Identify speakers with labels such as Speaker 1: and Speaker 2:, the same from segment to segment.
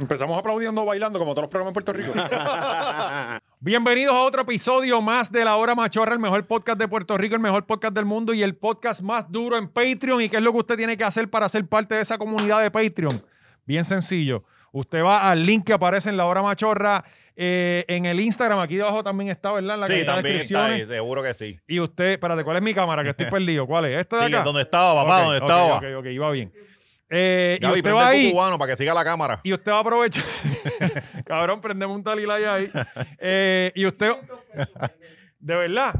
Speaker 1: Empezamos aplaudiendo, bailando, como todos los programas en Puerto Rico. Bienvenidos a otro episodio más de La Hora Machorra, el mejor podcast de Puerto Rico, el mejor podcast del mundo y el podcast más duro en Patreon. ¿Y qué es lo que usted tiene que hacer para ser parte de esa comunidad de Patreon? Bien sencillo. Usted va al link que aparece en La Hora Machorra eh, en el Instagram. Aquí debajo también está, ¿verdad? En la
Speaker 2: Sí,
Speaker 1: cajita de
Speaker 2: también está
Speaker 1: descripciones.
Speaker 2: ahí, seguro que sí.
Speaker 1: Y usted, espérate, ¿cuál es mi cámara? Que estoy perdido. ¿Cuál es? ¿Esta de
Speaker 2: Sí,
Speaker 1: acá?
Speaker 2: donde estaba, papá,
Speaker 1: Ok,
Speaker 2: donde
Speaker 1: ok,
Speaker 2: estaba.
Speaker 1: Ok, ok, iba bien. Eh, y
Speaker 2: Gaby,
Speaker 1: usted
Speaker 2: prende
Speaker 1: va
Speaker 2: el
Speaker 1: ahí
Speaker 2: cubano para que siga la cámara.
Speaker 1: y usted va a aprovechar. Cabrón, prendemos un talilay ahí. Eh, y usted. De verdad.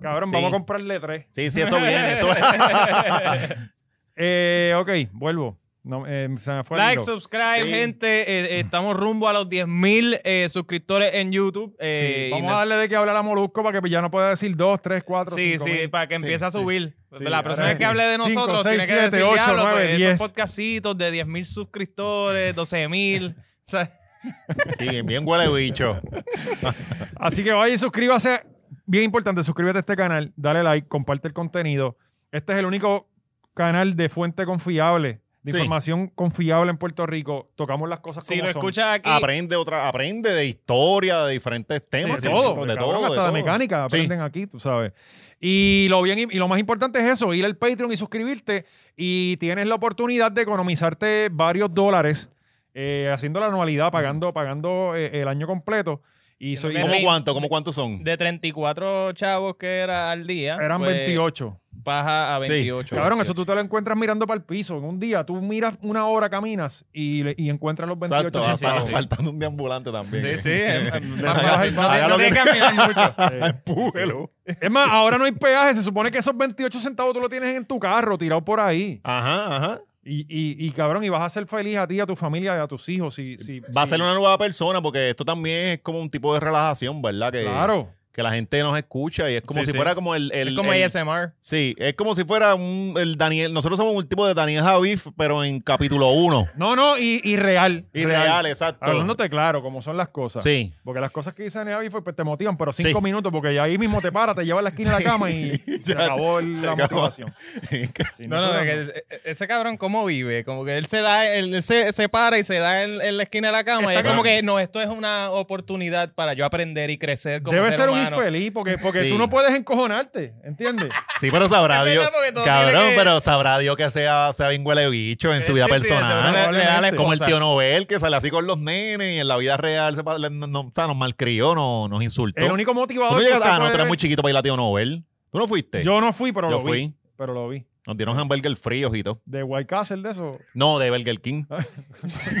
Speaker 1: Cabrón,
Speaker 2: Sí.
Speaker 1: vamos a comprarle tres.
Speaker 2: Sí, sí, eso viene. Eso...
Speaker 1: Eh, ok, vuelvo. No, eh, se me fue el
Speaker 3: Like,
Speaker 1: hilo.
Speaker 3: subscribe,
Speaker 2: Sí.
Speaker 3: gente. Eh, eh, estamos rumbo a los 10.000 eh, suscriptores en YouTube.
Speaker 1: Sí,
Speaker 3: Eh, y
Speaker 1: vamos
Speaker 3: nos-
Speaker 1: a darle de que hablar a Molusco para que ya no pueda decir dos, tres, cuatro.
Speaker 3: Sí,
Speaker 1: cinco
Speaker 3: sí,
Speaker 1: mil.
Speaker 3: para que empiece a subir. Pues
Speaker 1: Sí,
Speaker 3: la
Speaker 1: ahora
Speaker 3: persona
Speaker 1: sí.
Speaker 3: que hable de
Speaker 1: Cinco,
Speaker 3: nosotros
Speaker 1: seis,
Speaker 3: tiene que
Speaker 1: siete,
Speaker 3: decir,
Speaker 1: ocho,
Speaker 3: diablo,
Speaker 1: nueve,
Speaker 3: pues,
Speaker 1: diez".
Speaker 3: esos podcastitos de 10.000 suscriptores, 12.000. O sea,
Speaker 2: Sí, bien huele bicho.
Speaker 1: Así que vaya y suscríbase. Bien importante, suscríbete a este canal, dale like, comparte el contenido. Este es el único canal de fuente confiable, de
Speaker 2: Sí.
Speaker 1: información confiable en Puerto Rico. Tocamos las cosas
Speaker 3: si
Speaker 1: como
Speaker 3: lo
Speaker 1: son.
Speaker 3: escuchas aquí,
Speaker 2: Aprende otra, aprende de historia, de diferentes temas.
Speaker 1: de
Speaker 2: sí,
Speaker 1: todo,
Speaker 2: de
Speaker 1: cabrón,
Speaker 2: todo,
Speaker 1: hasta
Speaker 2: de
Speaker 1: la
Speaker 2: todo.
Speaker 1: mecánica
Speaker 2: Sí.
Speaker 1: aprenden aquí, tú sabes. Y lo bien y lo más importante es eso, ir al Patreon y suscribirte y tienes la oportunidad de economizarte varios dólares eh, haciendo la anualidad, pagando pagando eh, el año completo y soy
Speaker 3: no me
Speaker 2: ¿Cómo
Speaker 3: Rin-
Speaker 2: cuánto? ¿Cómo cuántos son?
Speaker 3: de 34 chavos que era al día,
Speaker 1: eran
Speaker 3: pues,
Speaker 1: 28.
Speaker 3: baja a
Speaker 2: Sí.
Speaker 3: 28.
Speaker 1: Cabrón, eso tú te lo encuentras mirando para el piso. En un día tú miras una hora, caminas y, le- y encuentras los 28
Speaker 2: Exacto,
Speaker 1: centavos.
Speaker 2: asal- saltando un deambulante también.
Speaker 3: Sí, sí. es- es más
Speaker 2: Hágalo
Speaker 3: fácil. No te-
Speaker 2: que-
Speaker 3: no tienes que caminar mucho.
Speaker 1: Sí.
Speaker 2: Empújelo.
Speaker 1: Eh, Es más, ahora no hay peaje. Se supone que esos 28 centavos tú lo tienes en tu carro, tirado por ahí.
Speaker 2: Ajá, ajá.
Speaker 1: Y, y, y, cabrón, y vas a ser feliz a ti, a tu familia y a tus hijos. Si, si,
Speaker 2: Va a
Speaker 1: si-
Speaker 2: ser una nueva persona porque esto también es como un tipo de relajación, ¿verdad? Que,
Speaker 1: Claro.
Speaker 2: que la gente nos escucha y es como
Speaker 3: Sí,
Speaker 2: si
Speaker 3: sí.
Speaker 2: fuera como el... el
Speaker 3: Es como
Speaker 2: el-
Speaker 3: ASMR.
Speaker 2: Sí, es como si fuera un, el Daniel. Nosotros somos un tipo de Daniel Javif, pero en capítulo 1.
Speaker 1: No, no, y, y real.
Speaker 2: Y real, exacto.
Speaker 1: Hablándote claro, como son las cosas.
Speaker 2: Sí.
Speaker 1: Porque las cosas que dice Neavi pues te motivan, pero cinco
Speaker 2: Sí.
Speaker 1: minutos, porque ya ahí mismo te para, te lleva a la esquina de la cama y se
Speaker 2: Ya,
Speaker 1: acabó el-
Speaker 2: se
Speaker 1: la
Speaker 2: acabó.
Speaker 1: motivación. Sí,
Speaker 3: No, no,
Speaker 1: eso
Speaker 3: de que ese- e-, ese cabrón, ¿cómo vive? Como que él se da, él, él se, se para y se da en, en la esquina de la cama. y
Speaker 1: Está
Speaker 3: es como
Speaker 1: cabrón.
Speaker 3: que, no, esto es una oportunidad para yo aprender y crecer como
Speaker 1: Debe
Speaker 3: ser,
Speaker 1: ser un
Speaker 3: humano.
Speaker 1: infeliz, porque, porque
Speaker 2: Sí.
Speaker 1: tú no puedes encojonarte, ¿entiendes?
Speaker 2: Sí, pero sabrá
Speaker 3: Es verdad,
Speaker 2: Dios.
Speaker 3: porque todo
Speaker 2: Cabrón,
Speaker 3: tiene que-
Speaker 2: pero sabrá Dios que sea, sea bien huele bicho en su
Speaker 3: Sí,
Speaker 2: vida
Speaker 3: sí,
Speaker 2: personal.
Speaker 3: seguro le- le da la
Speaker 2: como el
Speaker 3: esposa.
Speaker 2: tío Nobel que sale así con los nenes y en la vida real se, pa- le- no, no- o sea, nos malcrió, no, nos insultó.
Speaker 1: El único
Speaker 2: Tú
Speaker 1: motivador.
Speaker 2: no
Speaker 1: que
Speaker 2: llegaste,
Speaker 1: usted
Speaker 2: ah, no, tú
Speaker 1: puede
Speaker 2: eres
Speaker 1: ver-
Speaker 2: muy chiquito para ir a tío Nobel. ¿Tú no fuiste?
Speaker 1: Yo no fui, pero
Speaker 2: Yo
Speaker 1: lo vi.
Speaker 2: fui.
Speaker 1: Pero lo vi.
Speaker 2: Nos dieron hamburger fríos y todo.
Speaker 1: De White Castle, de eso.
Speaker 2: No, de Burger King.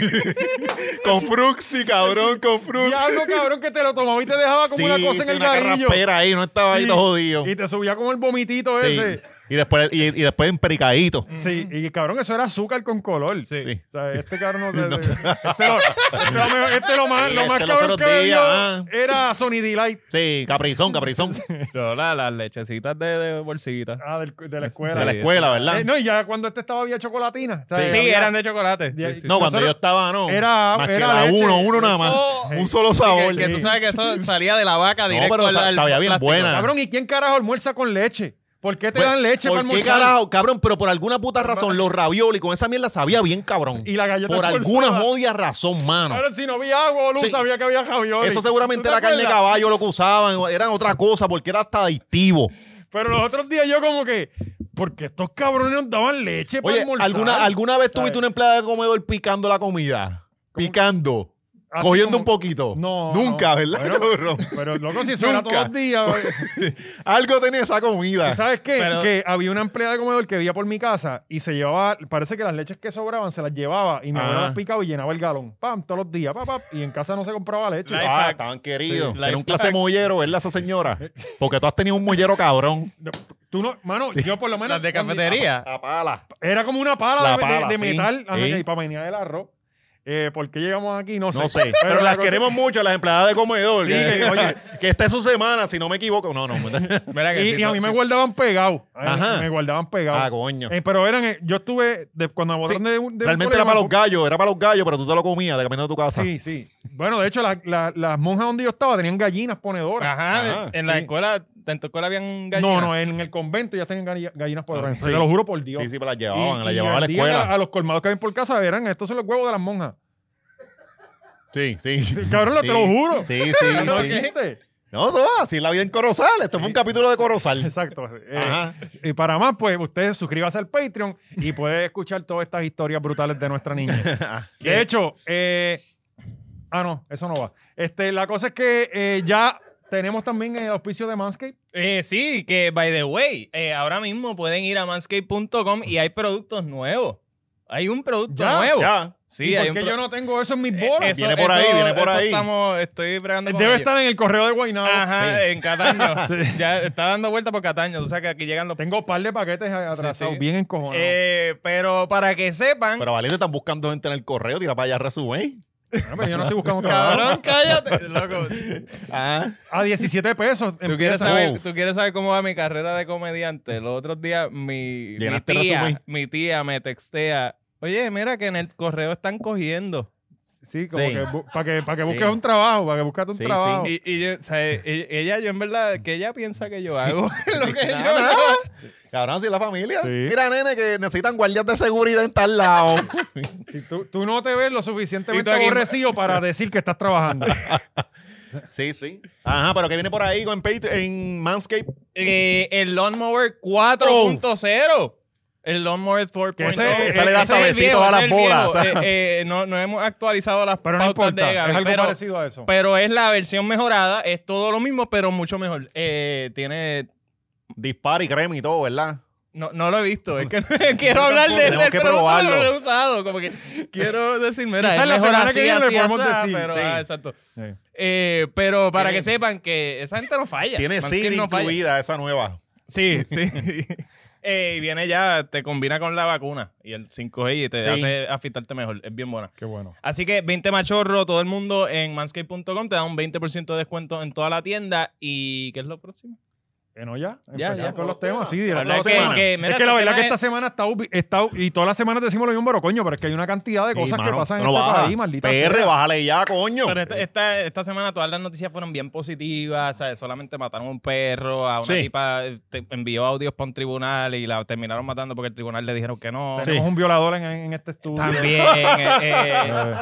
Speaker 2: con Fruxy, cabrón, con Fruxy.
Speaker 1: Diablo, cabrón, que te lo tomaba y te dejaba como
Speaker 2: Sí,
Speaker 1: una cosa
Speaker 2: sí,
Speaker 1: en el
Speaker 2: una
Speaker 1: garillo.
Speaker 2: carraspera ahí, no estaba ahí
Speaker 1: Sí,
Speaker 2: todo jodido.
Speaker 1: Y te subía como el vomitito
Speaker 2: Sí.
Speaker 1: ese.
Speaker 2: Y después, y, y después en pericadito.
Speaker 3: Mm.
Speaker 1: Sí, y cabrón, eso era azúcar con color.
Speaker 2: Sí.
Speaker 1: O sea, este cabrón no se- Este, lo, este lo mejor- este lo más,
Speaker 2: Sí,
Speaker 1: lo más
Speaker 2: este los
Speaker 1: cabrón
Speaker 2: otros
Speaker 1: que bebió
Speaker 2: días, ah.
Speaker 1: era Sony Delight.
Speaker 2: Sí, caprizón, caprizón.
Speaker 3: las lechecitas de, bolsillita.
Speaker 1: Ah, del- de la escuela.
Speaker 2: De la escuela, ¿verdad?
Speaker 1: Eh, no, y ya cuando este estaba había chocolatina. O sea,
Speaker 3: Sí,
Speaker 1: había-
Speaker 3: eran de chocolate.
Speaker 1: de-
Speaker 3: Sí, sí.
Speaker 2: No, cuando
Speaker 1: nosotros-
Speaker 2: yo estaba, no.
Speaker 1: era-
Speaker 2: más que
Speaker 1: era
Speaker 2: la
Speaker 1: leche.
Speaker 2: uno, uno nada más.
Speaker 3: Oh,
Speaker 2: un solo
Speaker 3: Que,
Speaker 2: sabor.
Speaker 3: que tú
Speaker 1: Sí.
Speaker 3: sabes que eso salía de la vaca
Speaker 2: no,
Speaker 3: directo
Speaker 2: pero
Speaker 3: al-
Speaker 2: sa-
Speaker 3: al
Speaker 2: sabía bien
Speaker 3: plástico.
Speaker 2: buena.
Speaker 1: Cabrón, ¿y quién carajo almuerza con leche? ¿Por qué te
Speaker 2: Pues,
Speaker 1: dan leche para
Speaker 2: ¿Por qué
Speaker 1: almorzar?
Speaker 2: carajo, cabrón? Pero por alguna puta razón, los raviolis con esa mierda sabía bien, cabrón.
Speaker 1: Y la galleta
Speaker 2: por
Speaker 1: endulzada.
Speaker 2: alguna jodia razón, mano.
Speaker 1: Ahora, si no vi agua, boludo,
Speaker 2: Sí.
Speaker 1: sabía que había raviolis.
Speaker 2: Eso
Speaker 1: ¿Tú
Speaker 2: seguramente
Speaker 1: te
Speaker 2: era carne de
Speaker 1: acuerdas?
Speaker 2: caballo lo que usaban, eran otra cosa, porque era hasta adictivo.
Speaker 1: Pero los otros días yo como que, porque estos cabrones nos daban leche para
Speaker 2: Oye,
Speaker 1: almorzar.
Speaker 2: ¿alguna, ¿alguna vez
Speaker 1: ¿Sabes?
Speaker 2: tuviste una empleada de comedor picando la comida? Picando.
Speaker 1: Así
Speaker 2: cogiendo
Speaker 1: como-
Speaker 2: un poquito.
Speaker 1: No.
Speaker 2: Nunca,
Speaker 1: no.
Speaker 2: ¿verdad?
Speaker 1: Bueno,
Speaker 2: cabrón?
Speaker 1: Pero loco, si eso era
Speaker 2: Nunca.
Speaker 1: todos los días. güey.
Speaker 2: Algo tenía esa
Speaker 1: ¿Tú
Speaker 2: comida.
Speaker 1: ¿Sabes qué?
Speaker 3: Pero-
Speaker 1: que había una empleada de comedor que vivía por mi casa y se llevaba, parece que las leches que sobraban se las llevaba y mi abuela
Speaker 2: Ah.
Speaker 1: las picaba y llenaba el galón. Pam, todos los días, pam, pam, y en casa no se compraba leche.
Speaker 3: Life
Speaker 2: ah,
Speaker 3: hacks.
Speaker 2: estaban queridos.
Speaker 3: Sí,
Speaker 2: Era un
Speaker 3: life
Speaker 2: clase de mollero, ¿verdad, esa señora? Porque tú has tenido un mollero cabrón.
Speaker 1: No, Tú no, mano, yo por lo menos.
Speaker 3: Las de cafetería.
Speaker 2: A pala.
Speaker 1: Era como una pala,
Speaker 2: La
Speaker 1: de- de,
Speaker 2: pala,
Speaker 1: de
Speaker 2: sí.
Speaker 1: metal ajá,
Speaker 2: Sí.
Speaker 1: y para venir el arroz. Eh, ¿Por qué llegamos aquí? No sé.
Speaker 2: No sé. Pero
Speaker 1: la
Speaker 2: las
Speaker 1: cosa-
Speaker 2: queremos mucho, las empleadas de comedor.
Speaker 1: Sí,
Speaker 2: que,
Speaker 1: que, oye.
Speaker 2: que esta es su semana, si no me equivoco. No, no.
Speaker 3: Mira que
Speaker 1: Y,
Speaker 3: sí,
Speaker 1: y a
Speaker 3: no,
Speaker 1: mí me
Speaker 3: sí.
Speaker 1: guardaban pegado. A mí
Speaker 2: Ajá.
Speaker 1: Me guardaban pegado.
Speaker 2: ah, coño.
Speaker 1: Eh, pero eran, eh, yo estuve, de- cuando me
Speaker 2: Sí,
Speaker 1: botaron de, un- de un
Speaker 2: Realmente era para los
Speaker 1: colegio,
Speaker 2: gallos, era para los gallos, pero tú te lo comías de camino de tu casa.
Speaker 1: Sí, sí. Bueno, de hecho, la- la- las monjas donde yo estaba tenían gallinas
Speaker 2: Ah,
Speaker 1: ponedoras.
Speaker 3: Ajá,
Speaker 2: Ajá,
Speaker 3: en la
Speaker 1: sí.
Speaker 3: escuela, en tu escuela habían gallinas.
Speaker 1: No, no, en el convento ya tenían galli- gallinas ponedoras.
Speaker 2: Ah, Sí.
Speaker 1: Te lo juro por Dios.
Speaker 2: Sí, sí, pero las
Speaker 1: Y-
Speaker 2: llevaban, las
Speaker 1: y
Speaker 2: llevaban a la
Speaker 1: vendían
Speaker 2: escuela.
Speaker 1: A, a los colmados que habían por casa, verán, estos son los huevos de las monjas.
Speaker 2: Sí, sí.
Speaker 1: Cabrón, lo- te lo juro.
Speaker 2: Sí, sí, sí.
Speaker 1: No es chiste.
Speaker 2: No, no, así es la vida en Corozal. Esto fue un capítulo de Corozal.
Speaker 1: Exacto. Eh,
Speaker 2: Ajá.
Speaker 1: y para más, pues ustedes suscríbanse al Patreon y pueden escuchar todas estas historias brutales de nuestra niña. De hecho, eh, ah, no, eso no va. Este, la cosa es que eh, ya tenemos también el auspicio de Manscape.
Speaker 3: Eh, sí, que by the way, eh, ahora mismo pueden ir a manscape.com y hay productos nuevos. Hay un producto
Speaker 1: Ya,
Speaker 3: nuevo.
Speaker 2: Ya.
Speaker 3: Sí,
Speaker 1: ¿Y por
Speaker 3: hay un
Speaker 1: qué
Speaker 3: pro-
Speaker 1: yo no tengo eso en mis
Speaker 3: Eh,
Speaker 1: bolas?
Speaker 3: eso-
Speaker 2: Viene por ahí,
Speaker 3: eso-
Speaker 2: viene por
Speaker 3: eso
Speaker 2: ahí.
Speaker 3: Estamos, estoy bregando con
Speaker 1: Debe
Speaker 3: ello.
Speaker 1: estar en el correo de Guaynabo.
Speaker 3: Ajá, en Cataño.
Speaker 1: Sí.
Speaker 3: Ya está dando vuelta por Cataño. Tú sabes que aquí llegan los.
Speaker 1: Tengo un par de paquetes atrasados,
Speaker 3: Sí, sí.
Speaker 1: bien encojonados.
Speaker 3: Eh, pero para que sepan.
Speaker 2: Pero Valiente están buscando gente en el correo, tira para allá resumen.
Speaker 1: Bueno, pero yo no estoy buscando
Speaker 3: Cabrón, cállate. Loco.
Speaker 2: Ah.
Speaker 1: A 17 pesos.
Speaker 3: ¿Tú quieres,
Speaker 1: empieza.
Speaker 3: saber,
Speaker 2: Uf.
Speaker 3: tú quieres saber cómo va mi carrera de comediante. Los otros días mi, mi,
Speaker 2: Llenaste resumen.
Speaker 3: tía, mi tía me textea. Oye, mira que en el correo están cogiendo.
Speaker 1: Sí, como
Speaker 2: Sí.
Speaker 1: que bu- para que, para que
Speaker 2: Sí.
Speaker 1: busques un trabajo, para que busques un
Speaker 2: Sí,
Speaker 1: trabajo.
Speaker 2: sí.
Speaker 3: Y, y yo, o sea, e- ella, yo en verdad, que ella piensa que
Speaker 1: Ah,
Speaker 3: yo hago lo que
Speaker 2: Nada,
Speaker 3: yo
Speaker 2: nada.
Speaker 3: hago.
Speaker 2: Cabrón, si la familia.
Speaker 1: Sí.
Speaker 2: Mira, nene, que necesitan guardias de seguridad en tal lado.
Speaker 1: Si tú, tú no te ves lo
Speaker 3: Y
Speaker 1: suficientemente
Speaker 3: tú aquí-
Speaker 1: aborrecido para decir que estás trabajando.
Speaker 2: sí, sí. Ajá, pero que viene por ahí con Patreon, en Manscape.
Speaker 3: Eh, el Lawnmower 4.0. El Lawnmower 4.0
Speaker 1: Que ese- ese
Speaker 2: le da
Speaker 3: ese es el
Speaker 2: sabecito
Speaker 3: viejo,
Speaker 2: a las
Speaker 3: ese es el
Speaker 2: bolas,
Speaker 3: viejo.
Speaker 2: ¿sabes?
Speaker 3: Eh, eh, no, no hemos actualizado las
Speaker 1: Pero no
Speaker 3: pautas
Speaker 1: importa,
Speaker 3: de Gaby,
Speaker 1: es algo
Speaker 3: pero, pues
Speaker 1: parecido a eso.
Speaker 3: pero es la versión mejorada. Es todo lo mismo, pero mucho mejor. Eh, tiene...
Speaker 2: Dispar y crema y todo, ¿verdad?
Speaker 3: No, no lo he visto. Es que quiero hablar de él,
Speaker 2: Tenemos que
Speaker 3: pero no
Speaker 2: probarlo.
Speaker 3: lo he usado. Como que quiero decir, mira,
Speaker 1: Quizás
Speaker 3: es
Speaker 1: la
Speaker 3: mejor
Speaker 1: semana
Speaker 3: así,
Speaker 1: que viene le
Speaker 3: así,
Speaker 1: podemos
Speaker 3: asá,
Speaker 1: decir.
Speaker 3: pero,
Speaker 2: Sí.
Speaker 3: ah, exacto.
Speaker 1: Sí.
Speaker 3: Eh, pero para
Speaker 2: Tiene-
Speaker 3: que sepan que esa gente no falla.
Speaker 2: Tiene
Speaker 3: Manscaped
Speaker 2: Siri
Speaker 3: no falla.
Speaker 2: incluida, esa nueva.
Speaker 3: Sí, sí. Eh, y viene ya, te combina con la vacuna y el 5G y te
Speaker 2: Sí.
Speaker 3: hace afitarte mejor. Es bien buena.
Speaker 1: Qué bueno.
Speaker 3: Así que 20 machorro, todo el mundo en manscape.com te da un 20% de descuento en toda la tienda. ¿Y ¿qué es lo próximo?
Speaker 1: Eh, no, ya.
Speaker 3: Ya,
Speaker 1: Empezamos
Speaker 3: ya.
Speaker 1: con los temas, sí. de
Speaker 2: La
Speaker 1: la-
Speaker 2: verdad es que-
Speaker 1: Es que la verdad que esta semana está, ubi- está u- y todas las semanas decimos lo mismo, pero coño, pero es que hay una cantidad de
Speaker 2: Sí,
Speaker 1: cosas que
Speaker 2: mano,
Speaker 1: pasan en
Speaker 2: no
Speaker 1: este
Speaker 2: baja.
Speaker 1: país, maldita.
Speaker 2: PR,
Speaker 1: sea. este,
Speaker 2: bájale ya, coño.
Speaker 3: Pero esta, esta, esta semana todas las noticias fueron bien positivas. O sea, solamente mataron a un perro, a una
Speaker 2: Sí.
Speaker 3: tipa eh, te- envió audios para un tribunal y la terminaron matando porque el tribunal le dijeron que no.
Speaker 1: Tenemos un violador en, en este estudio.
Speaker 3: También. eh, eh,
Speaker 1: Eh,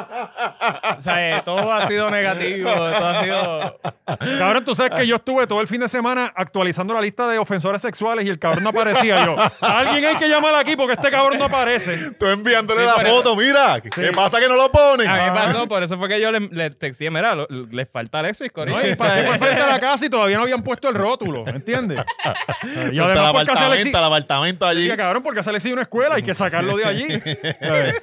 Speaker 3: o sea, eh, todo ha sido negativo. Todo ha sido.
Speaker 1: Cabrón, tú sabes que yo estuve todo el fin de semana actualizando la lista de ofensores sexuales y el cabrón no aparecía. Yo, alguien hay que llamar aquí porque este cabrón no aparece.
Speaker 2: Tú enviándole
Speaker 3: Sí,
Speaker 2: la
Speaker 3: pero-
Speaker 2: foto, mira. ¿Qué pasa que no lo ponen?
Speaker 3: A mí me
Speaker 1: Ajá.
Speaker 3: pasó, por eso fue que yo le, le texté, mira, lo- les falta Alexis,
Speaker 1: No,
Speaker 3: Corillo.
Speaker 1: y pasé por frente a la casa y todavía no habían puesto el rótulo, ¿entiendes? Eh, Y además
Speaker 2: el
Speaker 1: porque hace Alexi-
Speaker 2: apartamento, el apartamento allí.
Speaker 1: Sí, cabrón, porque sale así de una escuela, hay que sacarlo de allí. ¿Sabes?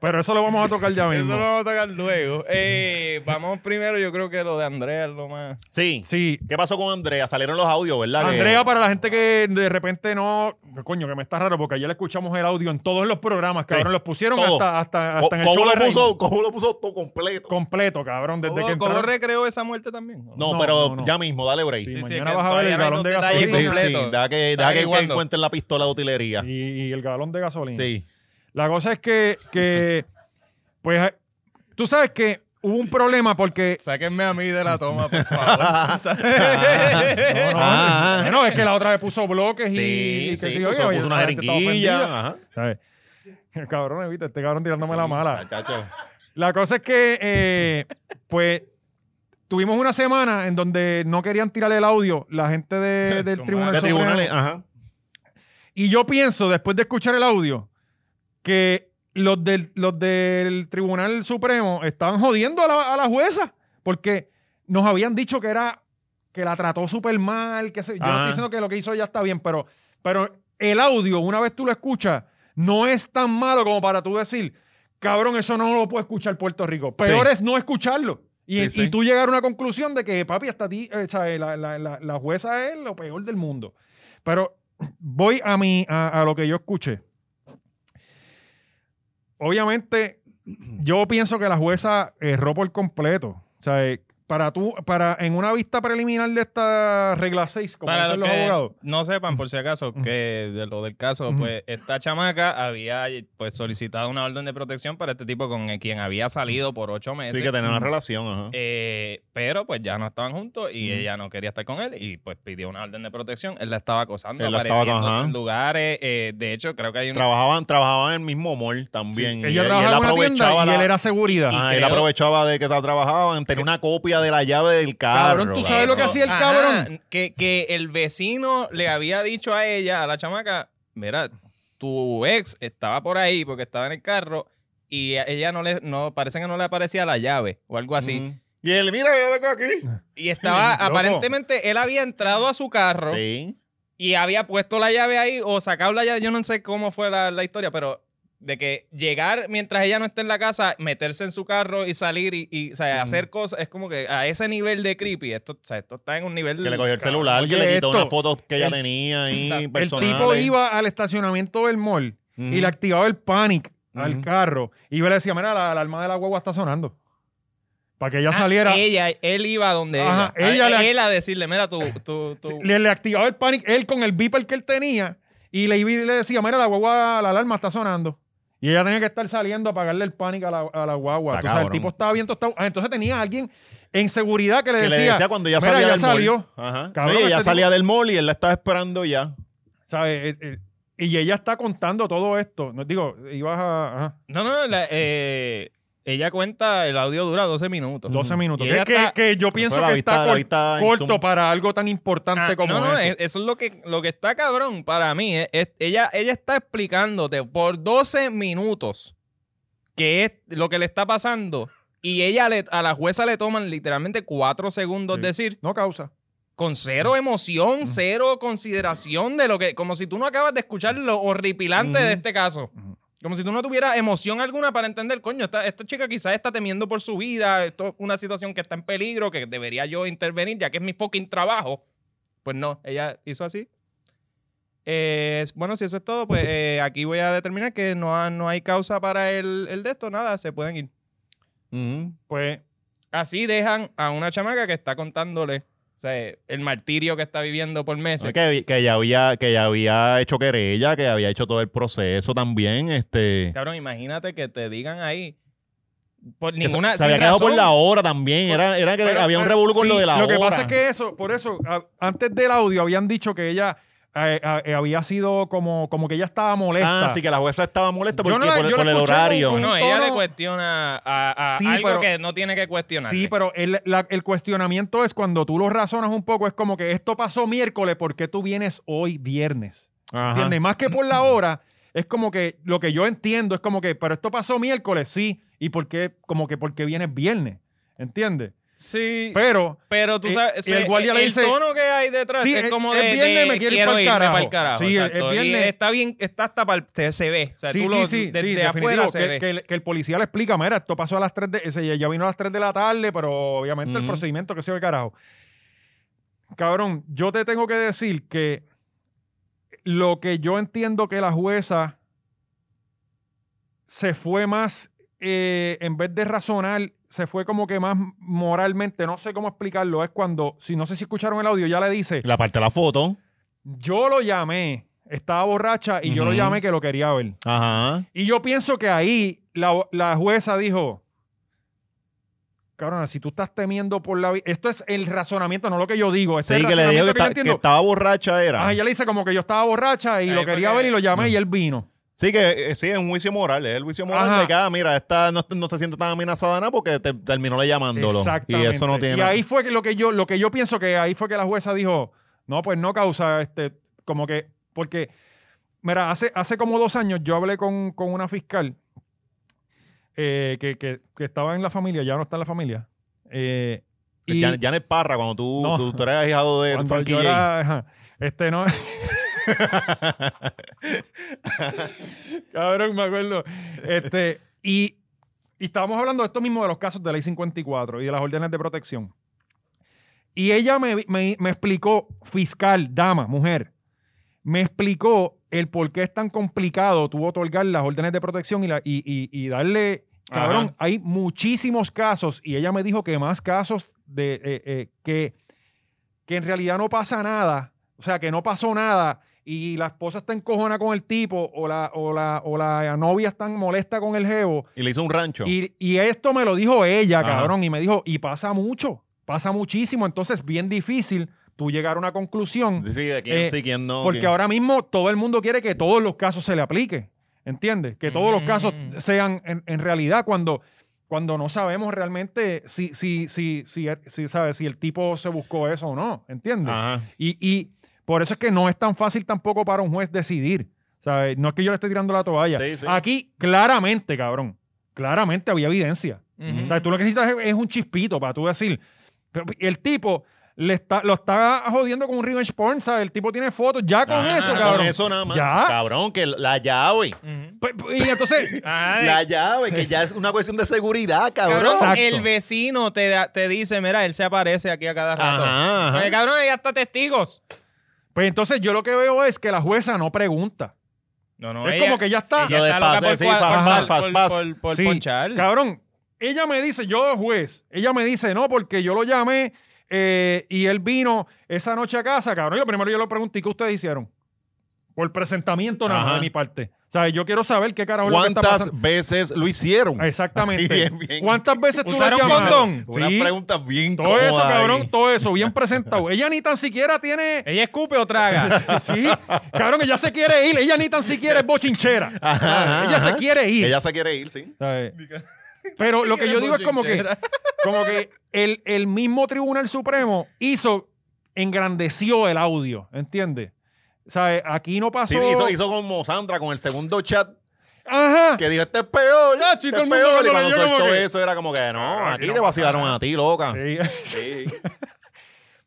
Speaker 1: Pero eso lo vamos a tocar ya
Speaker 3: Eso
Speaker 1: mismo.
Speaker 3: lo vamos a tocar luego. Eh, vamos primero, yo creo que lo de Andrea es lo más.
Speaker 2: Sí.
Speaker 1: Sí.
Speaker 2: ¿Qué pasó con Andrea? Salieron los audios, ¿verdad? Que-
Speaker 1: Andrea, pues, para la gente que de repente no. Coño, que me está raro, porque ayer le escuchamos el audio en todos los programas,
Speaker 2: Sí,
Speaker 1: cabrón. los pusieron
Speaker 2: todo.
Speaker 1: hasta, hasta,
Speaker 2: Co-
Speaker 1: hasta en el show
Speaker 2: Cobo
Speaker 1: de
Speaker 2: lo
Speaker 1: Raymond.
Speaker 2: puso, Cobo lo puso todo completo.
Speaker 1: completo, cabrón. Desde
Speaker 3: ¿Cómo,
Speaker 1: que
Speaker 3: cómo
Speaker 1: entraron.
Speaker 3: recreó esa muerte también?
Speaker 2: No,
Speaker 1: No,
Speaker 2: pero
Speaker 1: no, no.
Speaker 2: ya mismo, dale break.
Speaker 1: Sí,
Speaker 2: Sí,
Speaker 1: mañana vas a ver el galón de
Speaker 2: sí,
Speaker 1: gasolina.
Speaker 2: sí, deja que, deja que- que encuentren la pistola de utilería. Sí.
Speaker 1: Y, y el galón de gasolina. La cosa es que, que pues, tú sabes que hubo un problema porque
Speaker 3: Sáquenme a mí de la toma, por favor.
Speaker 1: No, no,
Speaker 2: Ah, ah.
Speaker 1: bueno, es que la otra vez puso bloques y, y
Speaker 2: Sí,
Speaker 1: que
Speaker 2: sí,
Speaker 1: sí,
Speaker 2: puso,
Speaker 1: oye,
Speaker 2: puso una
Speaker 1: la gente estaba ofendida,
Speaker 2: jeringuilla. ajá.
Speaker 1: ¿sabes? El cabrón, evita, este cabrón tirándome la
Speaker 2: Sí,
Speaker 1: mala.
Speaker 2: chacho.
Speaker 1: La cosa es que, eh, pues, tuvimos una semana en donde no querían tirar el audio la gente de- del
Speaker 3: Tu
Speaker 1: Tribunal
Speaker 2: De
Speaker 1: Supremo.
Speaker 2: tribunales, ajá.
Speaker 1: Y yo pienso, después de escuchar el audio, que los del, los del Tribunal Supremo estaban jodiendo a la, a la jueza porque nos habían dicho que era que la trató súper mal, que se- yo no
Speaker 2: Ajá.
Speaker 1: estoy diciendo que lo que hizo ya está bien, pero, pero el audio, una vez tú lo escuchas, no es tan malo como para tú decir, cabrón, eso no lo puede escuchar Puerto Rico. Peor
Speaker 2: Sí.
Speaker 1: es no escucharlo. Y,
Speaker 2: Sí, sí.
Speaker 1: y tú llegar a una conclusión de que, papi, hasta ti, eh, ¿sabes? la, la- la- la jueza es lo peor del mundo. Pero voy a, mi, a, a lo que yo escuché. Obviamente, yo pienso que la jueza erró por completo. O sea, eh, para tú, para en una vista preliminar de esta regla 6, como
Speaker 3: Para
Speaker 1: dicen
Speaker 3: los
Speaker 1: los
Speaker 3: que
Speaker 1: abogados.
Speaker 3: no sepan, por si acaso, que de lo del caso,
Speaker 1: Ujú.
Speaker 3: pues esta chamaca había pues solicitado una orden de protección para este tipo con el quien había salido por ocho meses.
Speaker 2: Sí, que tener una relación, ajá.
Speaker 3: Eh, pero pues ya no estaban juntos y ella no quería estar con él y pues pidió una orden de protección. Él la estaba acosando,
Speaker 2: Él la estaba-
Speaker 3: apareciendo
Speaker 2: ajá.
Speaker 3: en lugares. eh, de hecho, creo que hay un...
Speaker 2: Trabajaban, trabajaban en el mismo mall también. y,
Speaker 1: Ella
Speaker 2: él- y él
Speaker 1: trabajaba en una tienda
Speaker 2: aprovechaba
Speaker 1: y él
Speaker 2: la-
Speaker 1: era seguridad.
Speaker 2: ajá,
Speaker 3: y
Speaker 2: Ah, él
Speaker 3: creo-
Speaker 2: aprovechaba de que se trabajaban, tenía una copia de la llave del carro.
Speaker 1: Cabrón, ¿tú sabes lo que
Speaker 3: Eso,
Speaker 1: hacía el
Speaker 3: ajá,
Speaker 1: cabrón?
Speaker 3: Que, que el vecino le había dicho a ella, a la chamaca, mira, tu ex estaba por ahí porque estaba en el carro y a ella no le, no, parece que no le aparecía la llave o algo así.
Speaker 2: Mm. Y él, mira, yo tengo aquí.
Speaker 3: Y estaba,
Speaker 1: Loco.
Speaker 3: aparentemente, él había entrado a su carro
Speaker 2: Sí.
Speaker 3: y había puesto la llave ahí o sacado la llave. Yo no sé cómo fue la, la historia, pero de que llegar mientras ella no esté en la casa, meterse en su carro y salir y, y, o sea, hacer cosas, es como que a ese nivel de creepy, esto, o sea, esto está en un nivel...
Speaker 2: Que le cogió el
Speaker 3: cabrón.
Speaker 2: celular, que
Speaker 1: oye,
Speaker 2: le quitó
Speaker 1: esto.
Speaker 2: una foto que ella
Speaker 1: El-
Speaker 2: tenía ahí,
Speaker 1: El
Speaker 2: personal.
Speaker 1: tipo iba al estacionamiento del mall y le activaba el panic al
Speaker 2: Ujú.
Speaker 1: carro. Y yo le decía, mira, la alarma de la guagua está sonando. Para que ella
Speaker 3: Ah,
Speaker 1: saliera.
Speaker 3: Ella, él iba a donde
Speaker 1: Ajá,
Speaker 3: ella.
Speaker 1: ella
Speaker 3: a,
Speaker 1: le-
Speaker 3: Él a decirle, mira, tú... tú, tú-
Speaker 1: Sí, Le, le activaba el panic, él con el beeper que él tenía, y le, iba y le decía, mira, la guagua, la alarma está sonando. Y ella tenía que estar saliendo a apagarle el pánico a la, a la guagua.
Speaker 2: Está
Speaker 1: Tú sabes, el
Speaker 2: cabrón.
Speaker 1: tipo estaba bien tostado. Ah, entonces tenía alguien en seguridad que le
Speaker 2: que
Speaker 1: decía.
Speaker 2: le decía cuando ya
Speaker 1: "Mira,
Speaker 2: salía
Speaker 1: ya
Speaker 2: del mall.
Speaker 1: salió".
Speaker 2: Ajá. No,
Speaker 1: Cabrón,
Speaker 2: y ella
Speaker 1: este
Speaker 2: salía del mall y él la estaba esperando ya.
Speaker 1: ¿sabes? Eh, eh, y ella está contando todo esto. No, digo, ibas a. ajá,
Speaker 3: No, no, la- eh, ella cuenta, el audio dura 12 minutos.
Speaker 1: 12 minutos.
Speaker 3: Y
Speaker 1: Que,
Speaker 3: ella
Speaker 1: que-
Speaker 3: está-
Speaker 1: que yo pienso
Speaker 2: la
Speaker 1: que
Speaker 2: vista-
Speaker 1: está
Speaker 2: la
Speaker 1: cor-
Speaker 2: vista en
Speaker 1: corto
Speaker 2: zoom.
Speaker 1: para algo tan
Speaker 3: Ah,
Speaker 1: importante como
Speaker 3: no, no,
Speaker 1: eso.
Speaker 3: es- eso es lo que, lo que está cabrón para mí. eh, es- ella, ella está explicándote por 12 minutos qué es lo que le está pasando. Y ella le- a la jueza le toman literalmente 4 segundos
Speaker 1: Sí.
Speaker 3: decir,
Speaker 1: No causa.
Speaker 3: con cero emoción, cero consideración de lo que, como si tú no acabas de escuchar lo horripilante
Speaker 2: Ujú.
Speaker 3: de este caso.
Speaker 1: Ujú.
Speaker 3: Como si tú no tuvieras emoción alguna para entender, coño, esta, esta chica quizás está temiendo por su vida, esto es una situación que está en peligro, que debería yo intervenir, ya que es mi fucking trabajo. Pues no, ella hizo así. Eh, bueno, si eso es todo, pues eh, aquí voy a determinar que no, ha- no hay causa para el, el de esto, nada, se pueden ir.
Speaker 2: Ujú.
Speaker 1: Pues
Speaker 3: Así dejan a una chamaca que está contándole o sea, el martirio que está viviendo por meses.
Speaker 2: Que, que ya había, que ya había hecho querella, que había hecho todo el proceso también. Este,
Speaker 3: Cabrón, imagínate que te digan ahí. Por
Speaker 2: que se-
Speaker 3: ninguna.
Speaker 2: se,
Speaker 3: sin
Speaker 2: había quedado por
Speaker 3: razón.
Speaker 2: la hora también. Era, era que
Speaker 1: Pero-
Speaker 2: había un
Speaker 1: pero-
Speaker 2: revolú con
Speaker 1: sí,
Speaker 2: lo de la
Speaker 1: Lo
Speaker 2: hora.
Speaker 1: que pasa es que eso, por eso, a- antes del audio habían dicho que ella eh, eh, había sido como, como que ella estaba molesta.
Speaker 2: Ah, sí, que la jueza estaba molesta
Speaker 1: Yo
Speaker 2: porque
Speaker 1: no la-
Speaker 2: por,
Speaker 1: yo la
Speaker 2: por el
Speaker 1: escuché
Speaker 2: horario.
Speaker 1: con-
Speaker 3: No, ella
Speaker 1: tono-
Speaker 3: le cuestiona a, a
Speaker 1: Sí,
Speaker 3: algo
Speaker 1: pero-
Speaker 3: que no tiene que cuestionar.
Speaker 1: Sí, pero el, la- el cuestionamiento es cuando tú lo razonas un poco, es como que esto pasó miércoles, ¿por qué tú vienes hoy viernes?
Speaker 2: Ajá.
Speaker 1: ¿Entiendes? Más que por la hora, es como que lo que yo entiendo es como que, pero esto pasó miércoles, sí, y por qué, como que porque vienes viernes, ¿entiendes?
Speaker 3: sí. Pero,
Speaker 1: Pero
Speaker 3: tú
Speaker 1: y-
Speaker 3: sabes.
Speaker 1: y Eh, el guardia le dice-
Speaker 3: tono que hay detrás
Speaker 1: Sí,
Speaker 3: es
Speaker 1: el-
Speaker 3: como
Speaker 1: el
Speaker 3: de.
Speaker 1: viernes
Speaker 3: de
Speaker 1: me quiere ir
Speaker 3: quiero
Speaker 1: pa'l
Speaker 3: irme
Speaker 1: carajo.
Speaker 3: pa'l carajo,
Speaker 1: Sí, el- el
Speaker 3: exacto. Y
Speaker 1: viernes-
Speaker 3: está bien, está hasta para. Se ve. O sea, tú lo. desde afuera
Speaker 1: definitivo,
Speaker 3: se
Speaker 1: que,
Speaker 3: ve.
Speaker 1: que el, que el policía le explica, mira, esto pasó a las 3 de... ese- Ella vino a las 3 de la tarde, pero obviamente el
Speaker 2: Ujú.
Speaker 1: procedimiento que se ve carajo. Cabrón, yo te tengo que decir que lo que yo entiendo que la jueza se fue más, eh, en vez de razonar, se fue como que más moralmente, no sé cómo explicarlo, es cuando, si no sé si escucharon el audio, ya le dice,
Speaker 2: La parte de la foto.
Speaker 1: yo lo llamé, estaba borracha y yo lo
Speaker 2: Ujú.
Speaker 1: llamé que lo quería ver.
Speaker 2: Ajá.
Speaker 1: Y yo pienso que ahí la, la jueza dijo, cabrona, si tú estás temiendo por la vida, esto es el razonamiento, no lo que yo digo, este
Speaker 2: Sí,
Speaker 1: es el
Speaker 2: que le dijo
Speaker 1: razonamiento
Speaker 2: que,
Speaker 1: que, yo
Speaker 2: ta- que
Speaker 1: entiendo.
Speaker 2: estaba borracha era.
Speaker 1: Ah, ella le dice como que yo estaba borracha y
Speaker 3: Ahí
Speaker 1: lo
Speaker 3: fue
Speaker 1: quería
Speaker 3: que-
Speaker 1: ver y lo llamé y él vino.
Speaker 2: Sí, que eh, sí, es un juicio moral. Es el juicio moral
Speaker 1: Ajá.
Speaker 2: de que, ah, mira, esta no, no se siente tan amenazada nada porque te- terminó le llamándolo. Y
Speaker 1: Exactamente.
Speaker 2: eso no tiene
Speaker 1: Y
Speaker 2: nada-
Speaker 1: ahí fue que lo que yo, lo que yo pienso que ahí fue que la jueza dijo, no, pues no causa, este, como que, porque, mira, hace, hace como dos años yo hablé con, con una fiscal eh, que, que- que estaba en la familia, ya no está en la familia. eh, y-
Speaker 2: Jan- Janet Parra, cuando tú,
Speaker 1: No.
Speaker 2: tú, tú eras hijado de
Speaker 1: Cuando
Speaker 2: Frankie
Speaker 1: yo
Speaker 2: J.
Speaker 1: era- ajá, este no. Cabrón, me acuerdo. Este, y, y estábamos hablando de esto mismo de los casos de ley 54 y de las órdenes de protección. Y ella me, me- me explicó, fiscal, dama, mujer, me explicó el por qué es tan complicado tú otorgar las órdenes de protección y, la- y- y- y darle. Cabrón,
Speaker 2: Ajá.
Speaker 1: hay muchísimos casos y ella me dijo que más casos de eh, eh, que, que en realidad no pasa nada, o sea, que no pasó nada y la esposa está encojona con el tipo o la, o la, o la novia está molesta con el jevo.
Speaker 2: Y le hizo un rancho.
Speaker 1: Y, y esto me lo dijo ella,
Speaker 2: Ajá.
Speaker 1: cabrón, y me dijo, y pasa mucho, pasa muchísimo, entonces bien difícil tú llegar a una conclusión.
Speaker 2: sí, de quién
Speaker 1: eh,
Speaker 2: sí, quién no.
Speaker 1: Porque
Speaker 2: quién-
Speaker 1: ahora mismo todo el mundo quiere que todos los casos se le aplique. ¿Entiendes? Que todos los casos
Speaker 3: Mm.
Speaker 1: sean en, en realidad cuando, cuando no sabemos realmente si, si, si, si, er, si, ¿sabes? si el tipo se buscó eso o no. ¿Entiendes?
Speaker 2: Ajá.
Speaker 1: Y, y por eso es que no es tan fácil tampoco para un juez decidir. ¿sabes? No es que yo le esté tirando la toalla.
Speaker 2: Sí, sí.
Speaker 1: Aquí, claramente, cabrón, claramente había evidencia.
Speaker 3: Ujú.
Speaker 1: O sea, tú lo que necesitas es- es un chispito para tú decir. El tipo le está, lo está jodiendo con un revenge porn, ¿sabes? El tipo tiene fotos ya con
Speaker 2: Ah,
Speaker 1: eso, cabrón.
Speaker 2: Con eso nada más.
Speaker 1: Ya.
Speaker 2: Cabrón, que la llave.
Speaker 3: Ujú.
Speaker 1: Pe- pe- Y entonces,
Speaker 3: Ay,
Speaker 2: La llave, que ya es una cuestión de seguridad, cabrón.
Speaker 3: cabrón,
Speaker 1: Exacto.
Speaker 3: el vecino te, da- te dice, mira, él se aparece aquí a cada rato.
Speaker 2: Ajá, ajá.
Speaker 3: Oye, cabrón, hay hasta testigos.
Speaker 1: pues entonces yo lo que veo es que la jueza no pregunta.
Speaker 3: No, no,
Speaker 1: es
Speaker 3: ella-
Speaker 1: como que ya está.
Speaker 3: ella
Speaker 2: Lo de
Speaker 3: está loca
Speaker 2: pase,
Speaker 3: por
Speaker 2: sí,
Speaker 3: cua-
Speaker 2: fast
Speaker 1: pass,
Speaker 3: por-
Speaker 2: fast
Speaker 3: por-
Speaker 2: pass.
Speaker 3: por- por
Speaker 1: Sí,
Speaker 3: ponchar.
Speaker 1: Cabrón, ella me dice, yo juez, ella me dice, no, porque yo lo llamé eh, y él vino esa noche a casa, cabrón. Y lo primero yo le pregunté, ¿y qué ustedes hicieron? Por presentamiento nada más
Speaker 2: Ajá.
Speaker 1: de mi parte. O sea, yo quiero saber qué carajo es lo que está
Speaker 2: ¿Cuántas
Speaker 1: pasando.
Speaker 2: veces lo hicieron?
Speaker 1: Exactamente.
Speaker 2: Así, bien, bien.
Speaker 1: ¿Cuántas veces tú lo
Speaker 3: ¿Usaron
Speaker 1: has llamado?
Speaker 3: condón?
Speaker 2: Una
Speaker 1: Sí,
Speaker 2: pregunta bien
Speaker 1: todo eso,
Speaker 2: cómoda ahí.
Speaker 1: cabrón, todo eso, bien presentado. Ella ni tan siquiera tiene...
Speaker 3: ¿Ella escupe o traga?
Speaker 1: Sí, cabrón, ella se quiere ir. Ella ni tan siquiera es bochinchera.
Speaker 2: Ajá,
Speaker 1: ella se
Speaker 2: ajá.
Speaker 1: quiere ir.
Speaker 2: Ella se quiere ir, sí.
Speaker 1: ¿sabes? Pero lo que yo digo es como que, como que el, el mismo Tribunal Supremo hizo, engrandeció el audio, ¿entiendes? ¿Sabes? Aquí no pasó.
Speaker 2: Sí, hizo, hizo como Sandra con el segundo chat
Speaker 1: Ajá.
Speaker 2: que dijo, este es peor,
Speaker 1: Chacho, y
Speaker 2: este
Speaker 1: todo
Speaker 2: es
Speaker 1: el mundo
Speaker 2: peor.
Speaker 1: lo
Speaker 2: Y cuando
Speaker 1: leyó como
Speaker 2: soltó
Speaker 1: que-
Speaker 2: eso era como que, no,
Speaker 1: Ah,
Speaker 2: aquí
Speaker 1: que
Speaker 2: te
Speaker 1: no
Speaker 2: vacilaron a ti, loca.
Speaker 1: Sí.
Speaker 2: Sí.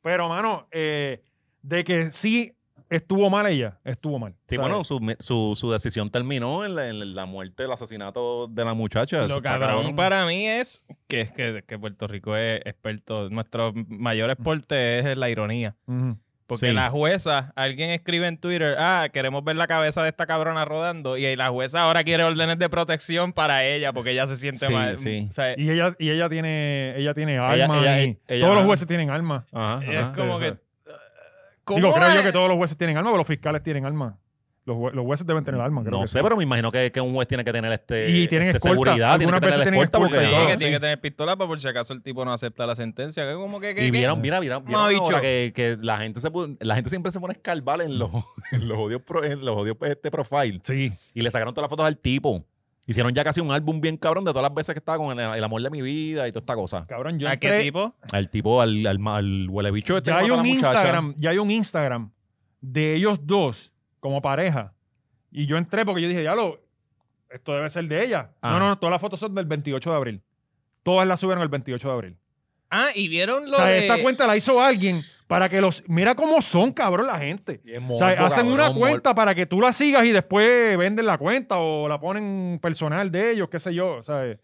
Speaker 1: Pero, mano, eh, de que sí estuvo mal ella, estuvo mal.
Speaker 2: Sí,
Speaker 1: ¿sabes?
Speaker 2: bueno, su, su, su decisión terminó en la, en la muerte, el asesinato de la muchacha. Eso
Speaker 3: Lo
Speaker 2: está
Speaker 3: cabrón para mí es que, que, que Puerto Rico es experto. Nuestro mayor exporte es la ironía.
Speaker 1: Ujú.
Speaker 3: Porque
Speaker 2: Sí.
Speaker 3: la jueza, alguien escribe en Twitter, ah, queremos ver la cabeza de esta cabrona rodando. Y la jueza ahora quiere órdenes de protección para ella porque ella se siente
Speaker 2: Sí,
Speaker 3: mal.
Speaker 2: sí.
Speaker 3: O sea,
Speaker 1: Y ella, y ella tiene, ella tiene alma.
Speaker 2: Eh, ella-
Speaker 1: y
Speaker 2: ella-
Speaker 1: todos los jueces tienen alma.
Speaker 2: Ajá,
Speaker 3: es
Speaker 1: este,
Speaker 2: ajá.
Speaker 3: como que.
Speaker 1: Ajá.
Speaker 3: ¿cómo
Speaker 1: Digo, creo
Speaker 3: la-
Speaker 1: yo que todos los jueces tienen alma, pero los fiscales tienen alma. Los, jue- los jueces deben tener alma, creo
Speaker 2: No
Speaker 1: que
Speaker 2: sé,
Speaker 1: sí.
Speaker 2: pero me imagino que, que un juez tiene que tener este,
Speaker 1: Y tienen
Speaker 2: este
Speaker 1: escolta.
Speaker 2: seguridad, tiene
Speaker 1: Algunas
Speaker 2: que tener
Speaker 1: veces
Speaker 2: la
Speaker 1: tienen
Speaker 2: escolta
Speaker 1: escolta y
Speaker 2: porque...
Speaker 3: Sí,
Speaker 1: todo.
Speaker 3: que
Speaker 2: ajá.
Speaker 3: tiene que tener pistola para por si acaso el tipo no acepta la sentencia. Que como que. que-
Speaker 2: Y
Speaker 3: que-
Speaker 2: vieron, mira, vieron, vieron
Speaker 3: Mamabicho.
Speaker 2: ahora que, que la gente se pu- la gente siempre se pone a escarbar en los, en los odios pro- en los odios pues, este profile
Speaker 1: Sí.
Speaker 2: y le sacaron todas las fotos al tipo. Hicieron ya casi un álbum bien cabrón de todas las veces que estaba con el, el amor de mi vida y toda esta cosa.
Speaker 1: Cabrón, yo
Speaker 3: ¿A qué
Speaker 1: entré-
Speaker 3: tipo?
Speaker 2: Al tipo, al, al, ma- al huele bicho este
Speaker 1: ya
Speaker 2: que
Speaker 1: hay
Speaker 2: mató a la
Speaker 1: un
Speaker 2: muchacha.
Speaker 1: Instagram, ya hay un Instagram de ellos dos como pareja. Y yo entré porque yo dije, ya lo, esto debe ser de ella. No,
Speaker 2: Ajá.
Speaker 1: no, no, todas las fotos son del 28 de abril. Todas las subieron el 28 de abril.
Speaker 3: Ah, y vieron lo
Speaker 1: o sea,
Speaker 3: de.
Speaker 1: esta cuenta la hizo alguien para que los... Mira cómo son, cabrón, la gente.
Speaker 2: Y es
Speaker 1: O sea,
Speaker 2: morbo,
Speaker 1: hacen una
Speaker 2: cabrón,
Speaker 1: cuenta para que tú la sigas y después venden la cuenta o la ponen personal de ellos, qué sé yo. eh, ¿sabes?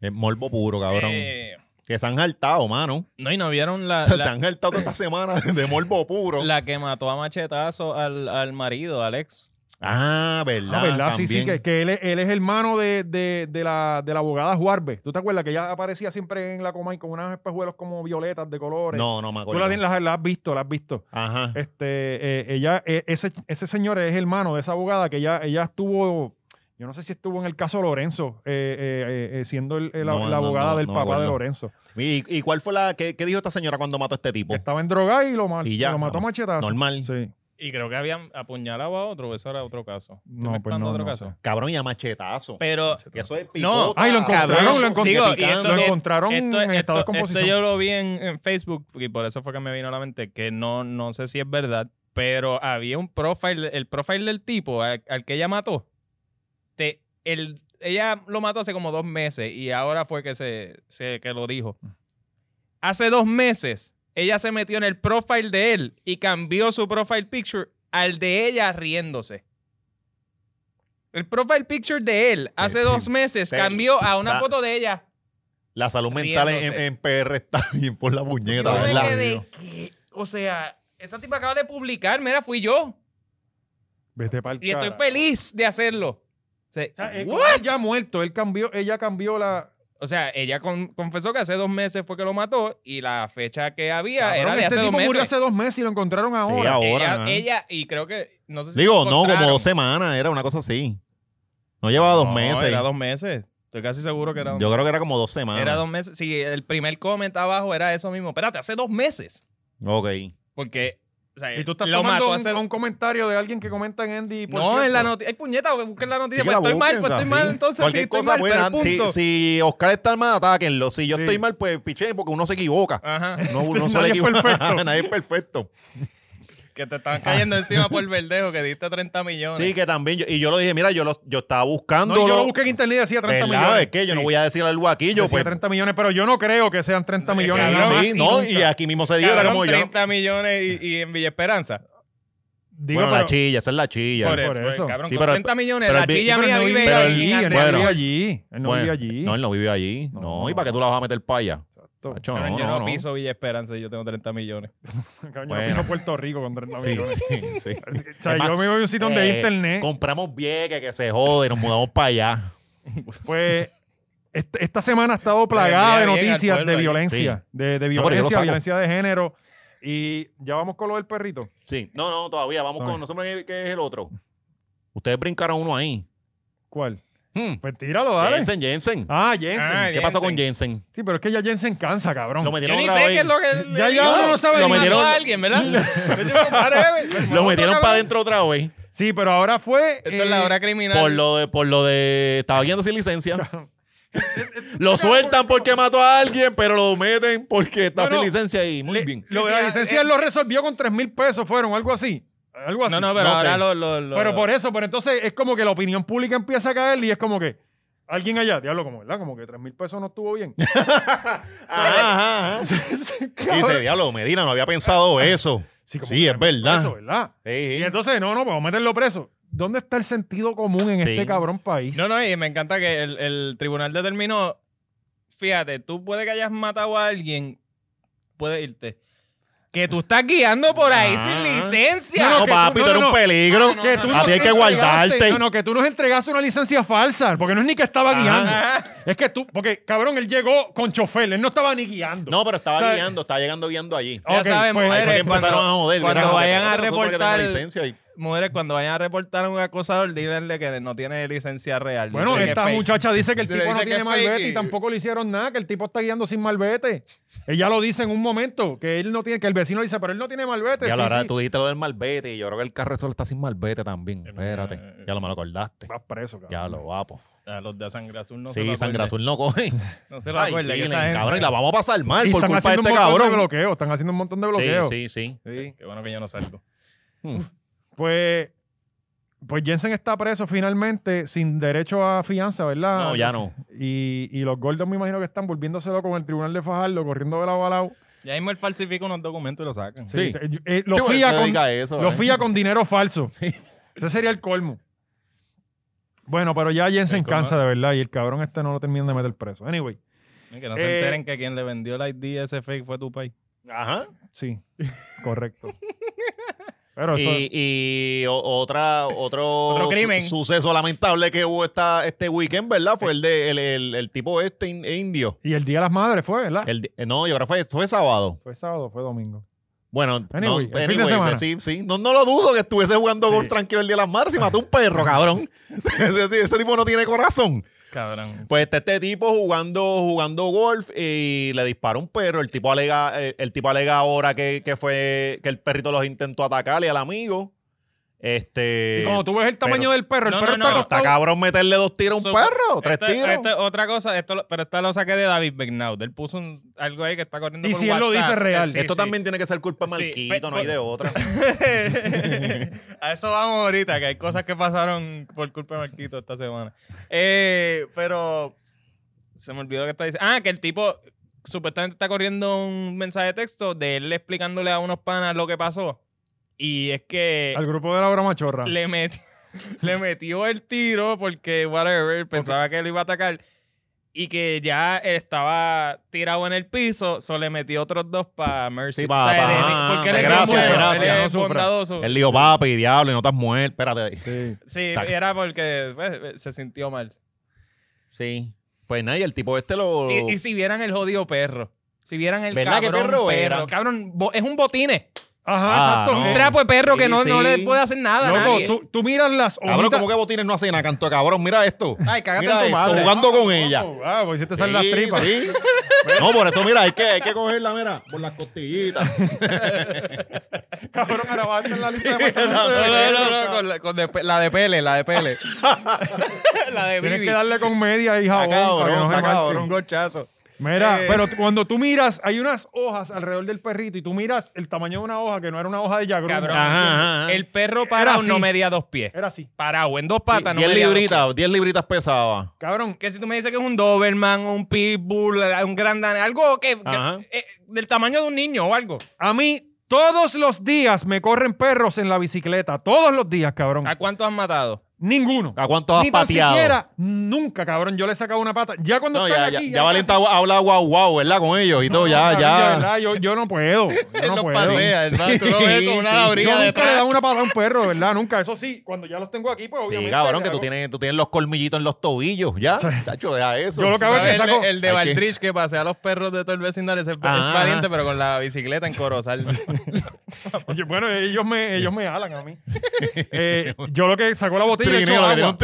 Speaker 2: mor- es morbo puro, cabrón.
Speaker 3: Eh,
Speaker 2: Que se han hartado, mano.
Speaker 3: no, y no vieron la,
Speaker 2: O sea,
Speaker 3: la-
Speaker 2: se han hartado toda esta semana de morbo puro.
Speaker 3: la que mató a machetazo al, al marido, Alex.
Speaker 2: Ah, verdad.
Speaker 1: Ah, ¿verdad? Sí, sí,
Speaker 2: también.
Speaker 1: que, que él, es, él es hermano de, de- de la, de la abogada Juarbe. ¿Tú te acuerdas que ella aparecía siempre en la Comay con unos espejuelos como violetas de colores?
Speaker 2: No, no me
Speaker 1: Tú
Speaker 2: acuerdo.
Speaker 1: la, la- la has visto, la has visto.
Speaker 2: Ajá.
Speaker 1: Este, eh, ella, eh, ese, ese señor es hermano de esa abogada que ella, ella estuvo, yo no sé si estuvo en el caso Lorenzo, eh, eh, eh, eh, siendo el- el- la,
Speaker 2: No,
Speaker 1: la
Speaker 2: no,
Speaker 1: abogada
Speaker 2: no,
Speaker 1: del
Speaker 2: no me
Speaker 1: papá de
Speaker 2: acuerdo.
Speaker 1: Lorenzo.
Speaker 2: ¿Y, y cuál fue la. Qué, qué dijo esta señora cuando mató a este tipo?
Speaker 1: Que estaba en droga y lo, ma-
Speaker 2: Y ya,
Speaker 1: lo mató a
Speaker 2: no,
Speaker 1: machetazo.
Speaker 2: normal.
Speaker 1: Sí.
Speaker 3: Y creo que habían apuñalado a otro, eso era otro caso. Estoy
Speaker 1: No, pues
Speaker 3: mezclando
Speaker 1: no,
Speaker 3: otro
Speaker 1: no
Speaker 3: caso.
Speaker 1: sé.
Speaker 2: Cabrón, y a machetazo.
Speaker 3: Pero
Speaker 2: Que eso es
Speaker 3: No.
Speaker 2: picota.
Speaker 1: Ay, lo encontraron,
Speaker 2: Cabrón,
Speaker 1: lo encontraron.
Speaker 2: que
Speaker 3: Digo, y
Speaker 2: picante.
Speaker 1: Lo
Speaker 3: eh,
Speaker 1: encontraron en
Speaker 3: Esto,
Speaker 1: estado de
Speaker 3: esto, esto
Speaker 1: composición.
Speaker 3: yo lo vi en, en Facebook y por eso fue que me vino a la mente que no, no sé si es verdad, pero había un profile, el profile del tipo al, al que ella mató. Te, el, ella lo mató hace como dos meses y ahora fue que, se, se- que lo dijo. Hace dos meses ella se metió en el profile de él y cambió su profile picture al de ella riéndose. El profile picture de él hace
Speaker 2: sí.
Speaker 3: dos meses
Speaker 2: Sí.
Speaker 3: cambió a una
Speaker 2: Va-
Speaker 3: foto de ella.
Speaker 2: La salud mental en,
Speaker 3: Riéndose.
Speaker 2: en PR está bien por la puñeta,
Speaker 3: Yo me
Speaker 2: ¿verdad?
Speaker 3: quedé, ¿qué? O sea, esta tipa acaba de publicar, mira, fui yo.
Speaker 1: Vete pa'l
Speaker 3: Y estoy
Speaker 1: carajo.
Speaker 3: feliz de hacerlo. O sea,
Speaker 1: O sea, eh,
Speaker 3: ¿what?
Speaker 1: como él ya muerto, él cambió, ella cambió la.
Speaker 3: O sea, ella con- confesó que hace dos meses fue que lo mató y la fecha que había era
Speaker 1: Cabrón,
Speaker 3: de
Speaker 1: este
Speaker 3: hace dos
Speaker 1: tipo murió
Speaker 3: meses.
Speaker 1: hace dos meses y lo encontraron ahora.
Speaker 2: ahora.
Speaker 3: ella,
Speaker 2: ajá.
Speaker 3: ella- y creo que, no sé si
Speaker 2: Digo,
Speaker 3: lo
Speaker 2: no, como
Speaker 3: encontraron.
Speaker 2: dos semanas, era una cosa así. No llevaba dos
Speaker 3: No,
Speaker 2: meses.
Speaker 3: Era dos meses. Estoy casi seguro que era dos
Speaker 2: Yo creo que era como dos semanas.
Speaker 3: Era dos meses. Sí, el primer comment abajo era eso mismo. Espérate, hace dos meses.
Speaker 2: Ok.
Speaker 3: Porque o sea,
Speaker 1: Y tú estás
Speaker 3: lo
Speaker 1: tomando
Speaker 3: mató
Speaker 1: un,
Speaker 3: hace.
Speaker 1: un comentario de alguien que comenta en Andy. por
Speaker 3: No, en la
Speaker 1: cierto.
Speaker 3: noticia. Ay, puñeta, busquen la noticia.
Speaker 2: Sí que
Speaker 3: pues
Speaker 2: la
Speaker 3: estoy mal,
Speaker 2: busquen,
Speaker 3: pues estoy
Speaker 2: así.
Speaker 3: mal. Entonces, sí,
Speaker 2: Cualquier
Speaker 3: estoy
Speaker 2: cosa
Speaker 3: mal, pero
Speaker 2: buena.
Speaker 3: el
Speaker 2: Si,
Speaker 3: punto.
Speaker 2: si Oscar está mal, atáquenlo. Si yo
Speaker 1: Sí.
Speaker 2: estoy mal, pues piché, porque uno se equivoca.
Speaker 3: Ajá.
Speaker 2: No, uno
Speaker 1: Nadie
Speaker 2: suele
Speaker 1: es perfecto.
Speaker 2: equivocar. Nadie es perfecto.
Speaker 3: Que te estaban cayendo encima por el verdejo que diste 30 millones.
Speaker 2: Sí, que también. yo- y yo lo dije, mira, yo, lo, yo estaba
Speaker 1: No,
Speaker 2: buscando.
Speaker 1: y yo lo busqué en internet y decía 30 millones.
Speaker 2: Es que yo no
Speaker 1: Sí,
Speaker 2: voy a decir algo aquí. Yo,
Speaker 1: decía
Speaker 2: pues. eh,
Speaker 1: 30 millones, pero yo no creo que sean 30 millones.
Speaker 3: cabrón,
Speaker 1: nada más.
Speaker 2: Sí, no, y aquí mismo se dio. Era
Speaker 3: Cabrón,
Speaker 2: como yo.
Speaker 3: 30 millones y, y en Villa Esperanza.
Speaker 1: Digo,
Speaker 2: Bueno, la
Speaker 1: pero-
Speaker 2: chilla, esa es la chilla.
Speaker 3: por,
Speaker 1: por
Speaker 3: eso, pues,
Speaker 1: eso.
Speaker 3: Cabrón,
Speaker 2: Sí,
Speaker 3: con
Speaker 2: pero-
Speaker 3: 30 millones.
Speaker 2: pero
Speaker 3: la
Speaker 2: el vi-
Speaker 3: chilla
Speaker 1: pero
Speaker 3: mía
Speaker 1: él no
Speaker 3: vive,
Speaker 1: vive
Speaker 3: ahí,
Speaker 1: allí,
Speaker 3: en
Speaker 1: él no
Speaker 3: Andrea
Speaker 1: vive
Speaker 2: Bueno.
Speaker 3: Luis.
Speaker 1: allí. Él no
Speaker 2: Bueno,
Speaker 1: vive allí.
Speaker 2: No, él no vive allí.
Speaker 1: No.
Speaker 2: No, ¿y para qué tú la vas a meter para allá?
Speaker 1: Exacto.
Speaker 2: Macho,
Speaker 3: Cabrón,
Speaker 2: no,
Speaker 3: yo no,
Speaker 2: no, no.
Speaker 3: piso Villa Esperanza y yo tengo 30 millones.
Speaker 1: Cabrón, yo no
Speaker 2: Bueno.
Speaker 1: piso Puerto Rico con 30
Speaker 2: Sí,
Speaker 1: millones.
Speaker 2: sí, sí.
Speaker 1: O sea,
Speaker 2: Es más,
Speaker 1: yo me voy a un sitio donde hay
Speaker 2: eh,
Speaker 1: internet.
Speaker 2: Compramos vieques que se jode, nos mudamos para allá.
Speaker 1: Pues est- esta semana ha estado
Speaker 3: vendría
Speaker 1: plagada de
Speaker 3: bien al
Speaker 1: noticias
Speaker 3: pueblo
Speaker 1: de
Speaker 3: ahí.
Speaker 1: violencia. De, de
Speaker 2: No, pero yo lo
Speaker 1: violencia,
Speaker 2: saco.
Speaker 1: violencia de género. Y ya vamos con lo del perrito.
Speaker 2: Sí. No, no, todavía. Vamos
Speaker 1: Todavía.
Speaker 2: con nosotros que es el otro. Ustedes brincaron uno ahí.
Speaker 1: ¿Cuál?
Speaker 2: Hmm.
Speaker 1: Pues tíralo, dale.
Speaker 2: Jensen, Jensen.
Speaker 1: Ah, Jensen.
Speaker 3: Ah,
Speaker 2: ¿Qué pasó con Jensen?
Speaker 1: Sí, pero es que ya Jensen cansa, cabrón.
Speaker 2: Lo
Speaker 3: Yo
Speaker 2: metieron
Speaker 3: ni
Speaker 2: otra
Speaker 3: sé
Speaker 2: vez.
Speaker 3: qué es lo que.
Speaker 1: Ya,
Speaker 3: le-
Speaker 1: ya uno no sabe
Speaker 2: lo
Speaker 3: ni mató
Speaker 2: metieron-
Speaker 3: a alguien, ¿verdad? Metieron un par de-
Speaker 2: Lo metieron
Speaker 3: Otro
Speaker 2: para
Speaker 3: cabrón.
Speaker 2: adentro otra vez.
Speaker 1: Sí, pero ahora fue.
Speaker 3: Esto es
Speaker 1: eh,
Speaker 3: la hora criminal.
Speaker 2: Por lo de, por lo de. Estaba guiando sin licencia. Lo sueltan porque mató a alguien, pero lo meten porque está
Speaker 1: No, no.
Speaker 2: sin licencia y muy
Speaker 1: Le-
Speaker 2: bien.
Speaker 1: Lo
Speaker 3: Sí,
Speaker 1: de la
Speaker 3: sí,
Speaker 1: licencia
Speaker 3: eh,
Speaker 1: él lo resolvió con 3 mil pesos, fueron, algo así. Algo así.
Speaker 3: No, no, pero
Speaker 2: No sé.
Speaker 3: ahora lo, lo- lo-
Speaker 1: Pero por eso, pero entonces es como que la opinión pública empieza a caer y es como que alguien allá, diablo, como, ¿verdad? Como que 3 mil pesos no estuvo bien.
Speaker 2: Ajá, ajá. Dice,
Speaker 1: Cabrón.
Speaker 2: diablo, Medina, no había pensado eso. Sí,
Speaker 1: como
Speaker 2: es
Speaker 1: 3.000
Speaker 2: verdad.
Speaker 1: pesos, ¿verdad?
Speaker 2: Sí,
Speaker 1: Y
Speaker 2: sí.
Speaker 1: entonces, no, no, vamos a meterlo preso. ¿Dónde está el sentido común en
Speaker 2: Sí.
Speaker 1: este cabrón país?
Speaker 3: No, no, y me encanta que el, el tribunal determinó, fíjate, tú puede que hayas matado a alguien, puedes irte. Que tú estás guiando por ahí
Speaker 2: Ah.
Speaker 3: sin licencia.
Speaker 1: No,
Speaker 2: No,
Speaker 1: que
Speaker 2: papi,
Speaker 1: tú-
Speaker 2: tú eres
Speaker 1: no,
Speaker 2: un
Speaker 1: no.
Speaker 2: peligro.
Speaker 3: Ah, no,
Speaker 1: Que tú
Speaker 2: Así hay
Speaker 1: nos
Speaker 2: que
Speaker 1: entregaste-
Speaker 2: guardarte.
Speaker 1: No, no, que tú nos entregaste una licencia falsa, porque no es ni que estaba
Speaker 2: Ajá.
Speaker 1: guiando. Es que tú, porque cabrón, él llegó con chofer, él no estaba ni guiando.
Speaker 2: No, pero estaba
Speaker 1: O sea,
Speaker 2: guiando, estaba llegando guiando allí.
Speaker 1: Ah,
Speaker 3: Ya
Speaker 1: Ok,
Speaker 3: saben,
Speaker 1: pues, ahí fue que
Speaker 3: mujeres, cuando,
Speaker 2: empezaron a joder.
Speaker 3: cuando
Speaker 2: mira,
Speaker 3: vayan a
Speaker 2: nosotros que tenemos
Speaker 3: reportar,
Speaker 2: licencia y-
Speaker 3: mujeres, cuando vayan a reportar a un acosador, díganle que no tiene licencia real.
Speaker 1: Bueno,
Speaker 3: Dicen que
Speaker 1: esta
Speaker 3: es fake.
Speaker 1: muchacha dice que el
Speaker 3: Dice-
Speaker 1: tipo no
Speaker 3: dice que
Speaker 1: tiene
Speaker 3: es fake
Speaker 1: malvete y
Speaker 3: y-
Speaker 1: tampoco le hicieron nada, que el tipo está guiando sin malvete. Ella lo dice en un momento, que él no tiene, que el vecino le dice, pero él no tiene malvete.
Speaker 2: Ya
Speaker 1: Sí,
Speaker 2: lo hará,
Speaker 1: sí.
Speaker 2: tú dijiste lo del malvete y yo creo que el carro solo está sin malvete también. Espérate, ya lo me lo acordaste.
Speaker 1: Vas preso, cabrón.
Speaker 2: Ya lo guapo.
Speaker 3: A Ah, los de sangre azul no se lo
Speaker 2: sí,
Speaker 3: acuerden.
Speaker 2: sangre azul no cogen.
Speaker 3: No se lo
Speaker 2: Ay,
Speaker 3: acuerden. que
Speaker 2: Dylan,
Speaker 3: esa gente-
Speaker 2: cabrón, y la vamos a pasar mal
Speaker 1: Y
Speaker 2: por
Speaker 1: están
Speaker 2: culpa de
Speaker 1: haciendo
Speaker 2: este
Speaker 1: un montón De
Speaker 2: cabrón.
Speaker 1: bloqueo, están haciendo un montón de
Speaker 2: Sí,
Speaker 1: bloqueos.
Speaker 2: sí, sí.
Speaker 1: Sí.
Speaker 3: Qué bueno que yo no salgo.
Speaker 2: Hmm.
Speaker 1: Pues, pues Jensen está preso finalmente sin derecho a fianza, ¿verdad?
Speaker 2: No, ya no.
Speaker 1: Y, y los gordos me imagino que están volviéndoselo con el tribunal de Fajardo, corriendo de lado a lado.
Speaker 3: Ya mismo él falsifica unos documentos y lo sacan.
Speaker 2: Sí.
Speaker 1: Eh, eh, lo
Speaker 2: Sí, pues, bueno,
Speaker 1: fía
Speaker 2: se
Speaker 1: con,
Speaker 2: dedica a eso,
Speaker 1: lo
Speaker 2: ¿eh?
Speaker 1: fía con dinero falso. Ese sería el colmo. Bueno, pero ya Jensen
Speaker 3: El colmo.
Speaker 1: cansa de verdad y el cabrón este no lo termina de meter preso. Anyway,
Speaker 3: Que no se
Speaker 1: Eh,
Speaker 3: enteren que quien le vendió el ID a ese fake fue tu país.
Speaker 2: Ajá.
Speaker 1: sí, correcto. Pero eso,
Speaker 2: Y, y o- otra, otro,
Speaker 3: Otro
Speaker 2: su-
Speaker 3: crimen.
Speaker 2: suceso lamentable que hubo esta, este weekend, ¿verdad? Fue el de el, el- el tipo este in- indio.
Speaker 1: y el Día de las Madres fue, ¿verdad?
Speaker 2: El di- no, yo creo que fue, fue sábado.
Speaker 1: Fue sábado, fue domingo.
Speaker 2: Bueno, no,
Speaker 1: Anyway, el fin de
Speaker 2: anyway, pues,
Speaker 1: semana.
Speaker 2: sí, sí. No, no lo dudo que estuviese jugando golf tranquilo el día de las madres y mató un perro, cabrón. ese, ese tipo no tiene corazón.
Speaker 3: Cabrón.
Speaker 2: Pues está este tipo jugando, jugando golf y le dispara un perro. El tipo alega, eh, el tipo alega ahora que, que fue que el perrito los intentó atacar y al amigo. Este.
Speaker 1: y cuando tú ves el tamaño
Speaker 2: pero-
Speaker 1: del perro, el
Speaker 3: No,
Speaker 1: perro
Speaker 3: no,
Speaker 1: está
Speaker 3: no,
Speaker 2: Está
Speaker 1: acostado.
Speaker 2: cabrón meterle dos tiros a un
Speaker 3: So-
Speaker 2: perro, tres
Speaker 3: Este-
Speaker 2: tiros.
Speaker 3: este- otra cosa, esto, lo- pero esta lo saqué de David Begnaud. Él puso un- algo ahí que está corriendo
Speaker 1: Y
Speaker 3: por
Speaker 1: si él
Speaker 3: WhatsApp.
Speaker 1: lo dice real.
Speaker 3: Sí,
Speaker 2: Esto
Speaker 3: sí.
Speaker 2: también tiene que ser culpa de
Speaker 3: Sí, pues,
Speaker 2: Marquito,
Speaker 3: pe-
Speaker 2: no hay de otra.
Speaker 3: a eso vamos ahorita, que hay cosas que pasaron por culpa de Marquito esta semana. Eh, pero se me olvidó que está diciendo. Ah, que el tipo supuestamente está corriendo un mensaje de texto de él explicándole a unos panas lo que pasó. Y es que
Speaker 1: Al grupo de la obra
Speaker 2: Ah.
Speaker 1: machorra.
Speaker 3: le, meti- le metió el tiro porque, whatever, pensaba que lo iba a atacar. Y que ya estaba tirado en el piso, solo le metió otros dos para Mercy.
Speaker 2: Sí, pa- pa- ah,
Speaker 3: él- porque él
Speaker 2: de
Speaker 3: es
Speaker 2: gracia,
Speaker 3: bien
Speaker 2: de
Speaker 3: bueno,
Speaker 2: gracia.
Speaker 3: él
Speaker 1: No
Speaker 3: es
Speaker 1: sufra.
Speaker 3: bondadoso.
Speaker 2: Él dijo, papi, diablo, y no estás muerto. Espérate.
Speaker 1: Sí.
Speaker 3: Sí,
Speaker 2: Tac.
Speaker 3: eh, era porque pues, se sintió mal.
Speaker 2: Sí. Pues nada, y el tipo este lo.
Speaker 3: Y, y si vieran el jodido perro. Si vieran el
Speaker 2: ¿Verdad? ¿Qué
Speaker 3: cabrón
Speaker 2: perro
Speaker 3: perro.
Speaker 2: era?
Speaker 3: Cabrón, bo- es un botine.
Speaker 1: Ajá,
Speaker 2: Ah,
Speaker 1: exacto.
Speaker 2: no.
Speaker 1: Eh,
Speaker 3: Un trapo de perro que
Speaker 2: Sí,
Speaker 3: no, no
Speaker 2: sí.
Speaker 3: le puede hacer nada. a
Speaker 1: Loco,
Speaker 3: nadie.
Speaker 1: tú, tú miras las
Speaker 2: Cabrón,
Speaker 1: hojitas-
Speaker 2: ¿cómo que botines no hace nada, canto de cabrón? Mira esto.
Speaker 3: Ay, cágate
Speaker 2: Mira
Speaker 3: en tu
Speaker 2: esto,
Speaker 3: madre.
Speaker 2: Jugando con ella.
Speaker 1: Oh, wow, pues si te salen las
Speaker 2: Sí,
Speaker 1: tripas.
Speaker 2: sí. No, por eso, mira, hay que, hay que cogerla, mira, por las costillitas.
Speaker 1: Cabrón, ahora vas a estar en la lista de
Speaker 3: No,
Speaker 1: maestros de
Speaker 3: no,
Speaker 1: veneno,
Speaker 3: no, no,
Speaker 1: cabrón.
Speaker 3: con la, con de pe- la de pele, la de pele. la de
Speaker 1: Tienes
Speaker 3: Bibi.
Speaker 1: que darle con media y jabón. para que
Speaker 2: Está
Speaker 1: no
Speaker 2: cabrón,
Speaker 1: se
Speaker 2: está
Speaker 1: marche.
Speaker 2: cabrón.
Speaker 3: Un gochazo.
Speaker 1: Mira,
Speaker 3: Eh.
Speaker 1: pero t- cuando tú miras, hay unas hojas alrededor del perrito y tú miras el tamaño de una hoja que no era una hoja de yagruma.
Speaker 3: Cabrón.
Speaker 2: Ajá, ajá.
Speaker 3: El perro parado
Speaker 1: así.
Speaker 3: no medía dos pies.
Speaker 1: Era así.
Speaker 3: Parado en dos patas no
Speaker 2: 10
Speaker 3: medía dos
Speaker 2: libritas, 10 libritas pesaba.
Speaker 1: Cabrón,
Speaker 3: pies. Que si tú me dices que es un Doberman, un Pitbull, un Gran Dan, algo que, que-
Speaker 2: Ajá.
Speaker 3: eh, del tamaño de un niño o algo.
Speaker 1: a mí todos los días me corren perros en la bicicleta. Todos los días, cabrón.
Speaker 3: ¿A cuántos has matado?
Speaker 1: Ninguno.
Speaker 2: ¿A cuántos has
Speaker 1: Ni tan
Speaker 2: Ah. pateado?
Speaker 1: siquiera, nunca, cabrón. Yo le he sacado una pata. Ya cuando
Speaker 2: No, ya,
Speaker 1: están
Speaker 2: ya,
Speaker 1: aquí,
Speaker 2: ya Valenta ha habla guau guau, ¿verdad? Con ellos y todo,
Speaker 1: No,
Speaker 2: ya,
Speaker 1: cabrón, de
Speaker 2: ya.
Speaker 1: verdad, yo, yo no puedo. Yo no puedo.
Speaker 3: ¿verdad? Tú lo ves con una
Speaker 2: Sí,
Speaker 1: Yo
Speaker 3: labrilla
Speaker 1: nunca le he
Speaker 3: detrás.
Speaker 1: dado una pata a un perro, de ¿verdad? Nunca. Eso sí, cuando ya los tengo aquí, pues obviamente.
Speaker 2: Sí, cabrón,
Speaker 1: le
Speaker 2: que tú
Speaker 1: hago-
Speaker 2: tienes, tú tienes los colmillitos en los tobillos, ya. Tacho, deja eso.
Speaker 1: Yo lo que hago es que
Speaker 3: ¿Sabes?
Speaker 1: saco-
Speaker 3: El, el de
Speaker 2: Hay que-
Speaker 3: Valtrich que pasea a los perros de todo el vecindario ese es,
Speaker 2: Ah.
Speaker 3: es valiente, pero con la bicicleta en Corozal.
Speaker 1: Oye, bueno, ellos me, ellos me alan a mí. Eh, yo lo que saco la botella y le echo
Speaker 2: Trineo, lo que tiene
Speaker 1: agua.
Speaker 2: un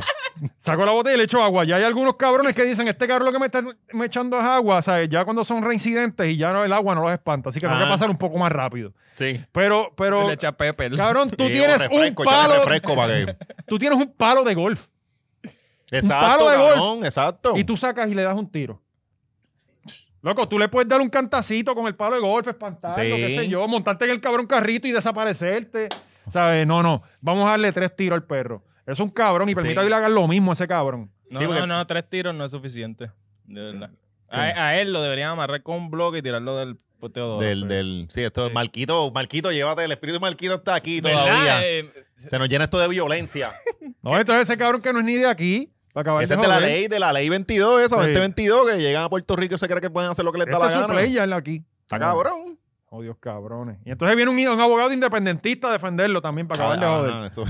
Speaker 2: trineo.
Speaker 1: Saco la botella y le echo agua. Ya hay algunos cabrones que dicen, este cabrón lo que me está me echando es agua. ¿sabes? Ya cuando son reincidentes y ya no, el agua no los espanta. Así que tengo que
Speaker 2: Ajá.
Speaker 1: pasar un poco más rápido.
Speaker 2: Sí.
Speaker 1: Pero, pero,
Speaker 3: Le echa Pepper.
Speaker 1: cabrón, tú
Speaker 2: Sí,
Speaker 1: tienes
Speaker 2: refresco,
Speaker 1: un
Speaker 2: échale
Speaker 1: palo.
Speaker 2: refresco para que...
Speaker 1: Tú tienes un palo de golf.
Speaker 2: Exacto,
Speaker 1: de golf.
Speaker 2: cabrón, exacto.
Speaker 1: Y tú sacas y le das un tiro. Loco, tú le puedes dar un cantacito con el palo de golf, espantarlo,
Speaker 2: Sí.
Speaker 1: qué sé yo, montarte en el cabrón carrito y desaparecerte. ¿Sabes? No, no. Vamos a darle tres tiros al perro. Es un cabrón y
Speaker 2: Sí.
Speaker 1: permítale que le hagan lo mismo a ese cabrón.
Speaker 3: No,
Speaker 2: Sí, porque-
Speaker 3: no, no, tres tiros no es suficiente. De verdad. A, a él lo deberían amarrar con un bloque y tirarlo del poteo
Speaker 2: Del, del, sí, esto es Marquito, Marquito, llévate, el espíritu de Marquito está aquí
Speaker 3: ¿Verdad?
Speaker 2: todavía.
Speaker 3: Eh,
Speaker 2: Se nos llena esto de violencia.
Speaker 1: No, entonces ese cabrón que no es ni de aquí. Para acabar
Speaker 2: Esa es de la ley, de la ley 22, esa,
Speaker 1: Sí.
Speaker 2: 2022, que llegan a Puerto Rico y se cree que pueden hacer lo que les da
Speaker 1: Este es
Speaker 2: la
Speaker 1: su
Speaker 2: gana.
Speaker 1: player aquí.
Speaker 2: Está cabrón.
Speaker 1: Oh, Dios, cabrones. Y entonces viene un, un abogado independentista a defenderlo también para acabarle de
Speaker 2: Ah,
Speaker 1: joder.
Speaker 2: ah, eso.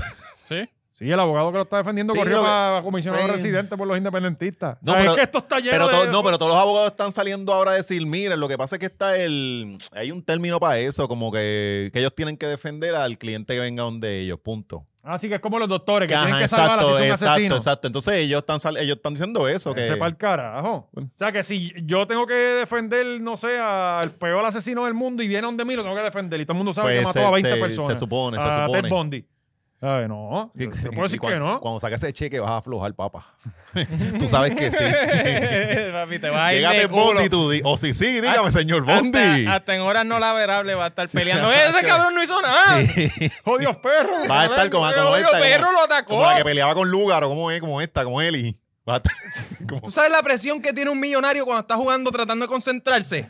Speaker 3: ¿Sí?
Speaker 1: Sí, el abogado que lo está defendiendo
Speaker 2: Sí,
Speaker 1: corrió
Speaker 2: lo que-
Speaker 1: para comisionado
Speaker 2: Sí.
Speaker 1: residente por los independentistas.
Speaker 2: No,
Speaker 1: O sea,
Speaker 2: pero-
Speaker 1: es que esto está lleno
Speaker 2: Pero to-
Speaker 1: de-
Speaker 2: no, pero todos los abogados están saliendo ahora a decir, miren, lo que pasa es que está el... Hay un término para eso, como que, que ellos tienen que defender al cliente que venga donde ellos, punto.
Speaker 1: Así que es como los doctores que
Speaker 2: Ajá,
Speaker 1: tienen que salvar a los
Speaker 2: exacto,
Speaker 1: que son
Speaker 2: exacto,
Speaker 1: asesinos.
Speaker 2: exacto. Entonces ellos están, sal- ellos están diciendo eso, que...
Speaker 1: Ese pa'l carajo. O sea, que si yo tengo que defender, no sé, al peor asesino del mundo y viene donde mí, lo tengo que defender. Y todo el mundo sabe que
Speaker 2: Pues
Speaker 1: mató
Speaker 2: se-
Speaker 1: a 20
Speaker 2: se-
Speaker 1: personas.
Speaker 2: se supone, se
Speaker 1: A
Speaker 2: supone.
Speaker 1: Ted Bundy. Ay, no. Te puedo decir
Speaker 2: Y cuan-
Speaker 1: que no.
Speaker 2: Cuando saques ese cheque vas a aflojar, papá. Tú sabes que sí.
Speaker 3: Papi, te va a ir
Speaker 2: Llegate
Speaker 3: de culo.
Speaker 2: Bondi, tú di- O sí, sí, dígame, señor Bondi.
Speaker 3: Hasta, hasta en horas no laverables va a estar peleando. ¡Ese cabrón no hizo nada!
Speaker 1: ¡Jodidos perros!
Speaker 2: Va a estar como,
Speaker 3: El
Speaker 2: como
Speaker 3: odio
Speaker 2: esta.
Speaker 3: perro
Speaker 2: como,
Speaker 3: lo atacó.
Speaker 2: como la que peleaba con Lugaro, como, es, como esta, como Eli. Va a estar- como-
Speaker 3: ¿Tú sabes la presión que tiene un millonario cuando está jugando tratando de concentrarse?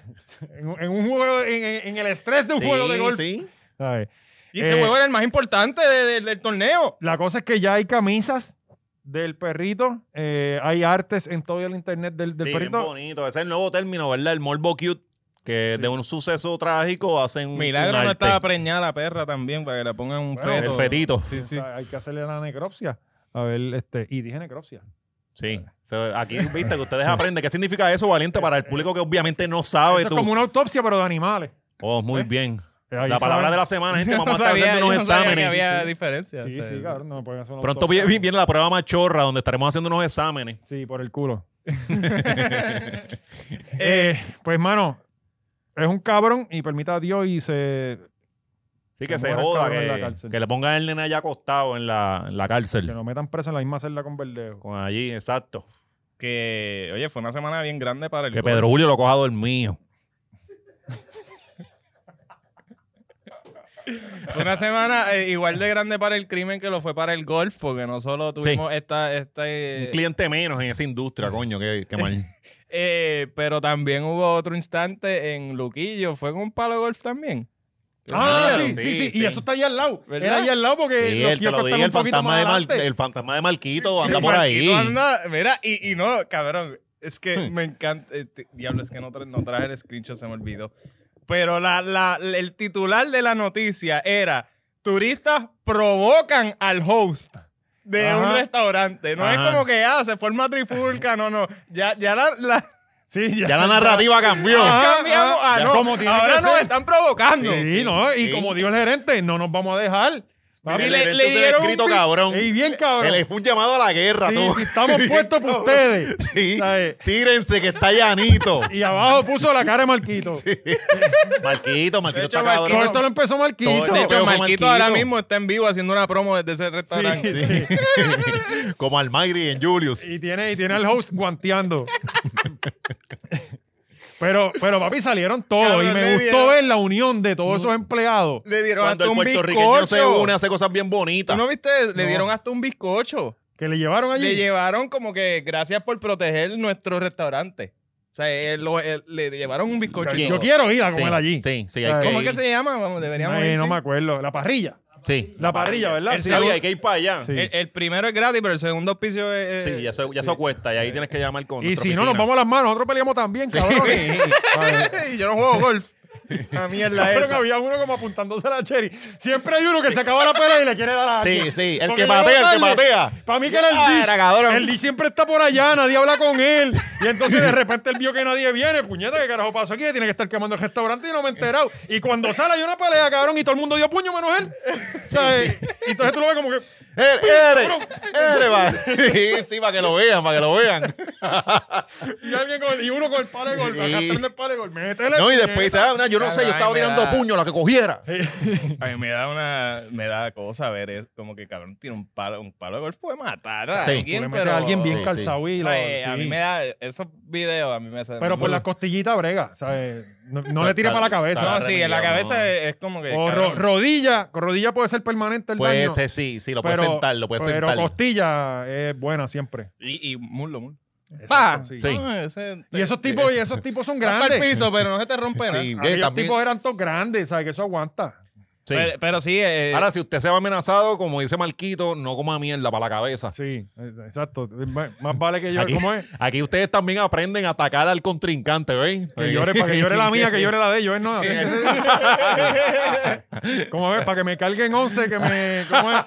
Speaker 1: En, en un juego, en, en- en el estrés de un
Speaker 2: Sí,
Speaker 1: juego de golf.
Speaker 2: sí.
Speaker 1: ¿Sabes?
Speaker 3: Y ese
Speaker 1: Eh,
Speaker 3: juego era el más importante de- de- del torneo.
Speaker 1: La cosa es que ya hay camisas del perrito. eh, hay artes en todo el internet del, del
Speaker 2: Sí, bien
Speaker 1: perrito.
Speaker 2: bonito. Ese es el nuevo término, ¿verdad? El morbo cute, que de un suceso trágico hacen un
Speaker 3: Milagro
Speaker 2: un
Speaker 3: no
Speaker 2: arte.
Speaker 3: estaba preñada la perra también para que le pongan un
Speaker 1: Bueno,
Speaker 2: El
Speaker 3: feto.
Speaker 2: fetito.
Speaker 3: Sí,
Speaker 1: O
Speaker 3: sí.
Speaker 1: sea, hay que hacerle la necropsia. A ver, este, y dije necropsia.
Speaker 2: Sí. O sea, aquí viste que ustedes aprenden. ¿Qué significa eso, Valiente, para el público que obviamente no sabe?
Speaker 1: Eso es
Speaker 2: Ah, Tú?
Speaker 1: como una autopsia, pero de animales.
Speaker 2: Oh, muy bien.
Speaker 1: Eh, ahí
Speaker 2: La palabra
Speaker 1: saben.
Speaker 2: de la semana, gente.
Speaker 3: Yo
Speaker 2: Vamos a estar
Speaker 3: sabía-
Speaker 2: haciendo unos
Speaker 3: yo no sabía
Speaker 2: exámenes.
Speaker 3: que había diferencia.
Speaker 1: Sí,
Speaker 3: o sea,
Speaker 1: sí, cabrón, no me pueden hacer una
Speaker 2: Pronto
Speaker 1: autopsia.
Speaker 2: vi- vi- viene la prueba machorra, donde estaremos haciendo unos exámenes.
Speaker 1: Sí, por el culo. Eh, pues, mano, es un cabrón y permita a Dios y se.
Speaker 2: Sí,
Speaker 1: Que
Speaker 2: que se
Speaker 1: muera el
Speaker 2: joda,
Speaker 1: cabrón en la
Speaker 2: que,
Speaker 1: cárcel.
Speaker 2: que le pongan el nene allá acostado en la, en la
Speaker 1: que
Speaker 2: cárcel.
Speaker 1: nos metan preso en la misma celda con Verdejo.
Speaker 2: Con allí, exacto.
Speaker 3: Que, oye, fue una semana bien grande para el
Speaker 2: Que
Speaker 3: golf.
Speaker 2: Pedro Julio lo coja dormido.
Speaker 3: Fue una semana eh, igual de grande para el crimen que lo fue para el golf, porque no solo tuvimos esta... esta eh,
Speaker 2: Un cliente menos en esa industria, coño, qué, qué mal.
Speaker 3: eh, pero también hubo otro instante en Luquillo. Fue con un palo de golf también.
Speaker 1: Ah,
Speaker 2: Ah,
Speaker 1: sí, sí,
Speaker 2: sí,
Speaker 1: sí, Y
Speaker 2: sí.
Speaker 1: eso está ahí al lado.
Speaker 3: ¿Verdad?
Speaker 1: Era ahí al lado porque.
Speaker 2: Sí,
Speaker 1: los
Speaker 2: el, te
Speaker 1: kioscos
Speaker 2: lo
Speaker 1: están
Speaker 2: dije,
Speaker 1: un
Speaker 2: el
Speaker 1: poquito
Speaker 2: fantasma,
Speaker 1: más
Speaker 2: de Mar-
Speaker 1: adelante.
Speaker 2: el fantasma de Marquito anda
Speaker 3: Sí,
Speaker 2: por ahí.
Speaker 3: Marquito anda- mira, y, y no, cabrón, es que me encanta. eh, te- diablo, es que no, tra- no traje el screenshot, se me olvidó. Pero la, la- la- el titular de la noticia era: Turistas provocan al host. de
Speaker 1: Ajá.
Speaker 3: un restaurante. No
Speaker 1: Ajá.
Speaker 3: es como que, ah, se forma trifulca, no, no. Ya, ya la, la-
Speaker 1: Sí, ya.
Speaker 2: Ya la narrativa cambió.
Speaker 1: Ajá,
Speaker 3: cambiamos.
Speaker 1: ajá.
Speaker 3: Ah,
Speaker 1: Ya
Speaker 3: no,
Speaker 1: como tiene que
Speaker 3: ahora nos
Speaker 1: ser.
Speaker 3: están provocando.
Speaker 1: Sí, no, y como dijo el gerente, no nos vamos a dejar. Papi,
Speaker 2: Y
Speaker 3: le-
Speaker 2: gerente
Speaker 3: le
Speaker 2: usted
Speaker 3: dieron un
Speaker 2: escrito,
Speaker 3: vi-
Speaker 2: cabrón.
Speaker 1: y bien cabrón.
Speaker 2: Le fue un llamado a la guerra,
Speaker 1: Sí,
Speaker 2: tú.
Speaker 1: sí, estamos puestos por ustedes. eh.
Speaker 2: Sí,
Speaker 1: ¿Sabes?
Speaker 2: tírense que está llanito.
Speaker 1: Y abajo puso la cara de Marquito.
Speaker 2: Marquito, Marquito
Speaker 3: De hecho,
Speaker 2: está
Speaker 1: Todo
Speaker 2: cabrón.
Speaker 3: Marquito-
Speaker 1: esto lo empezó Marquito.
Speaker 2: Todo-
Speaker 3: De hecho,
Speaker 2: Pero como
Speaker 3: Marquito
Speaker 2: Marquito.
Speaker 3: ahora mismo está en vivo haciendo una promo desde ese restaurante.
Speaker 1: Sí, sí.
Speaker 2: Como Almagri en Julius.
Speaker 1: Y tiene, y tiene al host guanteando. Pero, pero papi, salieron todos
Speaker 3: Cabrón,
Speaker 1: y me
Speaker 3: le
Speaker 1: gustó
Speaker 3: dieron- Mm.
Speaker 1: ver la unión de todos esos empleados.
Speaker 3: Le dieron
Speaker 2: Cuando el
Speaker 3: hasta un
Speaker 2: puertorriqueño
Speaker 3: bizcocho.
Speaker 2: se une, hace cosas bien
Speaker 3: ¿Tú
Speaker 2: bonitas.
Speaker 3: no viste? Le
Speaker 1: No.
Speaker 3: dieron hasta un bizcocho.
Speaker 1: Que le llevaron allí.
Speaker 3: Le llevaron como que gracias por proteger nuestro restaurante. O sea, él lo- él- le llevaron un bizcocho.
Speaker 2: ¿Quién?
Speaker 1: Yo quiero ir a comer
Speaker 2: Sí,
Speaker 1: allí.
Speaker 2: Sí, sí,
Speaker 1: Ay.
Speaker 2: hay que
Speaker 3: ¿Cómo es que
Speaker 2: ir.
Speaker 3: se llama? Vamos, deberíamos
Speaker 1: Ay,
Speaker 3: ir,
Speaker 1: no
Speaker 3: sí.
Speaker 1: me acuerdo. La parrilla.
Speaker 2: Sí.
Speaker 1: La parrilla, ¿verdad?
Speaker 2: Él
Speaker 1: Sí.
Speaker 2: sabía, hay que ir para allá.
Speaker 1: Sí.
Speaker 3: El, el primero es gratis, pero el segundo auspicio es...
Speaker 2: Sí, ya eso, ya eso cuesta y ahí tienes que llamar con
Speaker 1: Y
Speaker 2: nuestra
Speaker 1: si no,
Speaker 2: oficina.
Speaker 1: nos vamos a las manos. Nosotros peleamos también, cabrón.
Speaker 3: Y yo no juego golf. La mierda
Speaker 1: Pero que
Speaker 3: esa.
Speaker 1: había uno como apuntándose a la cherry. Siempre hay uno que se acaba la pelea y le quiere dar a
Speaker 2: Sí, sí, el que patea, el que patea.
Speaker 1: Para mí que era el
Speaker 2: Ah,
Speaker 1: Dish.
Speaker 2: era cabrón.
Speaker 1: El Dish siempre está por allá, nadie habla con él. Y entonces de repente él vio que nadie viene. Puñeta, ¿qué carajo pasó aquí? Tiene que estar quemando el restaurante y no me he enterado. Y cuando sale hay una pelea, cabrón, y todo el mundo dio puño menos él. ¿Sabes? Y entonces tú lo ves como que...
Speaker 2: ¡Ere, ere, ere, va. Sí, sí, para que lo vean, para que lo vean.
Speaker 1: Y, alguien con el- y uno con el palo de gol,
Speaker 2: Sí.
Speaker 1: arrastrando el palo de gol. Métele.
Speaker 2: No, y después dice, ah, no, yo no sé, yo estaba
Speaker 3: Ay, me
Speaker 2: tirando
Speaker 3: da.
Speaker 2: puño, la que cogiera.
Speaker 3: A mí me da una... Me da cosa ver es como que cabrón tiene un palo, un palo de golf puede matar a
Speaker 1: Tú
Speaker 2: Sí.
Speaker 1: le
Speaker 3: alguien,
Speaker 1: metes
Speaker 3: pero...
Speaker 1: a alguien bien
Speaker 2: Sí, sí.
Speaker 1: calzado y lo-
Speaker 3: ¿sabes? eh, A mí
Speaker 1: sí.
Speaker 3: me da... Esos videos a mí me hacen...
Speaker 1: Pero por
Speaker 3: la
Speaker 1: las costillitas brega, ¿sabes? No, no
Speaker 2: Sa-
Speaker 1: le tire
Speaker 2: sa-
Speaker 1: para la cabeza.
Speaker 2: sa-
Speaker 3: No, sí, en la
Speaker 2: remediado,
Speaker 3: cabeza
Speaker 2: no.
Speaker 3: es, es como que...
Speaker 1: O ro-
Speaker 3: cabrón.
Speaker 1: rodilla, con rodilla puede ser permanente el
Speaker 2: Puede
Speaker 1: daño.
Speaker 2: ser, Pues sí, sí, lo puedes sentar, lo puedes
Speaker 1: pero
Speaker 2: sentar.
Speaker 1: costilla es buena siempre.
Speaker 3: Y, y muslo, muslo.
Speaker 1: Pa.
Speaker 2: Sí.
Speaker 3: Ah, ese-
Speaker 1: Y esos
Speaker 3: sí,
Speaker 1: tipos,
Speaker 3: ese-
Speaker 1: y esos tipos son
Speaker 3: Va pa'l
Speaker 1: grandes.
Speaker 3: piso, pero no se te rompe nada.
Speaker 2: Sí, eh,
Speaker 1: Aquellos
Speaker 2: también,
Speaker 1: tipos eran todos grandes, ¿sabes? Que eso aguanta.
Speaker 2: sí.
Speaker 3: Pero, pero sí, eh,
Speaker 2: Ahora, si usted se va amenazado, como dice Marquito, no coma mierda para la cabeza.
Speaker 1: Sí, es- exacto. Más vale que llore,
Speaker 2: Aquí,
Speaker 1: ¿cómo es?
Speaker 2: aquí ustedes también aprenden a atacar al contrincante, ¿veis?
Speaker 1: Que llore, para que llore la mía, que llore la de ellos, ¿no? Así que- ¿Cómo es? Para que me carguen 11, que me... ¿Cómo es?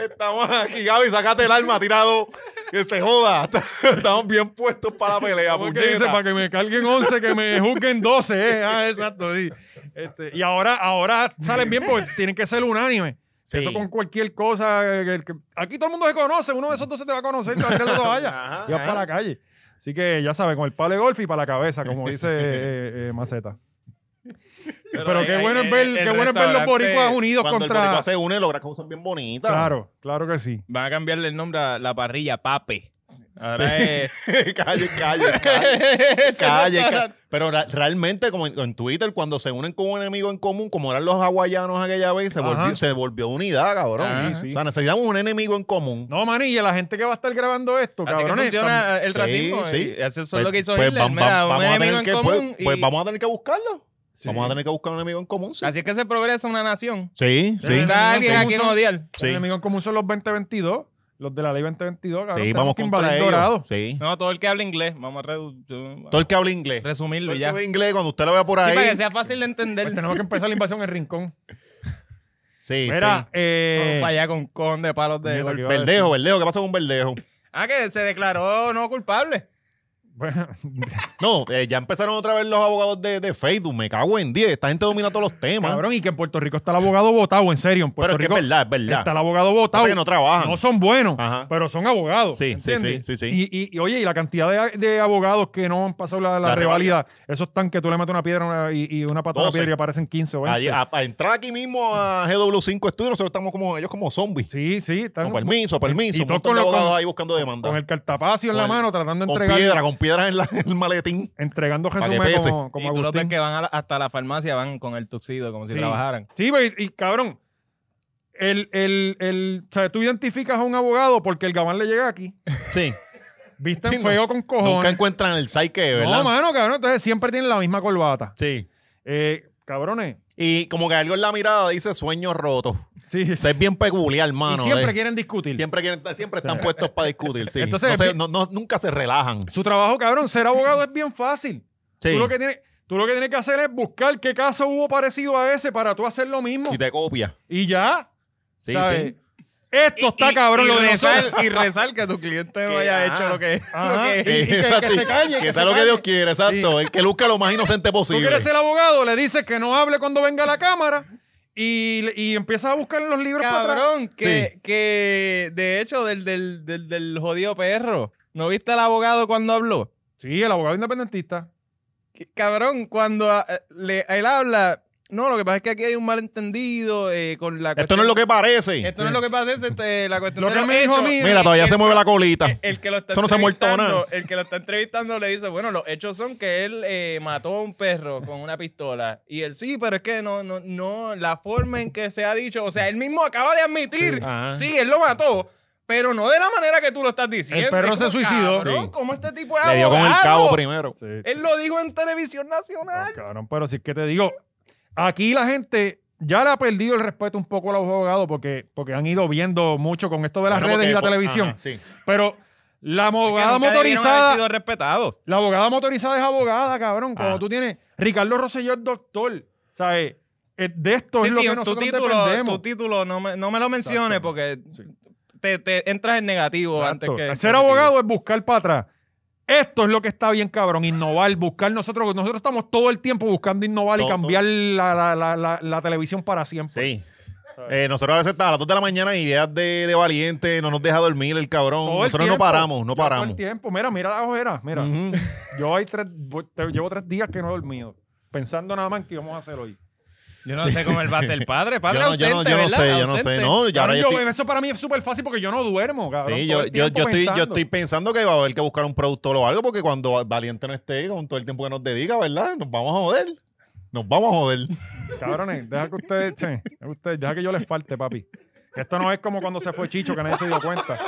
Speaker 2: Estamos aquí, Gaby, sacate el arma, tirado. Que se joda. Estamos bien puestos para la pelea,
Speaker 1: ¿Cómo es que dice?
Speaker 2: puñeta.
Speaker 1: Para que me carguen 11, que me juzguen 12, ¿eh? Ah, exacto, sí. Este, y ahora, ahora salen bien porque tienen que ser unánime.
Speaker 2: Sí.
Speaker 1: Eso con cualquier cosa. eh, que- que- aquí todo el mundo se conoce. Uno de esos dos se te va a conocer. Te va a tirar la toalla.
Speaker 2: Ajá,
Speaker 1: Y vas para la calle. Así que ya sabes, con el palo de golf y para la cabeza, como dice eh, eh, Maceta. Pero, qué
Speaker 3: hay-
Speaker 1: bueno es
Speaker 3: hay-
Speaker 1: ver,
Speaker 3: eh, el
Speaker 1: qué bueno es ver los
Speaker 3: restaurante-
Speaker 1: boricuas unidos
Speaker 2: Cuando el
Speaker 1: contra.
Speaker 2: boricua se une, logra cosas bien bonitas.
Speaker 1: Claro, claro que sí.
Speaker 3: Van a cambiarle el nombre a la parrilla, pape. Ahora es...
Speaker 2: calle, calle, calle. calle, calle. Pero ra- realmente, como en, en Twitter, cuando se unen con un enemigo en común, como eran los hawaianos aquella vez, se
Speaker 1: Ajá.
Speaker 2: volvió, se volvió unidad, cabrón.
Speaker 1: Ajá. Sí, sí.
Speaker 2: O sea, necesitamos un enemigo en común.
Speaker 1: No, manilla, la gente que va a estar grabando esto,
Speaker 3: Así que
Speaker 1: cabrones, están-
Speaker 3: funciona el
Speaker 2: Sí,
Speaker 3: racismo.
Speaker 2: sí.
Speaker 3: y Eso es
Speaker 2: Pues-
Speaker 3: lo que hizo
Speaker 2: pues
Speaker 3: Hitler.
Speaker 2: vam-
Speaker 3: mira,
Speaker 2: vam-
Speaker 3: un
Speaker 2: vamos a tener
Speaker 3: enemigo en
Speaker 2: que-
Speaker 3: común.
Speaker 2: pues- pues
Speaker 3: y-
Speaker 2: vamos a tener que buscarlo.
Speaker 1: Sí.
Speaker 2: Vamos a tener que buscar un enemigo en común, sí.
Speaker 3: Así es que se progresa una nación.
Speaker 2: Sí,
Speaker 1: Sí.
Speaker 2: sí.
Speaker 3: Busca a alguien
Speaker 1: Sí.
Speaker 3: a quien odiar.
Speaker 1: El enemigo en común son los 2022, los de la ley 2022. Cabrón,
Speaker 2: Sí,
Speaker 1: tenemos
Speaker 2: vamos
Speaker 1: que
Speaker 2: contra
Speaker 1: invadir
Speaker 2: ellos.
Speaker 1: Dorado.
Speaker 2: Sí.
Speaker 3: No, todo el que habla inglés. Vamos a redu-
Speaker 2: Todo el que habla inglés. Todo
Speaker 3: resumirlo
Speaker 2: el que
Speaker 3: ya.
Speaker 2: habla
Speaker 3: Sí,
Speaker 2: inglés, cuando usted lo vea por ahí.
Speaker 3: para que sea fácil de
Speaker 1: Pues
Speaker 3: entender.
Speaker 1: tenemos que empezar la invasión en Rincón.
Speaker 2: Sí,
Speaker 1: Mira, eh,
Speaker 3: Vamos para allá con con de palos de
Speaker 1: Mierda,
Speaker 3: golf.
Speaker 1: que
Speaker 2: sí.
Speaker 1: iba a decir.
Speaker 2: Verdejo, verdejo. ¿Qué pasa con verdejo?
Speaker 3: Ah, que se declaró no culpable.
Speaker 1: Bueno,
Speaker 2: No, eh, ya empezaron otra vez los abogados de, de Facebook. Me cago en 10. Esta gente domina todos los temas.
Speaker 1: cabrón, y que en Puerto Rico está el abogado votado, en serio. En
Speaker 2: Pero
Speaker 1: Puerto
Speaker 2: es que es
Speaker 1: Rico
Speaker 2: verdad, es
Speaker 1: está el
Speaker 2: verdad.
Speaker 1: abogado votado.
Speaker 2: Pasa que no trabajan.
Speaker 1: No son buenos,
Speaker 2: Ajá.
Speaker 1: pero son abogados.
Speaker 2: Sí, sí,
Speaker 1: ¿entiendes?
Speaker 2: sí, sí, sí.
Speaker 1: Y, y- y, oye, y la cantidad de, de abogados que no han pasado la, la
Speaker 2: La
Speaker 1: revalida, esos tan que tú le metes una piedra una- y, y una patada a una
Speaker 2: Doce.
Speaker 1: piedra y aparecen 15 o 20.
Speaker 2: Allí- a, a entrar aquí mismo a GW5 Studios, nosotros estamos como ellos como zombies.
Speaker 1: sí, sí, están
Speaker 2: Con permiso, permiso.
Speaker 1: y
Speaker 2: Un
Speaker 1: todo
Speaker 2: montón
Speaker 1: con
Speaker 2: de
Speaker 1: lo- con-
Speaker 2: abogados ahí buscando demanda.
Speaker 1: con el cartapacio en la
Speaker 2: Con el-
Speaker 1: mano tratando de
Speaker 2: Con
Speaker 1: entregar,
Speaker 2: piedras, con piedras en, la- en el maletín.
Speaker 1: entregando
Speaker 2: que
Speaker 1: resumen
Speaker 2: pese.
Speaker 1: como, como
Speaker 3: y tú lo ves
Speaker 1: Agustín.
Speaker 3: que van a la- hasta la farmacia, van con el tuxido, como si
Speaker 1: Sí.
Speaker 3: trabajaran.
Speaker 1: Sí, güey, y, cabrón, el, el, el, o sea, tú identificas a un abogado porque el gabán le llega aquí.
Speaker 2: Sí.
Speaker 1: Visten
Speaker 2: Sí, no.
Speaker 1: feo con
Speaker 2: Nunca
Speaker 1: cojones.
Speaker 2: encuentran el psyche, ¿verdad?
Speaker 1: eh. no, mano, cabrón. Entonces siempre tienen la misma corbata.
Speaker 2: Sí.
Speaker 1: Eh, cabrones.
Speaker 2: Y como que algo en la mirada dice sueños rotos.
Speaker 1: Sí,
Speaker 2: O sea, es bien peculiar,
Speaker 1: y
Speaker 2: mano.
Speaker 1: siempre
Speaker 2: eh.
Speaker 1: quieren discutir.
Speaker 2: siempre, quieren- siempre están puestos para discutir, sí.
Speaker 1: Entonces,
Speaker 2: No se-
Speaker 1: es bien-
Speaker 2: no- no- nunca se relajan.
Speaker 1: Su trabajo, cabrón, ser abogado es bien fácil.
Speaker 2: Sí.
Speaker 1: Tú lo que tienes, tú Tú lo que tienes que hacer es buscar qué caso hubo parecido a ese para tú hacer lo mismo.
Speaker 2: Si te copia.
Speaker 1: Y ya.
Speaker 2: Sí,
Speaker 1: ¿sabes?
Speaker 2: sí.
Speaker 1: Esto está
Speaker 3: Y-
Speaker 1: cabrón
Speaker 3: y
Speaker 1: lo de
Speaker 3: rezar,
Speaker 1: nosotros.
Speaker 3: y rezar que tu cliente no
Speaker 2: Que,
Speaker 3: haya
Speaker 2: ah,
Speaker 3: hecho lo que, lo
Speaker 1: Ajá.
Speaker 3: que
Speaker 1: Y- y que- que
Speaker 2: exacto,
Speaker 1: se calle, que
Speaker 2: Que
Speaker 1: se
Speaker 2: sea lo que
Speaker 1: calle.
Speaker 2: Dios quiere, exacto. Que luzca lo más inocente
Speaker 1: Tú
Speaker 2: posible.
Speaker 1: quieres ser abogado, le dices que no hable cuando venga la cámara y, y empiezas a buscar en los libros para atrás.
Speaker 3: Cabrón, que, que de hecho del, del, del, del jodido perro, ¿no viste al abogado cuando habló?
Speaker 1: Sí, el abogado independentista.
Speaker 3: Que- Cabrón, cuando ah, le, él habla, no, lo que pasa es que aquí hay un malentendido eh, con la
Speaker 2: Esto no es lo que parece.
Speaker 3: Esto no es lo que pasa, es este, la cuestión
Speaker 1: Lo
Speaker 3: de
Speaker 1: que
Speaker 3: los
Speaker 1: me dijo a
Speaker 3: hechos.
Speaker 1: mí-
Speaker 2: Mira, todavía se mueve la
Speaker 1: Eh,
Speaker 2: colita.
Speaker 3: El que lo está
Speaker 2: Eso no se ha muerto
Speaker 3: entrevistando-
Speaker 2: nada.
Speaker 3: El que lo está entrevistando le dice, bueno, los hechos son que él eh, mató a un perro con una pistola. Y él, sí, pero es que no, no, no, la forma en que se ha dicho, o sea, él mismo acaba de admitir,
Speaker 2: Ajá.
Speaker 3: sí, él lo mató. Pero no de la manera que tú lo estás diciendo.
Speaker 1: El perro
Speaker 3: Es como,
Speaker 1: se suicidó.
Speaker 3: Cabrón,
Speaker 2: Sí.
Speaker 3: ¿cómo este tipo
Speaker 1: eh,
Speaker 3: es
Speaker 2: Le dio con el
Speaker 3: abogado?
Speaker 2: cabo primero.
Speaker 1: Sí.
Speaker 3: Él lo dijo en televisión
Speaker 1: No,
Speaker 3: nacional.
Speaker 1: cabrón, pero si es que te digo, aquí la gente ya le ha perdido el respeto un poco a los abogados porque, porque han ido viendo mucho con esto de las
Speaker 2: Bueno,
Speaker 1: redes y la
Speaker 2: porque-
Speaker 1: televisión.
Speaker 2: Ajá, sí.
Speaker 1: Pero la abogada
Speaker 3: Porque nunca debieron haber
Speaker 1: motorizada,
Speaker 3: sido respetado.
Speaker 1: la abogada motorizada es abogada, cabrón. Cuando
Speaker 2: Ah.
Speaker 1: tú tienes Ricardo Rosselló es doctor, ¿sabes? Eh, De esto
Speaker 3: Sí,
Speaker 1: es lo
Speaker 3: sí,
Speaker 1: que
Speaker 3: tu
Speaker 1: nosotros
Speaker 3: título,
Speaker 1: dependemos.
Speaker 3: tu título no, me, no me lo menciones
Speaker 1: Exacto.
Speaker 3: porque te, te entras en negativo
Speaker 1: Exacto.
Speaker 3: antes que... en
Speaker 1: Ser
Speaker 3: positivo.
Speaker 1: abogado es buscar para atrás. Esto es lo que está bien, cabrón. Innovar, buscar nosotros. Nosotros estamos todo el tiempo buscando innovar y
Speaker 2: Todo,
Speaker 1: cambiar la, la- la- la- la televisión para siempre.
Speaker 2: Sí. Eh, nosotros a veces está a las 2 de la mañana ideas de, de valiente, no nos deja dormir el cabrón.
Speaker 1: Todo el
Speaker 2: nosotros no
Speaker 1: tiempo.
Speaker 2: paramos, no
Speaker 1: Yo todo
Speaker 2: paramos.
Speaker 1: el tiempo. Mira, mira la ojera. Mira,
Speaker 2: Ujú.
Speaker 1: yo hay tres, voy- te- llevo tres días que no he dormido. Pensando nada más en qué vamos a hacer hoy.
Speaker 3: Yo no sé cómo él va a ser padre. Padre
Speaker 2: Yo no- yo
Speaker 3: ausente,
Speaker 2: no- yo no
Speaker 3: ¿verdad?
Speaker 2: sé, yo no
Speaker 3: Ausente.
Speaker 2: sé. No, ya ahora
Speaker 1: Cabrón,
Speaker 2: yo
Speaker 1: yo-
Speaker 2: estoy-
Speaker 1: Eso para mí es súper fácil porque yo no duermo, cabrón.
Speaker 2: Sí,
Speaker 1: todo
Speaker 2: yo,
Speaker 1: el
Speaker 2: yo,
Speaker 1: tiempo
Speaker 2: yo estoy, yo
Speaker 1: pensando.
Speaker 2: estoy pensando que va a haber que buscar un productor o algo, porque cuando Valiente no esté, con todo el tiempo que nos dedica, ¿verdad? Nos vamos a joder. Nos vamos a joder.
Speaker 1: Cabrones, deja que ustedes, che, deja que ustedes- deja que yo les falte, papi. Que Esto no es como cuando se fue Chicho, que nadie se dio cuenta.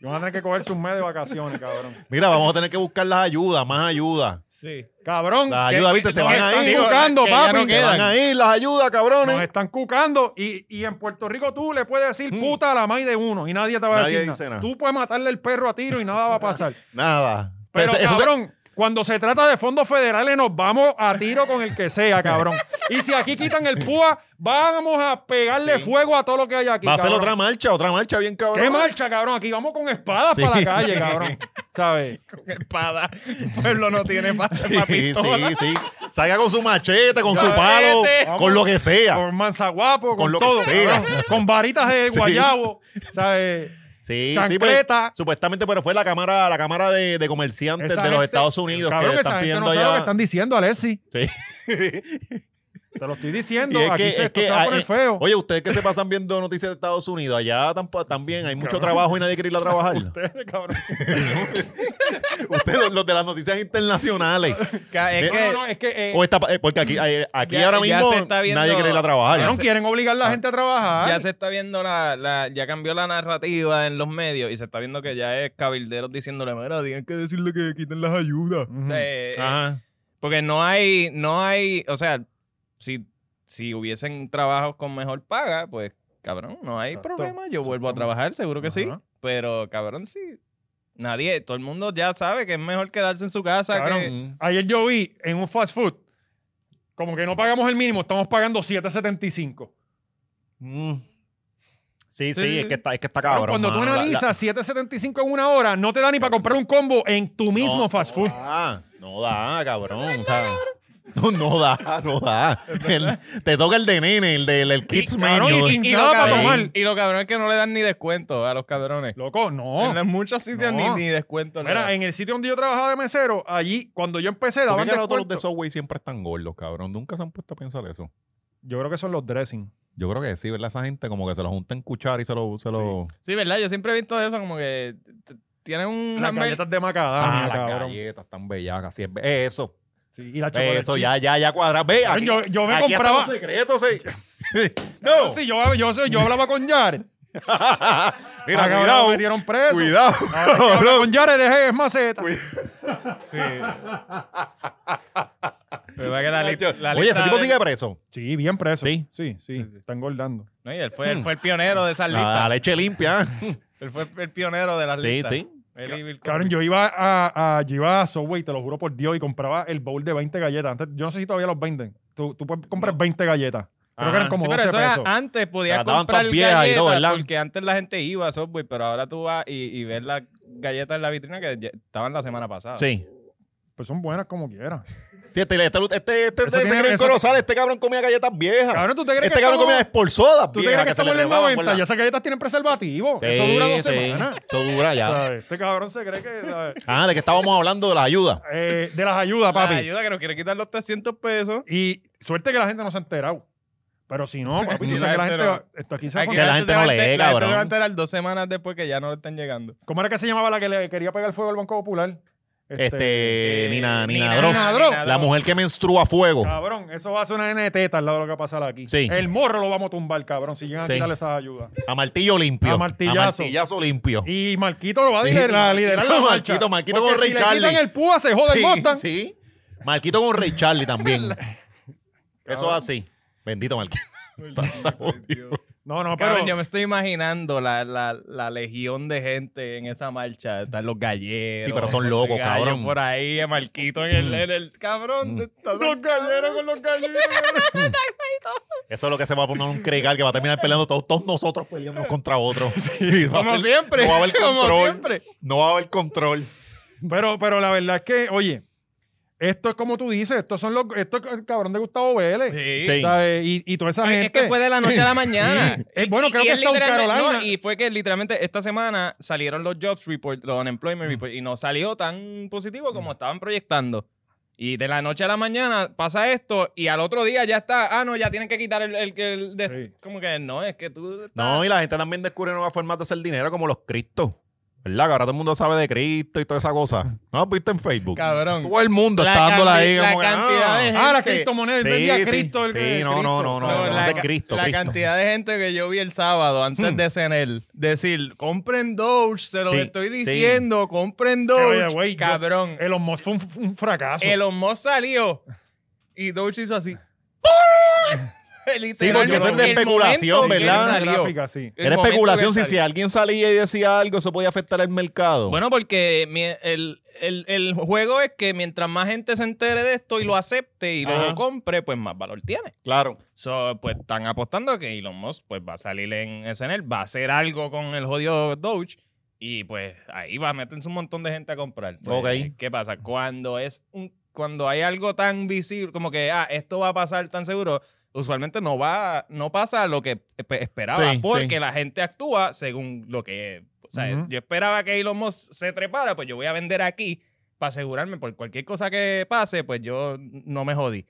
Speaker 1: Y Van a tener que cogerse un mes de vacaciones, cabrón.
Speaker 2: Mira, vamos a tener que buscar las ayudas, más ayudas.
Speaker 3: Sí.
Speaker 1: Cabrón.
Speaker 2: Las
Speaker 1: que-
Speaker 2: ayudas, viste, se
Speaker 1: nos
Speaker 2: van
Speaker 1: están
Speaker 2: ahí.
Speaker 1: cucando,
Speaker 3: que ya no
Speaker 1: papi.
Speaker 2: Se van ahí las ayudas, cabrones.
Speaker 1: Nos están cucando. Y, y en Puerto Rico tú le puedes decir puta a la maíz de uno y nadie te va a
Speaker 2: Mm. Nadie
Speaker 1: decir
Speaker 2: dice
Speaker 1: nada.
Speaker 2: nada.
Speaker 1: Tú puedes matarle el perro a tiro y nada va a pasar.
Speaker 2: Nada.
Speaker 1: Pero
Speaker 2: Ese- eso se-
Speaker 1: cabrón, cuando se trata de fondos federales nos vamos a tiro con el que sea, cabrón. Y si aquí quitan el PUA, vamos a pegarle fuego a todo lo que hay aquí.
Speaker 2: va a ser
Speaker 1: cabrón.
Speaker 2: otra marcha, otra marcha bien cabrón.
Speaker 1: ¿Qué marcha, cabrón? Aquí vamos con espadas
Speaker 2: Sí.
Speaker 1: para la calle, cabrón. ¿Sabes?
Speaker 3: Con espada. El pueblo no tiene pase
Speaker 2: Sí,
Speaker 3: para pistola.
Speaker 2: sí, sí. Salga con su machete, con su
Speaker 3: Machete.
Speaker 2: palo,
Speaker 1: Vamos.
Speaker 2: con lo que sea.
Speaker 1: Con manzaguapo, con,
Speaker 2: Con lo que
Speaker 1: todo.
Speaker 2: sea.
Speaker 1: cabrón. Con varitas de
Speaker 2: Sí.
Speaker 1: guayabo, ¿sabes?
Speaker 2: Sí, sí, pues,
Speaker 1: Chancleta.
Speaker 2: supuestamente, pero fue la cámara, la cámara de, de comerciantes
Speaker 1: Esa
Speaker 2: de los
Speaker 1: gente-
Speaker 2: Estados Unidos
Speaker 1: Cabrón,
Speaker 2: que le
Speaker 1: esa
Speaker 2: están
Speaker 1: gente
Speaker 2: pidiendo
Speaker 1: no sabe lo que
Speaker 2: allá.
Speaker 1: están diciendo, Alessi.
Speaker 2: Sí.
Speaker 1: Te lo estoy diciendo.
Speaker 2: Y es
Speaker 1: aquí
Speaker 2: que-
Speaker 1: se,
Speaker 2: es
Speaker 1: esto
Speaker 2: que
Speaker 1: se va a
Speaker 2: hay-
Speaker 1: poner feo.
Speaker 2: Oye, ustedes que se pasan viendo noticias de Estados Unidos, allá tampo- también hay mucho trabajo y nadie quiere ir a trabajar.
Speaker 1: Ustedes, cabrón.
Speaker 2: ustedes, los, los de las noticias internacionales.
Speaker 3: Ca- Es
Speaker 1: No,
Speaker 2: De-
Speaker 1: no,
Speaker 3: que...
Speaker 1: no, es que... eh,
Speaker 2: O está, eh, porque aquí, eh, aquí
Speaker 3: Ya-
Speaker 2: ahora
Speaker 3: ya
Speaker 2: mismo
Speaker 3: se está viendo-
Speaker 2: nadie quiere ir a trabajar.
Speaker 1: cabrón,
Speaker 3: se-
Speaker 1: quieren obligar a
Speaker 2: ah.
Speaker 1: la gente a trabajar.
Speaker 3: Ya se está viendo la, la- Ya cambió la narrativa en los medios y se está viendo que ya es cabilderos diciéndole, mira, tienen que decirle que quiten las ayudas.
Speaker 1: Ujú.
Speaker 3: O sea, eh,
Speaker 2: Ajá.
Speaker 3: Porque no hay, no hay, o sea, si, si hubiesen trabajos con mejor paga, pues cabrón, no hay
Speaker 1: Exacto.
Speaker 3: problema. Yo vuelvo a
Speaker 1: Exactamente.
Speaker 3: trabajar, seguro que sí.
Speaker 1: Ajá.
Speaker 3: Pero cabrón, sí. Nadie, todo el mundo ya sabe que es mejor quedarse en su casa.
Speaker 1: Cabrón.
Speaker 3: que-
Speaker 2: Mm.
Speaker 1: Ayer yo vi en un fast food, como que no pagamos el mínimo, estamos pagando 7.75.
Speaker 2: Mm. Sí, sí,
Speaker 3: Sí.
Speaker 2: es que está, es que está
Speaker 1: Cabrón,
Speaker 2: cabrón.
Speaker 1: cuando tú
Speaker 2: mano, la-
Speaker 1: analizas 7.75 en una hora, no te da ni para comprar un combo en tu
Speaker 2: la-
Speaker 1: mismo
Speaker 2: no,
Speaker 1: fast
Speaker 2: no
Speaker 1: food.
Speaker 2: da, no da, cabrón. o sea, no, no da, no da. El- te toca el de nene, el del el kids
Speaker 1: cabrón,
Speaker 2: menu.
Speaker 1: y sin
Speaker 3: Y
Speaker 1: nada
Speaker 3: lo,
Speaker 1: para
Speaker 3: cabrón,
Speaker 1: tomar.
Speaker 3: y lo cabrón es que no le dan ni descuento a los cabrones.
Speaker 1: Loco, no.
Speaker 3: En los muchos sitios
Speaker 1: No.
Speaker 3: ni, ni descuento. le
Speaker 1: Mira,
Speaker 3: dan.
Speaker 1: en el sitio donde yo trabajaba de mesero, allí, cuando yo empecé,
Speaker 2: ¿Por
Speaker 1: daban
Speaker 2: qué carajo todos los de
Speaker 1: descuento.
Speaker 2: Subway siempre están gordos, cabrón? Nunca se han puesto a pensar eso.
Speaker 1: Yo creo que son los dressing.
Speaker 2: Yo creo que sí, ¿verdad? Esa gente como que se lo junta en cuchara y se lo... Se lo...
Speaker 3: Sí, ¿verdad? Yo siempre he visto eso como que t- tienen un...
Speaker 1: Las
Speaker 3: hambre-
Speaker 1: galletas de macadamia,
Speaker 2: Ah, las
Speaker 1: cabrón.
Speaker 2: galletas están bellacas. sí, es be- eh, eso,
Speaker 1: Sí, y la
Speaker 2: ve
Speaker 1: chocolate
Speaker 2: eso,
Speaker 1: chip.
Speaker 2: ya, ya, ya cuadra. Ve,
Speaker 1: Cabrón,
Speaker 2: aquí,
Speaker 1: yo- yo me
Speaker 2: aquí hasta
Speaker 1: compraba-
Speaker 2: los secretos, sí. ¡No!
Speaker 1: Sí, yo, yo, yo, hablaba con Jared.
Speaker 2: Mira,
Speaker 1: Ah, cabrón,
Speaker 2: cuidado.
Speaker 1: Me dieron preso.
Speaker 2: Cuidado.
Speaker 1: Ahora que hablo con Jared dejé es maceta.
Speaker 3: Pero va que la li- la
Speaker 2: Oye, ese
Speaker 3: lista
Speaker 2: tipo
Speaker 3: de-
Speaker 2: sigue preso.
Speaker 1: Sí, bien preso.
Speaker 2: Sí.
Speaker 1: sí, sí. Está engordando.
Speaker 3: No, y él fue, él fue el pionero de esas
Speaker 2: Ah, La,
Speaker 3: listas.
Speaker 2: la leche limpia.
Speaker 3: Él fue el pionero de las
Speaker 2: sí,
Speaker 3: listas.
Speaker 2: sí.
Speaker 3: El Evil
Speaker 1: Cabrón,
Speaker 3: Corner.
Speaker 1: yo iba a, a- yo iba a Subway, te lo juro por Dios, y compraba el bowl de 20 galletas. Antes, yo no sé si todavía los venden. Tú, tú puedes comprar 20 galletas. Creo que
Speaker 2: Ajá.
Speaker 1: eran como
Speaker 3: Sí,
Speaker 1: 12
Speaker 3: pero eso era
Speaker 1: pesos.
Speaker 3: antes, podías
Speaker 2: Trataban
Speaker 3: comprar
Speaker 2: todas viejas y todo,
Speaker 3: galletas,
Speaker 2: ¿verdad?
Speaker 3: porque antes la gente iba a Subway, pero ahora tú vas y, y ves las galletas en la vitrina que ya estaban la semana pasada.
Speaker 2: Sí.
Speaker 1: Pues son buenas como quieras.
Speaker 2: Sí, este, este, este, este, este,
Speaker 1: Eso tiene-
Speaker 2: Kevin
Speaker 1: eso-
Speaker 2: Corozal, este cabrón comía galletas viejas.
Speaker 1: Cabrón, ¿tú te crees
Speaker 2: este
Speaker 1: que
Speaker 2: cabrón
Speaker 1: estamos-
Speaker 2: comía espolsodas
Speaker 1: ¿Tú te crees
Speaker 2: viejas
Speaker 1: que
Speaker 2: se
Speaker 1: estamos
Speaker 2: le
Speaker 1: en los
Speaker 2: trepaban
Speaker 1: 90?
Speaker 2: por la-
Speaker 1: Ya esas galletas tienen preservativo.
Speaker 2: Sí,
Speaker 1: eso dura dos
Speaker 2: sí.
Speaker 1: semanas.
Speaker 2: Eso dura ya.
Speaker 1: ¿sabes? Este cabrón se cree que... ¿sabes?
Speaker 2: Ah, de que estábamos hablando de la ayuda.
Speaker 1: Eh, de las ayudas,
Speaker 3: La
Speaker 1: papi.
Speaker 3: ayuda que nos quiere quitar los 300 pesos.
Speaker 1: Y suerte que la gente no se ha enterado. Pero si no, papi,
Speaker 3: Sí,
Speaker 1: tú
Speaker 3: la
Speaker 1: sabes que la gente...
Speaker 3: gente no.
Speaker 1: va- Esto aquí se
Speaker 3: Hay
Speaker 1: pone-
Speaker 2: Que la gente no
Speaker 3: se va a
Speaker 2: lee,
Speaker 3: enter- la gente se va
Speaker 2: cabrón.
Speaker 3: a enterar dos semanas después que ya no le están llegando.
Speaker 1: ¿Cómo era que se llamaba la que le quería pegar fuego al Banco Popular?
Speaker 2: Este, Nina, Nina,
Speaker 1: Eh, Nina
Speaker 2: Dross.
Speaker 1: Dross.
Speaker 2: La mujer que menstrúa fuego.
Speaker 1: Cabrón, eso va a ser una N de teta al lado de lo que va a pasar aquí.
Speaker 2: Sí.
Speaker 1: El morro lo vamos a tumbar, cabrón, si llegan a
Speaker 2: Sí.
Speaker 1: quitarle esas ayudas.
Speaker 2: A martillo limpio.
Speaker 1: A martillazo.
Speaker 2: A martillazo limpio.
Speaker 1: Y Marquito lo va a
Speaker 2: Sí.
Speaker 1: liderar, a liderar la
Speaker 2: Marquito,
Speaker 1: marcha.
Speaker 2: Marquito
Speaker 1: Porque
Speaker 2: con Ray
Speaker 1: si
Speaker 2: Charlie.
Speaker 1: le quitan el púa, se jode
Speaker 2: sí,
Speaker 1: el Mustang.
Speaker 2: sí. Marquito con Ray Charlie también. Eso es así. Bendito Marquito.
Speaker 1: No, no, pero...
Speaker 3: Cabrón, yo me estoy imaginando la, la, la legión de gente en esa marcha. Están los galleros.
Speaker 2: Sí, pero son
Speaker 3: los
Speaker 2: locos,
Speaker 3: gallos
Speaker 2: cabrón. Mm.
Speaker 3: Por ahí, el Marquito en el, en el- cabrón. estás-
Speaker 1: Los galleros con los galleros.
Speaker 2: Eso es lo que se va a formar un cregal que va a terminar peleando todos, todos nosotros peleándonos contra otros. Y va a
Speaker 3: como
Speaker 2: ser-
Speaker 3: siempre,
Speaker 2: No va a haber
Speaker 3: como
Speaker 2: control.
Speaker 3: siempre.
Speaker 2: No va a haber control.
Speaker 1: pero, pero la verdad es que, oye, esto es como tú dices, estos son los... Esto es el cabrón de Gustavo Vélez.
Speaker 2: Sí.
Speaker 1: ¿sabes? Y, y toda esa
Speaker 3: Es-
Speaker 1: gente...
Speaker 3: Es que fue de la noche a la mañana.
Speaker 1: Sí. Eh, bueno,
Speaker 3: Y-
Speaker 1: creo
Speaker 3: y
Speaker 1: que
Speaker 3: es
Speaker 1: South
Speaker 3: literalmente-
Speaker 1: Carolina-
Speaker 3: no, y fue que literalmente esta semana salieron los jobs report, los
Speaker 1: Mm.
Speaker 3: unemployment report, y no salió tan positivo como estaban proyectando. Y de la noche a la mañana pasa esto, y al otro día ya está. Ah, no, ya tienen que quitar el. el, el de-
Speaker 1: Sí.
Speaker 3: Como que no, es que tú. estás-
Speaker 2: No, y la gente también descubre nuevas formas de hacer dinero como los cristos. ¿Verdad? Que ahora todo el mundo sabe de Cristo y toda esa cosa. ¿No lo viste en Facebook?
Speaker 3: Ah. Cabrón.
Speaker 2: Todo el mundo está dando la
Speaker 3: canti-
Speaker 2: ahí.
Speaker 3: la
Speaker 2: como que,
Speaker 3: cantidad
Speaker 2: ah.
Speaker 3: de gente-
Speaker 1: Ah, la criptomoneda,
Speaker 2: Sí,
Speaker 1: vendía
Speaker 2: sí.
Speaker 1: Cristo el que
Speaker 2: Sí, no, no, no, no,
Speaker 3: No,
Speaker 2: no,
Speaker 3: la,
Speaker 2: es Cristo,
Speaker 3: la
Speaker 2: Cristo.
Speaker 3: cantidad de gente que yo vi el sábado antes
Speaker 1: Mm.
Speaker 3: de CNL decir, compren Doge, se lo
Speaker 2: Sí,
Speaker 3: estoy
Speaker 2: sí.
Speaker 3: diciendo, compren
Speaker 1: Que,
Speaker 3: Doge,
Speaker 1: oye, güey, yo-
Speaker 3: cabrón.
Speaker 1: Elon Musk fue un, un fracaso.
Speaker 3: Elon Musk salió y Doge hizo así.
Speaker 2: Sí, porque eso es de
Speaker 3: El
Speaker 2: especulación,
Speaker 3: momento que
Speaker 2: ¿verdad?
Speaker 1: Una
Speaker 3: salió.
Speaker 1: gráfica, sí.
Speaker 3: El
Speaker 2: Era
Speaker 3: momento
Speaker 2: especulación
Speaker 3: que
Speaker 2: si, si
Speaker 3: salió.
Speaker 2: alguien salía y decía algo, eso podía afectar el mercado.
Speaker 3: Bueno, porque mi- el, el- el juego es que mientras más gente se entere de esto y lo acepte y lo
Speaker 2: Ajá.
Speaker 3: compre, pues más valor tiene.
Speaker 2: claro.
Speaker 3: So, pues están apostando que Elon Musk pues, va a salir en SNL, va a hacer algo con el jodido Doge y pues ahí va a meterse un montón de gente a comprar. Pues,
Speaker 2: Ok.
Speaker 3: ¿Qué pasa? Cuando es un, cuando hay algo tan visible, como que ah, esto va a pasar tan seguro, usualmente no va, no pasa lo que espe- esperaba,
Speaker 2: Sí,
Speaker 3: porque
Speaker 2: sí.
Speaker 3: la gente actúa según lo que o sea,
Speaker 1: Ujú.
Speaker 3: yo esperaba que Elon Musk se trepara, pues yo voy a vender aquí para asegurarme por cualquier cosa que pase, pues yo no me jodí.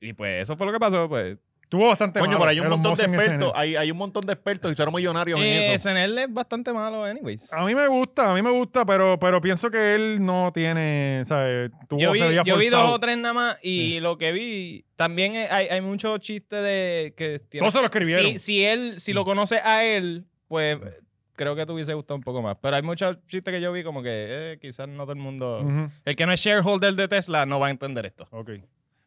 Speaker 3: Y pues eso fue lo que pasó, pues
Speaker 1: Tuvo bastante
Speaker 2: Coño,
Speaker 1: malo,
Speaker 2: pero hay un
Speaker 1: Elon
Speaker 2: montón
Speaker 1: Musk
Speaker 2: de
Speaker 1: en
Speaker 2: expertos,
Speaker 1: escena.
Speaker 2: hay, hay un montón de expertos y serán millonarios en
Speaker 3: Eh,
Speaker 2: eso.
Speaker 3: SNL es bastante malo, anyways.
Speaker 1: A mí me gusta, a mí me gusta, pero, pero pienso que él no tiene, ¿sabes? Tuvo,
Speaker 3: yo vi,
Speaker 1: se veía
Speaker 3: yo vi
Speaker 1: forzado.
Speaker 3: dos o tres nada más y lo que vi también es- hay, hay mucho chiste de que tiene.
Speaker 1: No se lo escribieron.
Speaker 3: Si, si él, si lo conoces a él, pues creo que te hubiese gustado un poco más. Pero hay muchos chistes que yo vi como que eh, quizás no todo el mundo.
Speaker 1: Ujú,
Speaker 3: El que no es shareholder de Tesla no va a entender esto.
Speaker 1: Ok.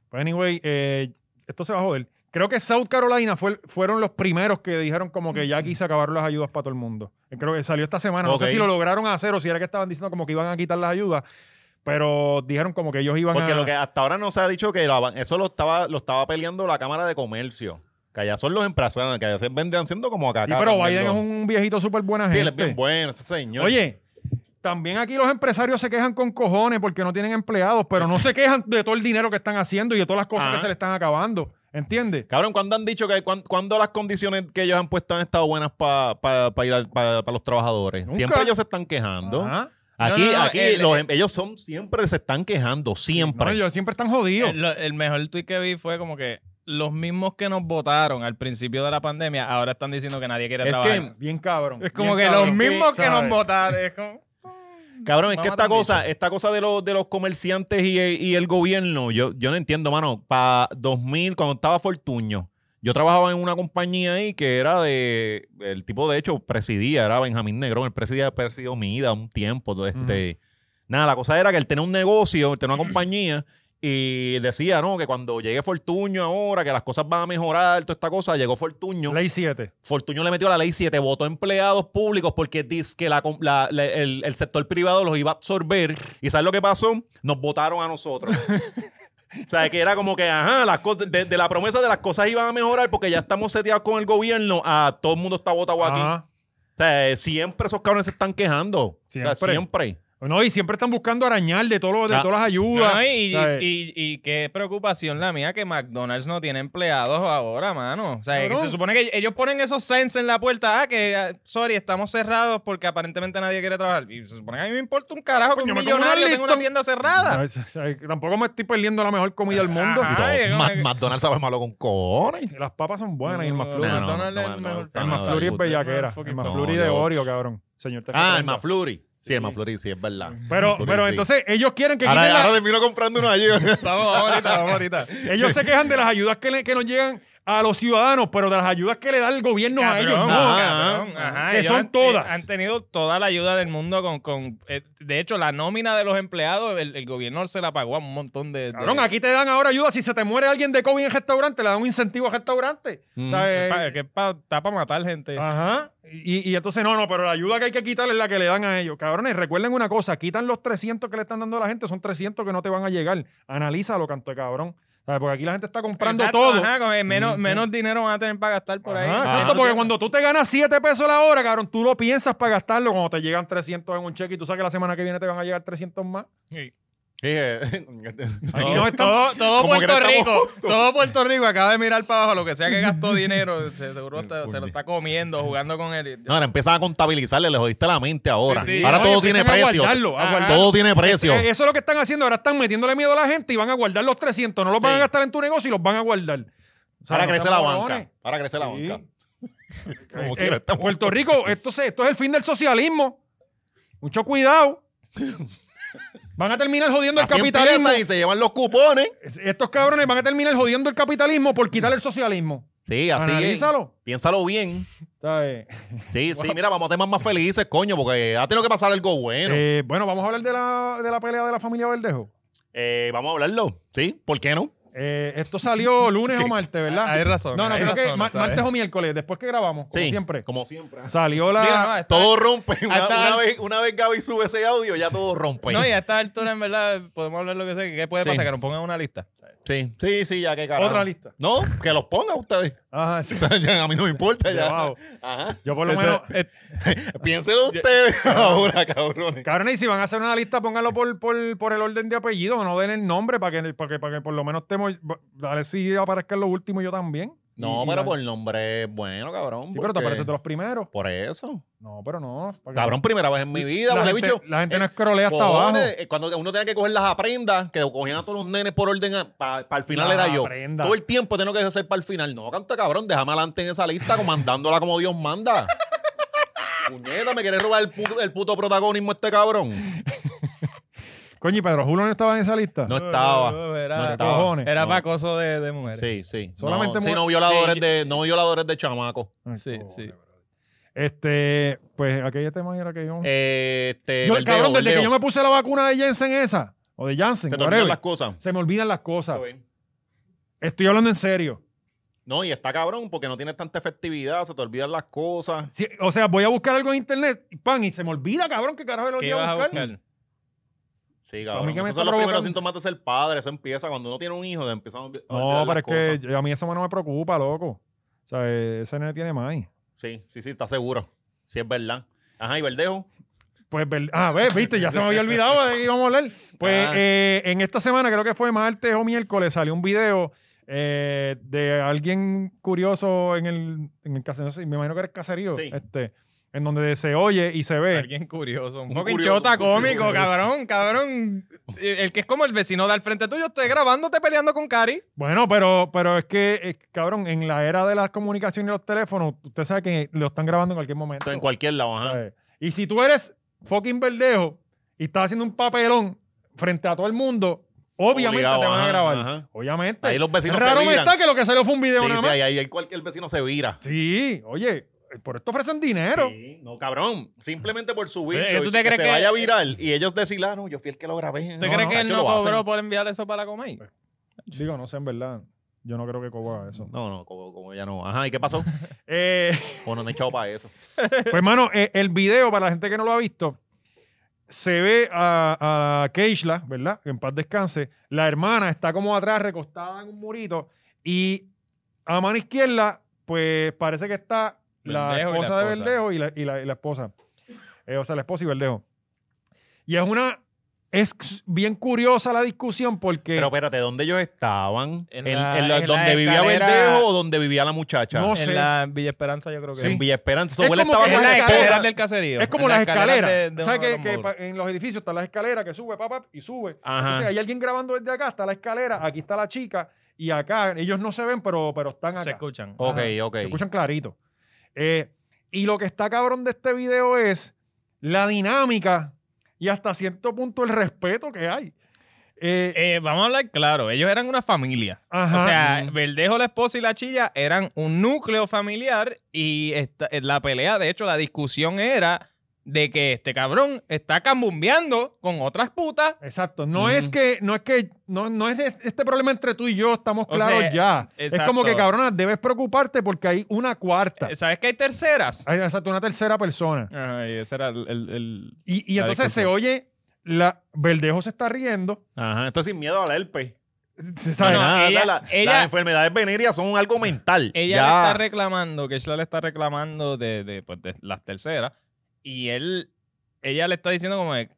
Speaker 1: Pues anyway, eh, esto se va a joder. Creo que South Carolina fue, fueron los primeros que dijeron como que ya aquí se acabaron las ayudas para todo el mundo. Creo que salió esta semana. No
Speaker 2: Ok.
Speaker 1: sé si lo lograron hacer o si era que estaban diciendo como que iban a quitar las ayudas, pero dijeron como que ellos iban
Speaker 2: Porque
Speaker 1: a...
Speaker 2: lo que hasta ahora no se ha dicho que la- eso lo estaba, lo estaba peleando la Cámara de Comercio. Que allá son los empresarios, que allá se vendrían siendo como acá.
Speaker 1: Sí,
Speaker 2: acá
Speaker 1: pero
Speaker 2: también
Speaker 1: Biden
Speaker 2: los-
Speaker 1: es un viejito súper buena gente.
Speaker 2: Sí, él
Speaker 3: Este.
Speaker 2: es bien bueno, ese señor.
Speaker 1: Oye, también aquí los empresarios se quejan con cojones porque no tienen empleados, pero no se quejan de todo el dinero que están haciendo y de todas las cosas
Speaker 2: Ajá.
Speaker 1: que se le están acabando. ¿Entiendes?
Speaker 2: Cabrón, ¿cuándo han dicho que cuán- cuándo las condiciones que ellos han puesto han estado buenas para ir al- pa- pa los trabajadores?
Speaker 1: Nunca.
Speaker 2: Siempre ellos se están quejando.
Speaker 1: Ajá.
Speaker 2: Aquí,
Speaker 3: No, no, no,
Speaker 2: aquí
Speaker 3: el-
Speaker 2: los em- ellos son siempre se están quejando, siempre.
Speaker 1: No, ellos siempre están jodidos.
Speaker 3: El, el mejor tweet que vi fue como que los mismos que nos votaron al principio de la pandemia ahora están diciendo que nadie quiere
Speaker 2: Es que-
Speaker 3: trabajar.
Speaker 1: Bien cabrón.
Speaker 3: Es como
Speaker 1: Bien
Speaker 3: que los
Speaker 1: cabrón.
Speaker 3: mismos que nos
Speaker 1: ¿Sabes?
Speaker 3: votaron. Es como...
Speaker 2: Cabrón, es
Speaker 3: Mamá
Speaker 2: que esta
Speaker 3: también.
Speaker 2: cosa, esta cosa de los de los comerciantes y, eh, y el gobierno, yo, yo no entiendo, mano. Para 2000, cuando estaba Fortuño, yo trabajaba en una compañía ahí que era de. El tipo, de hecho, presidía, era Benjamín Negrón, el presidía, presidió mi vida un tiempo. todo Este, Nada, la cosa era que él tenía un negocio, él tenía una compañía Y decía, ¿no? Que cuando llegue Fortuño ahora, que las cosas van a mejorar, toda esta cosa, llegó Fortuño.
Speaker 1: Ley 7.
Speaker 2: Fortuño le metió la ley 7, votó empleados públicos porque dice que la, com- la- la- el, el sector privado los iba a absorber. ¿Y sabes lo que pasó? Nos votaron a nosotros. o sea, que era como que, ajá, las cosas, de, de la promesa de las cosas iban a mejorar porque ya estamos seteados con el gobierno, a todo el mundo está votado aquí.
Speaker 1: Ajá.
Speaker 2: O sea, siempre esos cabrones se están quejando. O sea,
Speaker 1: Siempre.
Speaker 2: siempre.
Speaker 1: No, y siempre están buscando arañar de, todo lo- de
Speaker 2: Ah.
Speaker 1: todas las ayudas.
Speaker 3: No, y,
Speaker 1: ¿sabes?
Speaker 3: y- y qué preocupación la mía que McDonald's no tiene empleados ahora, mano. O sea, que
Speaker 1: Cabrón.
Speaker 3: se supone que ellos ponen esos sens en la puerta. Ah, que, ah, sorry, estamos cerrados porque aparentemente nadie quiere trabajar. Y se supone que a mí me importa un carajo que
Speaker 1: Coño,
Speaker 3: un
Speaker 1: me como una
Speaker 3: millonario tenga una
Speaker 1: Lipton.
Speaker 3: tienda cerrada.
Speaker 1: ¿Sabes? ¿Sabes? Tampoco me estoy perdiendo la mejor comida del mundo.
Speaker 3: Ajá. Ay,
Speaker 2: Y todo.
Speaker 3: no,
Speaker 2: Ma-
Speaker 3: eh.
Speaker 2: McDonald's sabe malo con cojones.
Speaker 1: Las papas son buenas y el McFlurry.
Speaker 2: No, no, no,
Speaker 3: McDonald's es
Speaker 2: no,
Speaker 3: el
Speaker 2: no,
Speaker 3: mejor.
Speaker 2: no,
Speaker 1: el
Speaker 2: no,
Speaker 1: McFlurry es
Speaker 2: no,
Speaker 1: bellaquera.
Speaker 3: no,
Speaker 1: el
Speaker 3: no,
Speaker 1: McFlurry
Speaker 2: no,
Speaker 1: de
Speaker 2: yo-
Speaker 1: Oreo, cabrón. Señor, te
Speaker 2: Ah, el
Speaker 1: comprendo.
Speaker 2: McFlurry. Sí, el McFlurry, sí, es verdad.
Speaker 1: Pero,
Speaker 2: McFlurry,
Speaker 1: pero
Speaker 2: sí.
Speaker 1: entonces ellos quieren Pues, que quiten
Speaker 2: Ahora,
Speaker 1: la-
Speaker 2: ahora termino comprando uno allí.
Speaker 3: Vamos, vamos ahorita, vamos ahorita.
Speaker 1: Ellos se quejan de las ayudas que, le- que nos llegan a los ciudadanos, pero de las ayudas que le da el gobierno a ellos, no.
Speaker 2: Ajá.
Speaker 3: cabrón, ajá.
Speaker 1: Que
Speaker 3: Ellos
Speaker 1: son
Speaker 3: han-
Speaker 1: todas.
Speaker 3: eh, Han tenido toda la ayuda del mundo con... con eh, de hecho, la nómina de los empleados, el, el gobierno se la pagó a un montón de... de-
Speaker 1: Cabrón, aquí te dan ahora ayuda. Si se te muere alguien de COVID en restaurante, le dan un incentivo al restaurante.
Speaker 2: Mm.
Speaker 3: Que
Speaker 1: ¿sabes?
Speaker 3: es pa- que es pa- está para matar gente.
Speaker 1: Ajá. Y, y entonces, no, no, pero la ayuda que hay que quitar es la que le dan a ellos. Cabrones, recuerden una cosa: quitan los 300 que le están dando a la gente, son 300 que no te van a llegar. Analízalo, canto de cabrón. ¿Sabes? Porque aquí la gente está comprando
Speaker 3: Exacto,
Speaker 1: todo.
Speaker 3: ajá, con el menos, menos dinero van a tener para gastar por ahí.
Speaker 1: Ajá,
Speaker 3: Ajá.
Speaker 1: exacto, porque cuando tú te ganas 7 pesos la hora, cabrón, tú lo piensas para gastarlo cuando te llegan 300 en un cheque y tú sabes que la semana que viene te van a llegar 300 más.
Speaker 2: Dije,
Speaker 1: Aquí no están-
Speaker 3: Todo, todo
Speaker 2: Como que no
Speaker 3: Puerto Rico,
Speaker 2: estamos
Speaker 3: todo Puerto Rico acaba de mirar para abajo lo que sea que gastó dinero, se, seguro está- se lo está comiendo, jugando con él.
Speaker 2: No, ahora empiezan a contabilizarle, le jodiste la mente ahora.
Speaker 3: Sí, sí.
Speaker 2: Ahora
Speaker 1: No, y
Speaker 2: todo tiene
Speaker 1: empiezan a
Speaker 2: precio.
Speaker 1: guardarlo, a
Speaker 2: Ajá.
Speaker 1: guardarlo.
Speaker 2: Todo tiene precio.
Speaker 1: Eh, Eso es lo que están haciendo. Ahora están metiéndole miedo a la gente y van a guardar los 300. No los van a
Speaker 2: Sí.
Speaker 1: gastar en tu negocio y los van a guardar. O sea,
Speaker 2: Ahora
Speaker 1: no
Speaker 2: crece la
Speaker 1: sean
Speaker 2: banca.
Speaker 1: morones.
Speaker 2: Ahora crece la
Speaker 1: Sí.
Speaker 2: banca.
Speaker 1: Eh,
Speaker 2: Como quiera,
Speaker 1: eh,
Speaker 2: estamos-
Speaker 1: Puerto Rico, esto, se- esto es el fin del socialismo. Mucho cuidado. Van a terminar jodiendo el
Speaker 2: Así
Speaker 1: capitalismo.
Speaker 2: empiezan y se llevan los cupones.
Speaker 1: Es- Estos cabrones van a terminar jodiendo el capitalismo por quitar el socialismo.
Speaker 2: Sí, así es.
Speaker 1: Analízalo.
Speaker 2: Piénsalo bien.
Speaker 1: ¿Sabes?
Speaker 2: Sí, sí, mira, vamos a temas más felices, coño, porque ha tenido que pasar algo bueno.
Speaker 1: Eh, bueno, vamos a hablar de la, de la pelea de la familia Verdejo.
Speaker 2: Eh, vamos a hablarlo. Sí, ¿por qué no?
Speaker 1: Eh, esto salió lunes o martes, ¿verdad?
Speaker 3: Hay razón,
Speaker 1: No, no,
Speaker 3: hay
Speaker 1: creo que
Speaker 3: razón,
Speaker 1: ma-
Speaker 3: ¿sabes?
Speaker 1: martes o miércoles, después que grabamos, como
Speaker 2: Sí,
Speaker 1: siempre. Ah,
Speaker 2: Como siempre.
Speaker 1: Salió la.
Speaker 3: Ah,
Speaker 2: Todo rompe. Una,
Speaker 3: hasta-
Speaker 2: una vez, una vez Gaby sube ese audio, ya todo rompe.
Speaker 3: a esta altura, en verdad, podemos hablar lo que sea. ¿Qué puede
Speaker 2: Sí.
Speaker 3: pasar? Que nos pongan una lista.
Speaker 2: Sí, sí, sí, ya que carajo.
Speaker 1: Otra lista.
Speaker 2: No, que los ponga ustedes.
Speaker 1: Ajá, sí.
Speaker 2: O sea, ya a mí no me importa
Speaker 1: de
Speaker 2: ya.
Speaker 1: abajo.
Speaker 2: Ajá.
Speaker 1: Yo por lo menos. eh,
Speaker 2: Piénselo ustedes ahora, cabrones.
Speaker 1: Cabrones, y si van a hacer una lista, pónganlo por, por, por el orden de apellido, no den el nombre para que, para que, para que por lo menos estemos. Dale si aparezca lo último yo también.
Speaker 2: No,
Speaker 1: Y- y
Speaker 2: pero
Speaker 1: la-
Speaker 2: por nombre es bueno, cabrón.
Speaker 1: Sí, pero te
Speaker 2: porque-
Speaker 1: apareces de los primeros.
Speaker 2: Por eso.
Speaker 1: No, pero no. para que-
Speaker 2: Cabrón, primera vez en mi vida,
Speaker 1: la
Speaker 2: huele
Speaker 1: gente,
Speaker 2: bicho.
Speaker 1: la gente
Speaker 2: Eh,
Speaker 1: no escrolea hasta abajo.
Speaker 2: cojones, eh, Cuando uno tenía que coger las aprendas, que cogían a todos los nenes por orden, para el final
Speaker 1: Las
Speaker 2: era yo.
Speaker 1: aprendas.
Speaker 2: Todo el tiempo tengo que hacer para el final. No, canto cabrón, déjame adelante en esa lista, comandándola como Dios manda. Puñeta, me quieres robar el puto, el puto protagonismo este cabrón.
Speaker 1: Coño, ¿y Pedro Julio no estaba en esa lista?
Speaker 2: No estaba.
Speaker 3: Era,
Speaker 2: No estaba.
Speaker 1: cojones.
Speaker 3: era
Speaker 2: No.
Speaker 3: para acoso de, de mujeres.
Speaker 2: Sí, sí.
Speaker 1: Solamente
Speaker 2: no, sí,
Speaker 1: mu-
Speaker 2: no violadores
Speaker 3: Sí,
Speaker 2: de, no violadores de chamacos.
Speaker 1: Ay,
Speaker 3: Sí,
Speaker 1: cojones,
Speaker 3: sí.
Speaker 1: brother. Este, pues aquella tema era que yo.
Speaker 2: Eh, Este,
Speaker 1: Yo,
Speaker 2: Verdeo,
Speaker 1: cabrón, desde
Speaker 2: Verdeo.
Speaker 1: que yo me puse la vacuna de Jensen esa, o de Janssen,
Speaker 2: Se te
Speaker 1: whatever,
Speaker 2: olvidan las cosas.
Speaker 1: se me olvidan las cosas. Estoy hablando en serio.
Speaker 2: No, y está cabrón porque no tienes tanta efectividad, se te olvidan las cosas.
Speaker 1: Si- o sea, voy a buscar algo en internet, pan, y se me olvida, cabrón, que carajo lo voy
Speaker 3: ¿Qué vas
Speaker 1: a
Speaker 3: a
Speaker 1: buscar.
Speaker 3: buscar?
Speaker 2: Sí,
Speaker 1: A mí
Speaker 2: cabrón.
Speaker 1: que me
Speaker 2: Esos
Speaker 1: está
Speaker 2: son los primeros
Speaker 1: provocando-
Speaker 2: síntomas de ser padre. Eso empieza cuando uno tiene un hijo, te empiezan a olvi- a
Speaker 1: No,
Speaker 2: olvidar
Speaker 1: pero
Speaker 2: las
Speaker 1: es que
Speaker 2: cosas.
Speaker 1: yo- a mí eso no me preocupa, loco. O sea, eh, ese nene tiene más.
Speaker 2: Sí, sí, sí, está seguro. Sí, es verdad. Ajá, y Verdejo.
Speaker 1: Pues, ver- ah, ves, viste, ya se me había olvidado de que íbamos a hablar. Pues
Speaker 2: Ah.
Speaker 1: eh, en esta semana, creo que fue martes o miércoles, salió un video eh, de alguien curioso en el, en el caserío, no sé, me imagino que era el caserío,
Speaker 2: Sí.
Speaker 1: este, en donde se oye y se ve.
Speaker 3: Alguien curioso. Un
Speaker 2: Un
Speaker 3: fucking
Speaker 2: curioso,
Speaker 3: chota
Speaker 2: un curioso,
Speaker 3: cómico,
Speaker 2: curioso.
Speaker 3: cabrón, cabrón. El que es como el vecino de al frente tuyo, estoy grabándote peleando con Cari.
Speaker 1: Bueno, pero, pero es que, eh, cabrón, en la era de las comunicaciones y los teléfonos, usted sabe que lo están grabando en cualquier momento.
Speaker 2: Entonces, en cualquier lado, ajá.
Speaker 1: ¿sabes? Y si tú eres fucking verdejo y estás haciendo un papelón frente a todo el mundo, obviamente
Speaker 2: Obligado,
Speaker 1: te van a
Speaker 2: ajá,
Speaker 1: grabar.
Speaker 2: ajá.
Speaker 1: Obviamente.
Speaker 2: Ahí los vecinos
Speaker 1: Raro
Speaker 2: se
Speaker 1: me
Speaker 2: viran.
Speaker 1: está que lo que salió fue un video
Speaker 2: Sí,
Speaker 1: nada
Speaker 2: sí,
Speaker 1: más.
Speaker 2: ahí, ahí cualquier vecino se vira.
Speaker 1: Sí, oye, Por esto ofrecen dinero.
Speaker 2: Sí, no, cabrón. Simplemente por subirlo
Speaker 3: Eh, ¿tú
Speaker 2: y
Speaker 3: te crees
Speaker 2: que,
Speaker 3: que-
Speaker 2: se vaya viral y ellos decir, ah, no, yo fui el que lo grabé.
Speaker 3: ¿Tú crees que él
Speaker 2: chacho,
Speaker 3: no
Speaker 2: lo hacen.
Speaker 3: cobró por enviar eso para la comer?
Speaker 1: Digo, no sé, en verdad. Yo no creo que cobra eso.
Speaker 2: No, no, como, como ya no. Ajá, ¿y qué pasó?
Speaker 1: Eh,
Speaker 2: O no han echado para eso.
Speaker 1: pues, hermano, eh, el video, para la gente que no lo ha visto, se ve a, a Keishla, ¿verdad? Que en paz descanse. La hermana está como atrás, recostada en un murito. Y a mano izquierda, pues parece que está la
Speaker 3: Verdejo y la
Speaker 1: esposa de
Speaker 3: esposa.
Speaker 1: Verdejo y la, y la- y la esposa. Eh, o sea, la esposa y Verdejo. Y es una. Es bien curiosa la discusión porque.
Speaker 3: pues,
Speaker 2: Pero espérate, ¿dónde ellos estaban?
Speaker 3: En
Speaker 2: En
Speaker 3: la-
Speaker 2: en la-
Speaker 3: en la
Speaker 2: ¿Dónde vivía
Speaker 3: escalera-
Speaker 2: Verdejo o dónde vivía la muchacha?
Speaker 1: No sé.
Speaker 3: En la Villa Esperanza yo creo que
Speaker 1: Sí.
Speaker 2: En Villa Esperanza. Su
Speaker 1: Es
Speaker 2: abuela
Speaker 1: como
Speaker 2: estaba
Speaker 1: que
Speaker 2: con
Speaker 1: en
Speaker 2: la
Speaker 1: la
Speaker 2: esposa.
Speaker 1: escalera-
Speaker 3: del caserío.
Speaker 1: Es como
Speaker 3: En
Speaker 1: las escaleras.
Speaker 3: de- de
Speaker 1: ¿Sabes
Speaker 3: uno de
Speaker 1: que,
Speaker 3: los
Speaker 1: que
Speaker 3: módulos.
Speaker 1: pa- en los edificios están las escaleras que sube, papá, y sube?
Speaker 2: Ajá.
Speaker 1: Entonces hay alguien grabando desde acá, está la escalera, aquí está la chica, y acá, ellos no se ven, pero, pero están acá.
Speaker 3: se escuchan?
Speaker 2: Ok,
Speaker 1: Ajá.
Speaker 2: ok.
Speaker 1: Se escuchan clarito. Eh, y lo que está cabrón de este video es la dinámica y hasta cierto punto el respeto que hay. Eh,
Speaker 3: Eh, vamos a hablar claro, ellos eran una familia.
Speaker 1: Ajá.
Speaker 3: O sea,
Speaker 2: Ujú.
Speaker 3: Verdejo, la esposa y la chilla eran un núcleo familiar y esta- eh, la pelea, de hecho, la discusión era de que este cabrón está cambumbeando con otras putas.
Speaker 1: Exacto, no
Speaker 2: Ujú.
Speaker 1: es que no es que no, no es este problema entre tú y yo, estamos
Speaker 3: O
Speaker 1: claros
Speaker 3: sea,
Speaker 1: ya. Es como
Speaker 3: exacto.
Speaker 1: que cabrona, debes preocuparte porque hay una cuarta.
Speaker 3: Eh, ¿Sabes que hay terceras?
Speaker 1: Hay, exacto, una tercera persona.
Speaker 3: Ay, ese era el...
Speaker 1: Y, y
Speaker 3: Ah, La
Speaker 1: entonces se
Speaker 3: discusión.
Speaker 1: oye, la Verdejo se está riendo.
Speaker 2: Ajá, esto sin miedo al herpes.
Speaker 1: ¿sabes?
Speaker 3: No, no,
Speaker 2: Nada,
Speaker 3: ella-
Speaker 2: la-
Speaker 3: ella-
Speaker 2: las enfermedades venéreas son algo mental.
Speaker 3: Ella
Speaker 2: Ya.
Speaker 3: le está reclamando, que Shla le está reclamando de, de, pues, de las terceras. Y él, ella le está diciendo como que-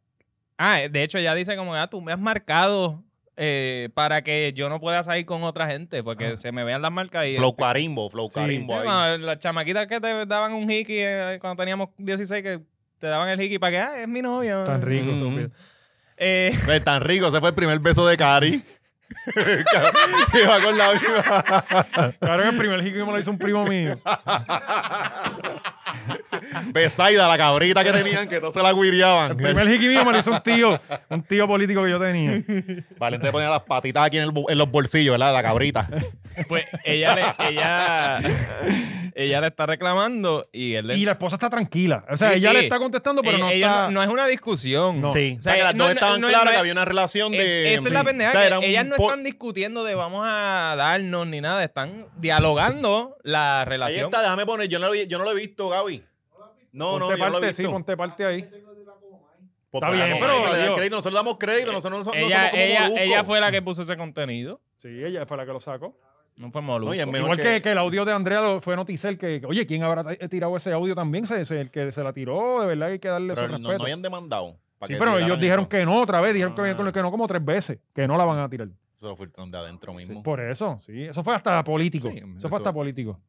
Speaker 3: ah, de hecho ella dice como, ah, tú me has marcado eh, para que yo no pueda salir con otra gente, porque
Speaker 1: Ah.
Speaker 3: se me vean las marcas y...
Speaker 2: Flow carimbo, flow carimbo
Speaker 3: Sí,
Speaker 2: ahí.
Speaker 3: bueno, las chamaquitas que te daban un hickey eh, cuando teníamos 16, que te daban el hickey para que, ah, es mi novio.
Speaker 1: Tan rico.
Speaker 2: Ujú.
Speaker 1: estúpido.
Speaker 3: Eh,
Speaker 2: Fue Pues, tan rico, ese fue el primer beso de Cari. que va con la misma.
Speaker 1: Claro que el primer hickey me lo hizo un primo mío.
Speaker 2: Besaida, la cabrita que tenían, que no se la guiriaban.
Speaker 1: El primer hickey mío me lo hizo un tío, un tío político que yo tenía.
Speaker 2: Valente ponía las patitas aquí en, el bu- en los bolsillos, ¿verdad? La cabrita.
Speaker 3: pues ella le, ella, ella le está reclamando y él le
Speaker 1: Y la esposa está tranquila. O sea,
Speaker 3: Sí,
Speaker 1: ella
Speaker 3: sí.
Speaker 1: le está contestando, pero
Speaker 3: Eh,
Speaker 1: no
Speaker 3: ellos
Speaker 1: está.
Speaker 3: no es una discusión.
Speaker 1: No.
Speaker 2: Sí.
Speaker 3: O
Speaker 2: O
Speaker 3: sea,
Speaker 2: sea, que las
Speaker 3: no-
Speaker 2: dos
Speaker 3: no-
Speaker 2: estaban
Speaker 3: no-
Speaker 2: claras
Speaker 3: no es-
Speaker 2: que había una relación
Speaker 3: Es-
Speaker 2: de.
Speaker 3: esa es la
Speaker 2: sí.
Speaker 3: pendeja.
Speaker 2: O sea,
Speaker 3: que
Speaker 2: era un
Speaker 3: ellas no
Speaker 2: po-
Speaker 3: están discutiendo de vamos a darnos ni nada. Están dialogando la
Speaker 2: Ahí
Speaker 3: relación.
Speaker 2: está, déjame poner. Yo no lo, vi- yo no lo he visto, Gaby. No, no,
Speaker 1: ponte
Speaker 2: yo no lo he
Speaker 1: parte, sí,
Speaker 2: visto.
Speaker 1: ponte parte ahí.
Speaker 2: Pues,
Speaker 1: Está
Speaker 2: pues,
Speaker 1: bien,
Speaker 2: vamos,
Speaker 1: pero,
Speaker 2: hay que le dar
Speaker 1: digo-
Speaker 2: crédito. Nosotros damos crédito, nosotros no, so- no
Speaker 3: ella,
Speaker 2: somos como
Speaker 3: ella,
Speaker 2: Molusco.
Speaker 3: ella fue la que puso ese contenido.
Speaker 1: Sí, ella fue la que lo sacó.
Speaker 3: No fue Molusco.
Speaker 2: No, y es mejor
Speaker 1: Igual que,
Speaker 2: que-
Speaker 1: que el audio de Andrea lo- fue Noticel, que, que, oye, ¿quién habrá t- tirado ese audio también? Se, se- el que se la tiró, de verdad que hay que darle
Speaker 2: Pero
Speaker 1: su
Speaker 2: no,
Speaker 1: respeto.
Speaker 2: no habían demandado. para
Speaker 1: sí,
Speaker 2: que
Speaker 1: pero
Speaker 2: le
Speaker 1: ellos
Speaker 2: dieran
Speaker 1: dijeron
Speaker 2: eso.
Speaker 1: que no otra vez, dijeron que,
Speaker 2: Ah.
Speaker 1: que no como tres veces, que no la van a tirar.
Speaker 2: Se lo filtraron de adentro mismo. Ah,
Speaker 1: Por eso, sí. Eso fue hasta político.
Speaker 2: Sí,
Speaker 1: eso,
Speaker 2: eso-
Speaker 1: fue hasta político.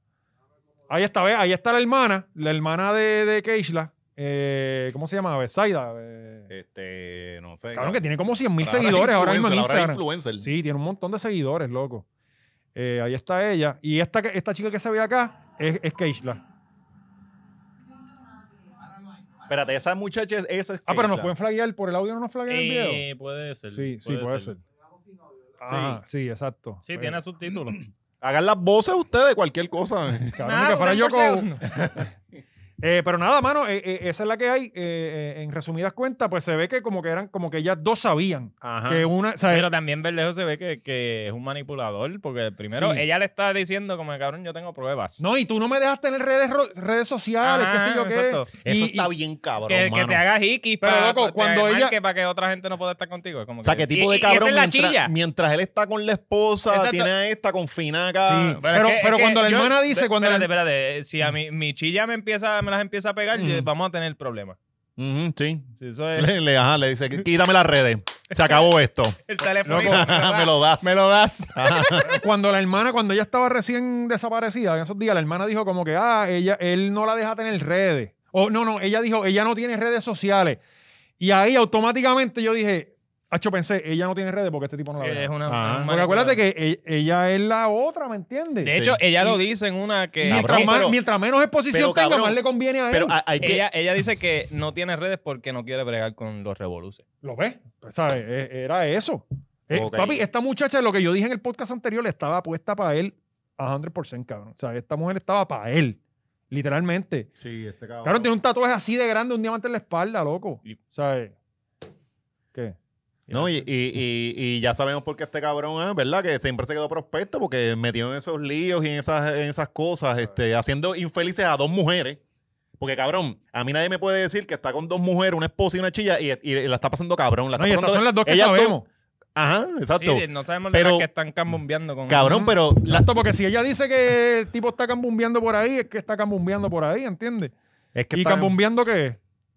Speaker 1: Ahí está, ve, ahí está la hermana, la hermana de, de Keishla. eh, ¿Cómo se llama? Besaida. Eh,
Speaker 2: Este, no sé.
Speaker 1: cabrón, que tiene como 100 mil
Speaker 2: Ahora es
Speaker 1: seguidores ahora mismo en
Speaker 2: influencer, ahora es
Speaker 1: Instagram.
Speaker 2: influencer.
Speaker 1: Sí, tiene un montón de seguidores, loco. Eh, ahí está ella. Y esta, que- esta chica que se ve acá es, es Keishla. Ah,
Speaker 2: Espérate, esa muchacha es. Esa es
Speaker 1: Ah, pero nos
Speaker 2: Keisla.
Speaker 1: pueden flaguear por el audio, no nos flaguean el video.
Speaker 3: Eh, puede ser.
Speaker 1: Sí, sí, puede ser. Ajá, sí, exacto. Pues,
Speaker 3: Sí, tiene subtítulos.
Speaker 2: Hagan las voces ustedes, cualquier cosa.
Speaker 1: Cabrón,
Speaker 3: Nada,
Speaker 1: que fuera
Speaker 3: total
Speaker 1: yo
Speaker 3: por
Speaker 1: con...
Speaker 3: segundo.
Speaker 1: Eh, pero nada, mano, eh, eh, esa es la que hay. eh, eh, en resumidas cuentas, pues se ve que como que eran, como que ellas dos sabían
Speaker 2: Ajá.
Speaker 1: que una, o sea,
Speaker 3: Ah. Pero también Verdejo se ve que, que es un manipulador. Porque primero
Speaker 1: Sí.
Speaker 3: ella le está diciendo como cabrón, yo tengo pruebas.
Speaker 1: no, y tú no me dejas tener redes, ro- redes sociales,
Speaker 3: Ajá,
Speaker 1: qué sé yo qué.
Speaker 3: Ah, exacto.
Speaker 2: Eso
Speaker 1: Y-
Speaker 2: está
Speaker 1: y-
Speaker 2: bien cabrón,
Speaker 3: que, que
Speaker 2: mano.
Speaker 3: te hagas hickey
Speaker 1: Pero,
Speaker 3: para,
Speaker 1: loco, cuando ella-
Speaker 3: para que otra gente no pueda estar contigo. Es como
Speaker 2: O sea,
Speaker 3: que
Speaker 2: qué tipo de
Speaker 3: Y- y- y esa
Speaker 2: cabrón
Speaker 3: es la chilla.
Speaker 2: mientras, mientras él está con la esposa,
Speaker 3: Exacto.
Speaker 2: tiene a esta confinada
Speaker 1: Sí.
Speaker 2: acá.
Speaker 1: Pero es que- es que yo- ve-
Speaker 3: Espérate,
Speaker 1: espérate,
Speaker 3: espérate. eh, Si a mi, mi chilla me, empieza, me las empieza a pegar,
Speaker 2: yo-
Speaker 3: vamos a tener problemas.
Speaker 2: Ujú, sí.
Speaker 3: eso es...
Speaker 2: Le, le- ajá, le dice, quítame las redes. Se acabó esto.
Speaker 3: El teléfono.
Speaker 1: Loco.
Speaker 2: me lo das.
Speaker 3: Me lo das.
Speaker 1: Cuando la hermana, cuando ella estaba recién desaparecida, en esos días, la hermana dijo como que, ah, ella, él no la deja tener redes. O no, no, ella dijo, ella no tiene redes sociales. Y ahí automáticamente yo dije, Hacho, pensé, ella no tiene redes porque este tipo no la deja.
Speaker 3: Es una-
Speaker 2: Ajá.
Speaker 3: un
Speaker 1: Porque acuérdate que e- ella es la otra, ¿me entiendes?
Speaker 3: De hecho,
Speaker 2: Sí.
Speaker 3: ella lo dice en una que...
Speaker 2: Cabrón,
Speaker 1: mientras, más-
Speaker 2: pero-
Speaker 1: mientras menos exposición
Speaker 2: pero,
Speaker 1: tenga,
Speaker 2: cabrón,
Speaker 1: más le conviene a él.
Speaker 2: Pero a- hay que.
Speaker 3: Ella, ella dice que no tiene redes porque no quiere bregar con los revoluces.
Speaker 1: ¿Lo ves? Pues, ¿sabes? E- Era eso. Eh,
Speaker 2: Ok.
Speaker 1: Papi, esta muchacha, lo que yo dije en el podcast anterior, estaba puesta para él a 100%, cabrón. O sea, esta mujer estaba para él. Literalmente.
Speaker 2: Sí, este cabrón.
Speaker 1: Claro, tiene un tatuaje así de grande, un diamante en la espalda, loco. ¿Sabes? ¿Qué?
Speaker 2: No, y, y- y- y ya sabemos por qué este cabrón es, ¿verdad? Que siempre se quedó prospecto porque metió en esos líos y en esas, en esas cosas, este, haciendo infelices a dos mujeres. Porque, cabrón, a mí nadie me puede decir que está con dos mujeres, una esposa y una chilla, y, y la está pasando cabrón. La
Speaker 1: No,
Speaker 2: está
Speaker 1: y estas
Speaker 2: pasando-
Speaker 1: son las dos que
Speaker 2: ellas dos-
Speaker 1: sabemos.
Speaker 2: Ajá, exacto.
Speaker 3: Sí, no sabemos
Speaker 2: Pero-
Speaker 3: las que están cambombeando con
Speaker 2: Cabrón, pero la-
Speaker 1: Exacto, porque si ella dice que el tipo está cambumbeando por ahí, es que está cambumbeando por ahí, ¿entiendes?
Speaker 2: es que
Speaker 1: ¿Y
Speaker 2: están-
Speaker 1: cambumbeando qué es?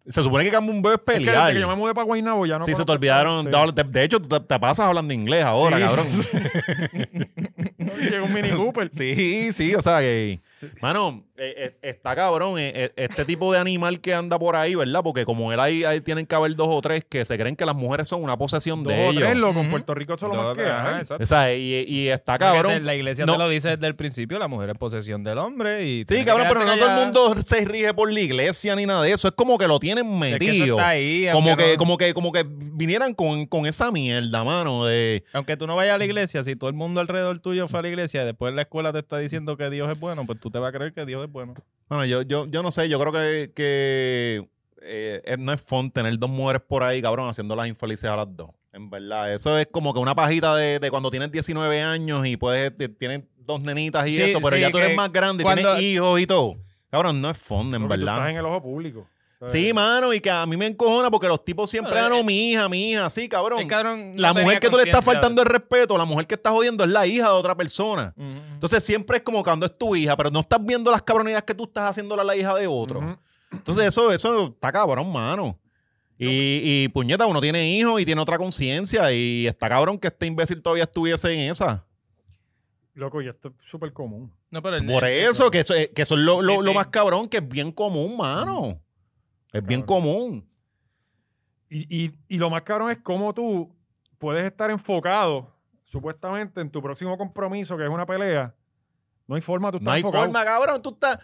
Speaker 2: se supone que Cambumbeo es
Speaker 1: Es que desde
Speaker 2: pelear.
Speaker 1: que yo me mudé para Guaynabo ya no
Speaker 2: sí, se te
Speaker 1: conozco-
Speaker 2: olvidaron.
Speaker 1: Sí.
Speaker 2: De, de hecho, tú te, te pasas hablando inglés ahora,
Speaker 1: Sí.
Speaker 2: cabrón.
Speaker 1: Llegó un Mini Cooper.
Speaker 2: Sí, sí, o sea que. Mano, eh, eh, está cabrón. eh, eh, este tipo de animal que anda por ahí, ¿verdad? Porque como él ahí, ahí tienen que haber dos o tres que se creen que las mujeres son una posesión
Speaker 1: Dos
Speaker 2: de
Speaker 1: o tres,
Speaker 2: ellos.
Speaker 1: loco. En
Speaker 3: Ujú.
Speaker 1: Puerto Rico eso es lo más
Speaker 3: Todo-
Speaker 1: que
Speaker 3: ajá,
Speaker 1: hay.
Speaker 3: exacto.
Speaker 2: O sea, y, y está
Speaker 3: Porque
Speaker 2: cabrón.
Speaker 3: se- La iglesia
Speaker 2: No.
Speaker 3: te lo dice desde el principio, la mujer es posesión del hombre y... tiene
Speaker 2: Sí,
Speaker 3: que
Speaker 2: cabrón, pero no
Speaker 3: quedarse
Speaker 2: todo el
Speaker 3: callada.
Speaker 2: mundo se rige por la iglesia ni nada de eso. Es como que lo tienen
Speaker 3: Es
Speaker 2: metido.
Speaker 3: que eso está ahí,
Speaker 2: como,
Speaker 3: aunque
Speaker 2: que,
Speaker 3: no-
Speaker 2: como, que, como que vinieran con, con esa mierda, mano. De,
Speaker 3: Aunque tú no vayas a la iglesia, si todo el mundo alrededor tuyo fue a la iglesia y después la escuela te está diciendo que Dios es bueno, pues tú te vas a creer que Dios es bueno.
Speaker 2: Bueno, yo, yo, yo no sé, yo creo que, que eh, eh, no es fun tener dos mujeres por ahí, cabrón, haciendo las infelices a las dos. En verdad, eso es como que una pajita de, de cuando tienes 19 años y puedes te- tienes dos nenitas y
Speaker 3: Sí,
Speaker 2: eso, pero
Speaker 3: sí,
Speaker 2: ya tú eres
Speaker 3: que
Speaker 2: más grande, y
Speaker 3: cuando-
Speaker 2: tienes hijos y todo. Cabrón, no es fun, en
Speaker 1: Porque tú Estás
Speaker 2: verdad.
Speaker 1: en el ojo público. Eh, ¿sabes?
Speaker 2: Sí, mano, y que a mí me encojona porque los tipos siempre,
Speaker 3: Pero,
Speaker 2: ah, no,
Speaker 3: eh,
Speaker 2: mi hija, mi hija, sí, cabrón.
Speaker 3: El cabrón no
Speaker 2: la mujer
Speaker 3: tenía
Speaker 2: que tú le estás
Speaker 3: conciencia.
Speaker 2: faltando el respeto, la mujer que estás jodiendo es la hija de otra persona.
Speaker 3: Ujú, ujú.
Speaker 2: Entonces siempre es como cuando es tu hija, pero no estás viendo las cabronidades que tú estás haciéndole a la hija de otro.
Speaker 1: Ujú.
Speaker 2: Entonces eso, eso está cabrón, mano. Y, y puñeta, uno tiene hijos y tiene otra conciencia y está cabrón que este imbécil todavía estuviese en esa.
Speaker 1: Loco, y esto es súper común.
Speaker 3: No, pero el-
Speaker 2: Por
Speaker 3: el-
Speaker 2: eso, que eso, es- que eso es lo,
Speaker 3: Sí,
Speaker 2: lo- lo
Speaker 3: sí.
Speaker 2: más cabrón, que es bien común, mano. Es bien
Speaker 1: Cabrón.
Speaker 2: común.
Speaker 1: Y, y- y lo más cabrón es cómo tú puedes estar enfocado, supuestamente, en tu próximo compromiso, que es una pelea. No hay forma, tú estás
Speaker 2: No hay
Speaker 1: enfocado.
Speaker 2: forma, cabrón. Tú estás,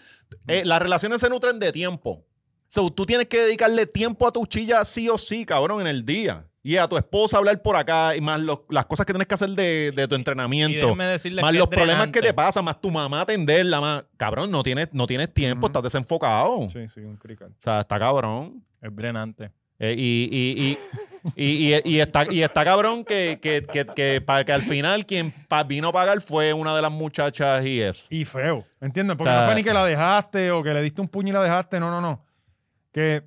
Speaker 2: eh, las relaciones se nutren de tiempo. So, tú tienes que dedicarle tiempo a tu chilla sí o sí, cabrón, en el día. Y a tu esposa hablar por acá, y más los- las cosas que tienes que hacer de, de tu
Speaker 3: Y
Speaker 2: entrenamiento.
Speaker 3: déjenme decirles
Speaker 2: Más
Speaker 3: que
Speaker 2: los
Speaker 3: es
Speaker 2: problemas que
Speaker 3: drenante.
Speaker 2: te pasan, más tu mamá atenderla, más. Cabrón, no tienes, no tienes tiempo,
Speaker 1: Ujú.
Speaker 2: estás desenfocado.
Speaker 1: Sí, sí, un crical.
Speaker 2: O sea, está cabrón.
Speaker 3: Es drenante.
Speaker 2: Eh, y, y, y, y, y- y está, y está cabrón que, que, que, que, pa- que al final quien pa- vino a pagar fue una de las muchachas y eso.
Speaker 1: Y feo, ¿entiendes? Porque
Speaker 2: O sea-
Speaker 1: no fue ni que la dejaste o que le diste un puño y la dejaste. No, no, no. Que,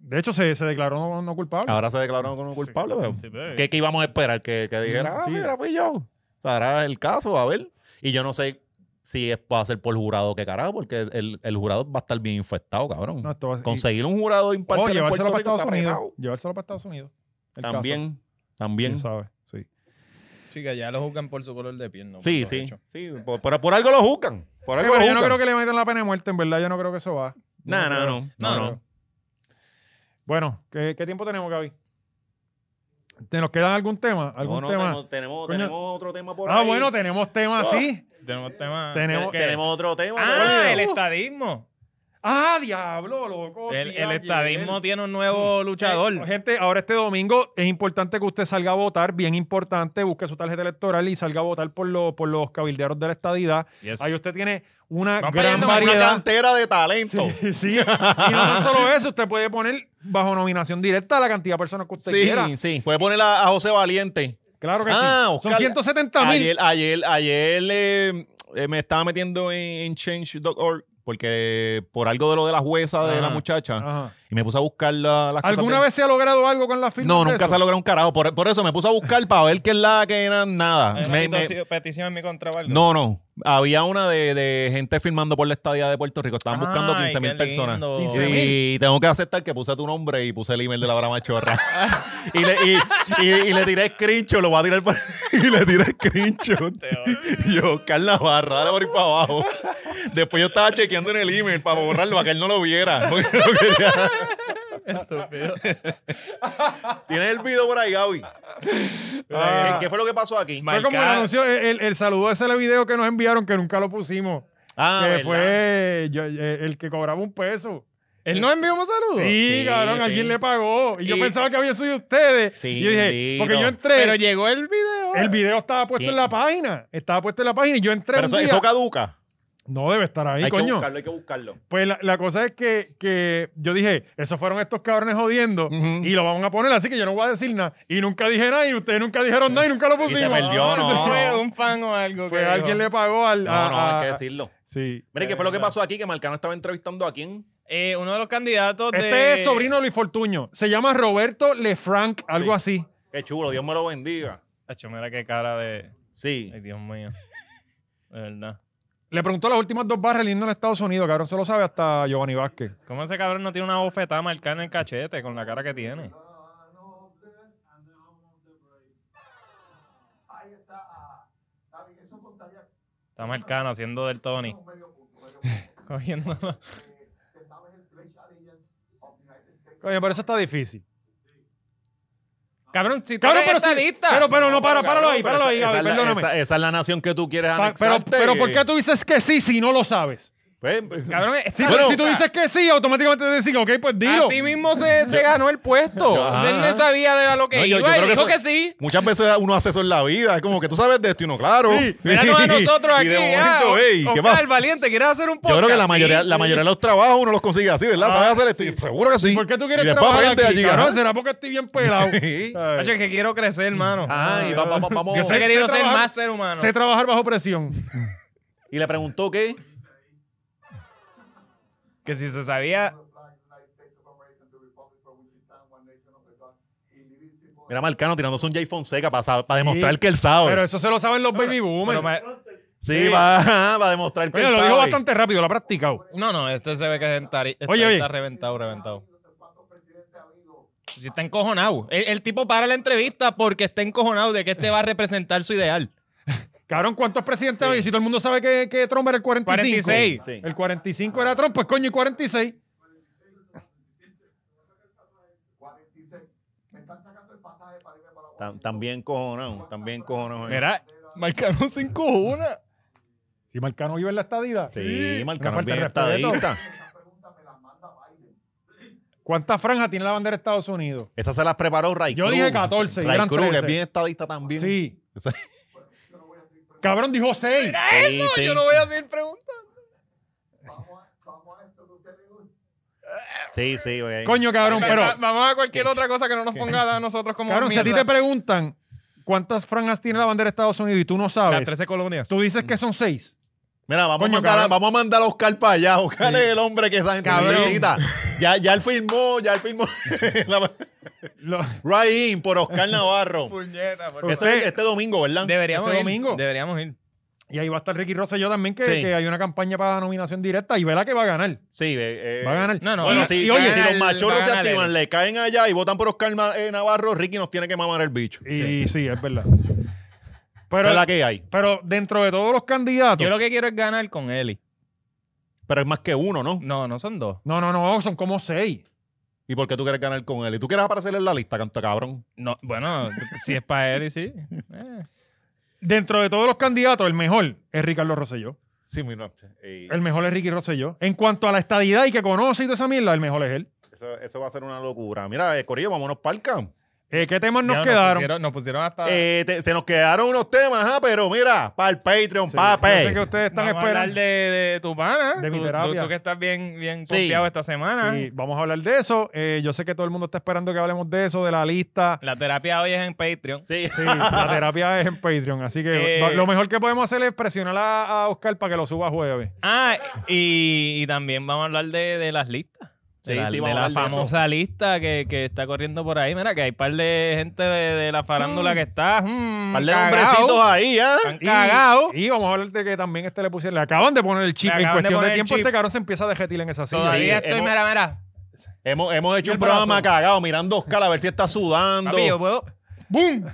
Speaker 1: de hecho, se, se declaró no, no culpable.
Speaker 2: Ahora se declaró como culpable, pero
Speaker 3: Sí, pues, pero-
Speaker 2: ¿qué, qué íbamos a esperar? Que, que dijera, ah,
Speaker 1: Sí.
Speaker 2: mira, fui yo. O sea, era el caso, a ver. Y yo no sé si es, va a ser por jurado que carajo, porque el, el jurado va a estar bien infectado, cabrón.
Speaker 1: No, esto va a ser-
Speaker 2: Conseguir un jurado
Speaker 1: y- o
Speaker 2: imparcial en
Speaker 1: Oh, llevárselo
Speaker 2: Puerto
Speaker 1: para
Speaker 2: Rico
Speaker 1: Estados
Speaker 2: está
Speaker 1: Unidos.
Speaker 2: fregado.
Speaker 1: Llevárselo para Estados Unidos. El caso.
Speaker 2: También,
Speaker 1: ¿Quién
Speaker 2: también.
Speaker 1: sabe? Sí.
Speaker 3: Sí, que ya lo juzgan por su color de piel. ¿no?
Speaker 1: pues,
Speaker 2: Sí,
Speaker 3: Por
Speaker 2: sí.
Speaker 3: hecho.
Speaker 2: sí por, por- por algo lo juzgan. Por
Speaker 1: Eh,
Speaker 2: algo
Speaker 1: pero
Speaker 2: lo
Speaker 1: yo no creo
Speaker 2: juzgan.
Speaker 1: que le metan la pena de muerte, en verdad. Yo no creo que eso va.
Speaker 2: No, no,
Speaker 1: creo.
Speaker 2: no. No,
Speaker 3: No,
Speaker 2: no.
Speaker 1: Bueno, ¿qué, qué tiempo tenemos, Gaby? ¿Te nos quedan algún tema? ¿Algún
Speaker 2: No, no,
Speaker 1: tema?
Speaker 2: tenemos- Tenemos,
Speaker 1: Coño.
Speaker 2: tenemos otro tema por
Speaker 1: ah,
Speaker 2: ahí.
Speaker 1: bueno, tenemos tema
Speaker 2: Oh.
Speaker 1: así.
Speaker 3: Tenemos tema...
Speaker 1: Tenemos-
Speaker 3: ¿Qué?
Speaker 2: Tenemos otro tema.
Speaker 3: Ah,
Speaker 2: coño.
Speaker 3: el estadismo.
Speaker 1: Ah, diablo, loco.
Speaker 3: El,
Speaker 1: Oh, sí,
Speaker 3: el
Speaker 1: ayer.
Speaker 3: estadismo tiene un nuevo
Speaker 1: Eh,
Speaker 3: luchador.
Speaker 1: gente, ahora este domingo es importante que usted salga a votar, bien importante, busque su tarjeta electoral y salga a votar por, los por los cabilderos de la estadidad.
Speaker 3: Yes.
Speaker 1: Ahí usted tiene una gran
Speaker 3: Van poniendo
Speaker 2: Una
Speaker 1: variedad.
Speaker 2: cantera de talento.
Speaker 1: Sí, sí. Y no tan solo eso, usted puede poner bajo nominación directa la cantidad de personas que usted
Speaker 2: Sí,
Speaker 1: quiera.
Speaker 2: sí. Puede poner a, a José Valiente.
Speaker 1: Claro que
Speaker 2: Ah,
Speaker 1: sí.
Speaker 2: Oscar,
Speaker 1: Son 170 mil.
Speaker 2: Ayer, ayer, ayer eh, eh, me estaba metiendo en, en change.org porque por algo de lo de la jueza de
Speaker 1: Ajá.
Speaker 2: la muchacha y me puse a buscar la- las cosas
Speaker 1: ¿Alguna
Speaker 2: de-
Speaker 1: vez se ha logrado algo con la firma?
Speaker 2: No, nunca se ha logrado un carajo. Por, por eso me puse a buscar para ver qué es la que era
Speaker 3: Hay
Speaker 2: nada.
Speaker 3: una
Speaker 2: Ah, Me- me-
Speaker 3: petición- petición en mi contra o algo.
Speaker 2: no, no. Había una de, de gente firmando por la estadía de Puerto Rico. Estaban buscando
Speaker 3: Ay,
Speaker 2: 15 mil
Speaker 3: qué
Speaker 2: personas.
Speaker 3: lindo.
Speaker 1: 15.000.
Speaker 2: Y tengo que aceptar que puse tu nombre y puse el email de la hora machorra. y, le, y, y, y le tiré screenshot, lo voy a tirar para, y le tiré screenshot. y yo, Carla Navarra, dale por ahí para abajo. Después yo estaba chequeando en el email para borrarlo, para que él no lo viera. porque no quería. Tienes el video por ahí, Gaby.
Speaker 1: Ah.
Speaker 2: ¿Qué, qué fue lo que pasó aquí?
Speaker 1: Fue como el anuncio, el, el- el saludo de ese video que nos enviaron que nunca lo pusimos.
Speaker 2: Ah,
Speaker 1: que
Speaker 2: ¿verdad?
Speaker 1: fue yo- eh, el que cobraba un peso.
Speaker 3: ¿Él no envió un saludo?
Speaker 1: Sí,
Speaker 2: Sí,
Speaker 1: cabrón,
Speaker 2: sí.
Speaker 1: alguien le pagó. Y yo
Speaker 3: Y-
Speaker 1: pensaba que había subido ustedes.
Speaker 2: Sí,
Speaker 1: y yo dije,
Speaker 2: bendito.
Speaker 1: porque yo entré.
Speaker 3: Pero llegó el video.
Speaker 1: el video estaba puesto
Speaker 2: ¿Quién?
Speaker 1: en la página. Estaba puesto en la página y yo entré.
Speaker 2: Pero
Speaker 1: un
Speaker 2: eso,
Speaker 1: día-
Speaker 2: eso caduca.
Speaker 1: No debe estar ahí,
Speaker 2: hay que
Speaker 1: coño.
Speaker 2: buscarlo, hay que buscarlo.
Speaker 1: Pues la, la cosa es que, que yo dije, esos fueron estos cabrones jodiendo
Speaker 2: Ujú.
Speaker 1: y lo vamos a poner así que yo no voy a decir nada. Y nunca dije nada y ustedes nunca dijeron nada y nunca lo
Speaker 2: te
Speaker 1: pusimos. Ah,
Speaker 2: perdí. perdió, no,
Speaker 3: eso fue
Speaker 2: no.
Speaker 3: un fan o algo.
Speaker 1: Pues
Speaker 3: que
Speaker 1: alguien
Speaker 3: dijo.
Speaker 1: le pagó al...
Speaker 2: No,
Speaker 1: a-
Speaker 2: no,
Speaker 1: a-
Speaker 2: hay que decirlo.
Speaker 1: Sí.
Speaker 2: Mire, ¿qué fue lo que pasó aquí? Que Marcano estaba entrevistando a quién.
Speaker 3: Eh, uno de los candidatos de...
Speaker 1: Este es sobrino de Luis Fortuño. Se llama Roberto Lefranc, algo así.
Speaker 2: Qué chulo, Dios me lo bendiga.
Speaker 3: Acho, mira qué cara de...
Speaker 2: Sí.
Speaker 3: Ay, Dios mío. De verdad.
Speaker 1: Le preguntó las últimas dos barras el himno de Estados Unidos, cabrón. Se lo sabe hasta Giovanni Vázquez.
Speaker 3: ¿Cómo ese cabrón no tiene una bofetada marcada en el cachete con la cara que tiene?
Speaker 4: Ahí está. ah, Está bien, eso contaría
Speaker 3: Está marcado haciendo del Tony.
Speaker 4: como medio punto. medio punto.
Speaker 3: Cogiéndolo.
Speaker 4: Eh, Te sabes el Play Challenge of the United States.
Speaker 1: Coño, pero eso está difícil.
Speaker 3: Cabrón, si tú
Speaker 1: Cabrón,
Speaker 3: eres
Speaker 1: pero sí.
Speaker 3: estadista.
Speaker 1: Pero, pero no, para, páralo
Speaker 2: Cabrón,
Speaker 1: ahí,
Speaker 2: pero
Speaker 1: páralo
Speaker 2: esa-
Speaker 1: ahí,
Speaker 2: esa
Speaker 1: Gaby,
Speaker 2: es la-
Speaker 1: perdóname.
Speaker 2: Esa, esa es la nación que tú quieres
Speaker 1: Pa- pero,
Speaker 2: anexarte.
Speaker 1: pero ¿por qué tú dices que sí si no lo sabes?
Speaker 2: Pues, pues,
Speaker 3: Cabrón, está
Speaker 1: Si,
Speaker 2: Bueno,
Speaker 1: si tú dices que sí, automáticamente te dicen, ok, pues dilo.
Speaker 3: Así mismo se, se ganó el puesto.
Speaker 2: Ajá.
Speaker 3: Él no sabía de lo que
Speaker 2: No, yo-
Speaker 3: iba.
Speaker 2: yo
Speaker 3: y
Speaker 2: creo que
Speaker 3: dijo
Speaker 2: eso-
Speaker 3: que sí.
Speaker 2: Muchas veces uno hace eso en la vida. Es como que tú sabes de esto y uno, claro.
Speaker 1: Sí,
Speaker 3: Míranos a nosotros aquí.
Speaker 2: Y de
Speaker 3: ah,
Speaker 2: momento, ey, ¿qué
Speaker 3: Oscar,
Speaker 2: pasa?
Speaker 3: valiente, ¿quieres hacer un
Speaker 2: Yo
Speaker 3: podcast?
Speaker 2: creo que la mayoría,
Speaker 3: Sí.
Speaker 2: la mayoría de los trabajos uno los consigue así, ¿verdad?
Speaker 1: Ah,
Speaker 2: ¿Sabes hacer esto?
Speaker 1: sí.
Speaker 2: Seguro que sí.
Speaker 1: ¿Por qué tú
Speaker 2: Y
Speaker 1: quieres
Speaker 2: después
Speaker 1: trabajar
Speaker 2: aprende
Speaker 1: aquí,
Speaker 2: allí,
Speaker 1: cabrón?
Speaker 2: ajá.
Speaker 1: ¿Será porque estoy bien pelado?
Speaker 2: Sí.
Speaker 1: Ay.
Speaker 3: Hacho, es que quiero crecer, hermano.
Speaker 2: Ajá, y va- va- va- vamos.
Speaker 3: Yo
Speaker 2: Sé-
Speaker 3: he querido
Speaker 1: sé
Speaker 3: ser
Speaker 1: trabajar-
Speaker 3: más ser humano.
Speaker 1: Sé trabajar bajo presión.
Speaker 2: Y le preguntó qué.
Speaker 3: que si se sabía...
Speaker 4: The flag of the United States of America and the Republic for which it stands, one nation under God, indivisible.
Speaker 2: Mira, Marcano tirándose un Jay Fonseca para, sa- para demostrar que él sabe.
Speaker 1: Pero eso se lo saben los baby boomers.
Speaker 3: Pero ma-
Speaker 2: sí,
Speaker 1: sí.
Speaker 2: va ajá, para demostrar que
Speaker 1: Oye,
Speaker 2: él
Speaker 1: lo
Speaker 2: sabe.
Speaker 1: dijo bastante rápido, lo ha practicado.
Speaker 3: No, no, este se ve que es entari- está,
Speaker 1: Oye, oye.
Speaker 3: está reventado, reventado.
Speaker 4: ¿Cuántos presidentes ha habido?
Speaker 3: Si está encojonado. El, el tipo para la entrevista porque está encojonado de que este va a representar su ideal.
Speaker 1: Cabrón, ¿cuántos presidentes hay? Si todo el mundo sabe que, que Trump era el 45.
Speaker 3: 46.
Speaker 2: Sí.
Speaker 1: El 45 era Trump, pues coño, y 46.
Speaker 4: 46. Me están sacando el pasaje para irme para
Speaker 2: Tam- También cojonado, también cojonado. eh.
Speaker 3: Mira, Marcano se encojona.
Speaker 1: Si Marcano vive en la estadía.
Speaker 2: Sí, Marcano
Speaker 1: Una
Speaker 2: es bien
Speaker 1: falta de respeto.
Speaker 2: estadista.
Speaker 4: Esas preguntas me las manda Biden.
Speaker 1: ¿Cuántas franjas tiene la bandera de Estados Unidos?
Speaker 2: Esas se las preparó Ray
Speaker 1: Yo
Speaker 2: Cruz.
Speaker 1: dije 14,
Speaker 2: Ray
Speaker 1: eran
Speaker 2: Cruz, que es
Speaker 1: 13.
Speaker 2: bien estadista también.
Speaker 1: Sí.
Speaker 2: Esa-
Speaker 1: Cabrón, dijo 6.
Speaker 2: Sí, sí.
Speaker 3: voy a hacer preguntas.
Speaker 4: Vamos a, vamos a esto que a usted le gusta.
Speaker 2: Sí, sí, oye.
Speaker 1: Coño, cabrón, pero.
Speaker 3: vamos a cualquier otra cosa que no nos ponga a nosotros como
Speaker 1: Cabrón, si a ti te preguntan cuántas franjas tiene la bandera de Estados Unidos y tú no
Speaker 3: Las
Speaker 1: sabes,
Speaker 3: 13 colonias.
Speaker 1: tú dices que son 6.
Speaker 2: Mira, vamos,
Speaker 1: Coño,
Speaker 2: a mandar a,
Speaker 1: cabrón.
Speaker 2: vamos a mandar a Oscar para allá. Oscar es el hombre que esa gente
Speaker 3: Cabrón.
Speaker 2: necesita. Ya, ya él firmó, ya él firmó. la- Right in por Oscar Navarro.
Speaker 3: Puñeta, porque-
Speaker 2: Eso es este domingo, ¿verdad?
Speaker 3: Deberíamos
Speaker 1: Este
Speaker 3: ir.
Speaker 1: domingo.
Speaker 3: Deberíamos ir.
Speaker 1: Y ahí va a estar Ricky Rosa y yo también, que,
Speaker 2: Sí.
Speaker 1: que hay una campaña para nominación directa y verá que va a ganar.
Speaker 2: Sí, eh, eh,
Speaker 1: Va a ganar.
Speaker 3: No, no,
Speaker 2: Bueno,
Speaker 3: y-
Speaker 2: si,
Speaker 3: y
Speaker 2: si-
Speaker 3: oye,
Speaker 2: si
Speaker 3: va a
Speaker 2: los
Speaker 3: ganar el- va
Speaker 2: machorros
Speaker 3: a
Speaker 2: se
Speaker 3: ganar el-
Speaker 2: activan, le caen allá y votan por Oscar Ma- eh, Navarro, Ricky nos tiene que mamar el bicho.
Speaker 1: Y sí, es verdad.
Speaker 2: Pero
Speaker 1: Pero,
Speaker 2: es la que hay.
Speaker 1: pero dentro de todos los candidatos.
Speaker 3: Yo lo que quiero es ganar con Eli.
Speaker 2: Pero es más que uno,
Speaker 1: Mm.
Speaker 2: ¿no?
Speaker 3: No, no son dos.
Speaker 1: No, no, no, son como 6.
Speaker 2: ¿Y por qué tú quieres ganar con él? ¿Y tú quieres aparecer en la lista, canto cabrón?
Speaker 3: No, bueno, si es para Eli, sí. Eh.
Speaker 1: Dentro de todos los candidatos, el mejor es Ricardo Rosselló.
Speaker 2: Sí, mira. eh,
Speaker 1: El mejor es Ricky Rosselló. En cuanto a la estadidad y que conoce y toda esa mierda, el mejor es él.
Speaker 2: eso, eso va a ser una locura. Mira, eh, Corillo, vámonos para el campo.
Speaker 1: Eh, ¿Qué temas nos
Speaker 3: Ya
Speaker 1: quedaron?
Speaker 3: pusieron, nos pusieron
Speaker 1: Ah.
Speaker 3: hasta.
Speaker 2: Eh, te- se nos quedaron unos temas, ajá, pero mira, para el Patreon, papi.
Speaker 1: Yo sé que ustedes están
Speaker 3: Vamos a hablar
Speaker 1: esperando.
Speaker 3: de, de tu pana.
Speaker 1: De mi
Speaker 3: tú,
Speaker 1: terapia.
Speaker 3: tú- tú que estás bien, bien
Speaker 2: Sí.
Speaker 3: confiado esta semana.
Speaker 1: Sí, vamos a hablar de eso. Eh, yo sé que todo el mundo está esperando que hablemos de eso, de la lista.
Speaker 3: La terapia hoy es en Patreon.
Speaker 2: Sí.
Speaker 1: Sí, la terapia es en Patreon. Así que
Speaker 3: Eh.
Speaker 1: no, lo mejor que podemos hacer es presionar a, a Oscar para que lo suba jueves.
Speaker 3: Ah, y, y también vamos a hablar de, de las listas. De
Speaker 2: Sí,
Speaker 3: la,
Speaker 2: sí,
Speaker 3: de
Speaker 2: vamos a
Speaker 3: la
Speaker 2: hablar de
Speaker 3: famosa lista que, que está corriendo por ahí. Mira, que hay un par de gente de, de la farándula que está. mm,
Speaker 2: Par de
Speaker 3: cagao.
Speaker 2: hombrecitos ahí, ¿ah?
Speaker 3: Están
Speaker 1: Y-
Speaker 3: cagados.
Speaker 1: Y vamos a hablar de que también este le pusieron. Le acaban de poner el chip.
Speaker 3: Le
Speaker 1: En
Speaker 3: acaban de
Speaker 1: cuestión de,
Speaker 3: poner el
Speaker 1: tiempo,
Speaker 3: chip.
Speaker 1: este cabrón se empieza a dejetir en esa silla.
Speaker 3: Todavía
Speaker 2: Sí,
Speaker 3: estoy,
Speaker 2: hemos-
Speaker 3: mira, mira.
Speaker 2: Hemos, hemos hecho
Speaker 1: ¿Y el
Speaker 2: un programa
Speaker 1: brazo?
Speaker 2: cagado mirando a Oscar a ver si está sudando.
Speaker 3: Papi, yo puedo. ¡Bum!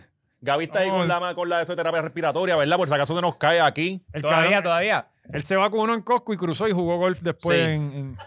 Speaker 2: Gaby está ahí con la, ma- con la de eso de terapia respiratoria, ¿verdad? Por si acaso se nos cae aquí.
Speaker 1: El
Speaker 3: todavía,
Speaker 1: cabrón-
Speaker 3: todavía.
Speaker 1: Él se vacunó en Costco y cruzó y jugó golf después
Speaker 2: Sí.
Speaker 1: en, en-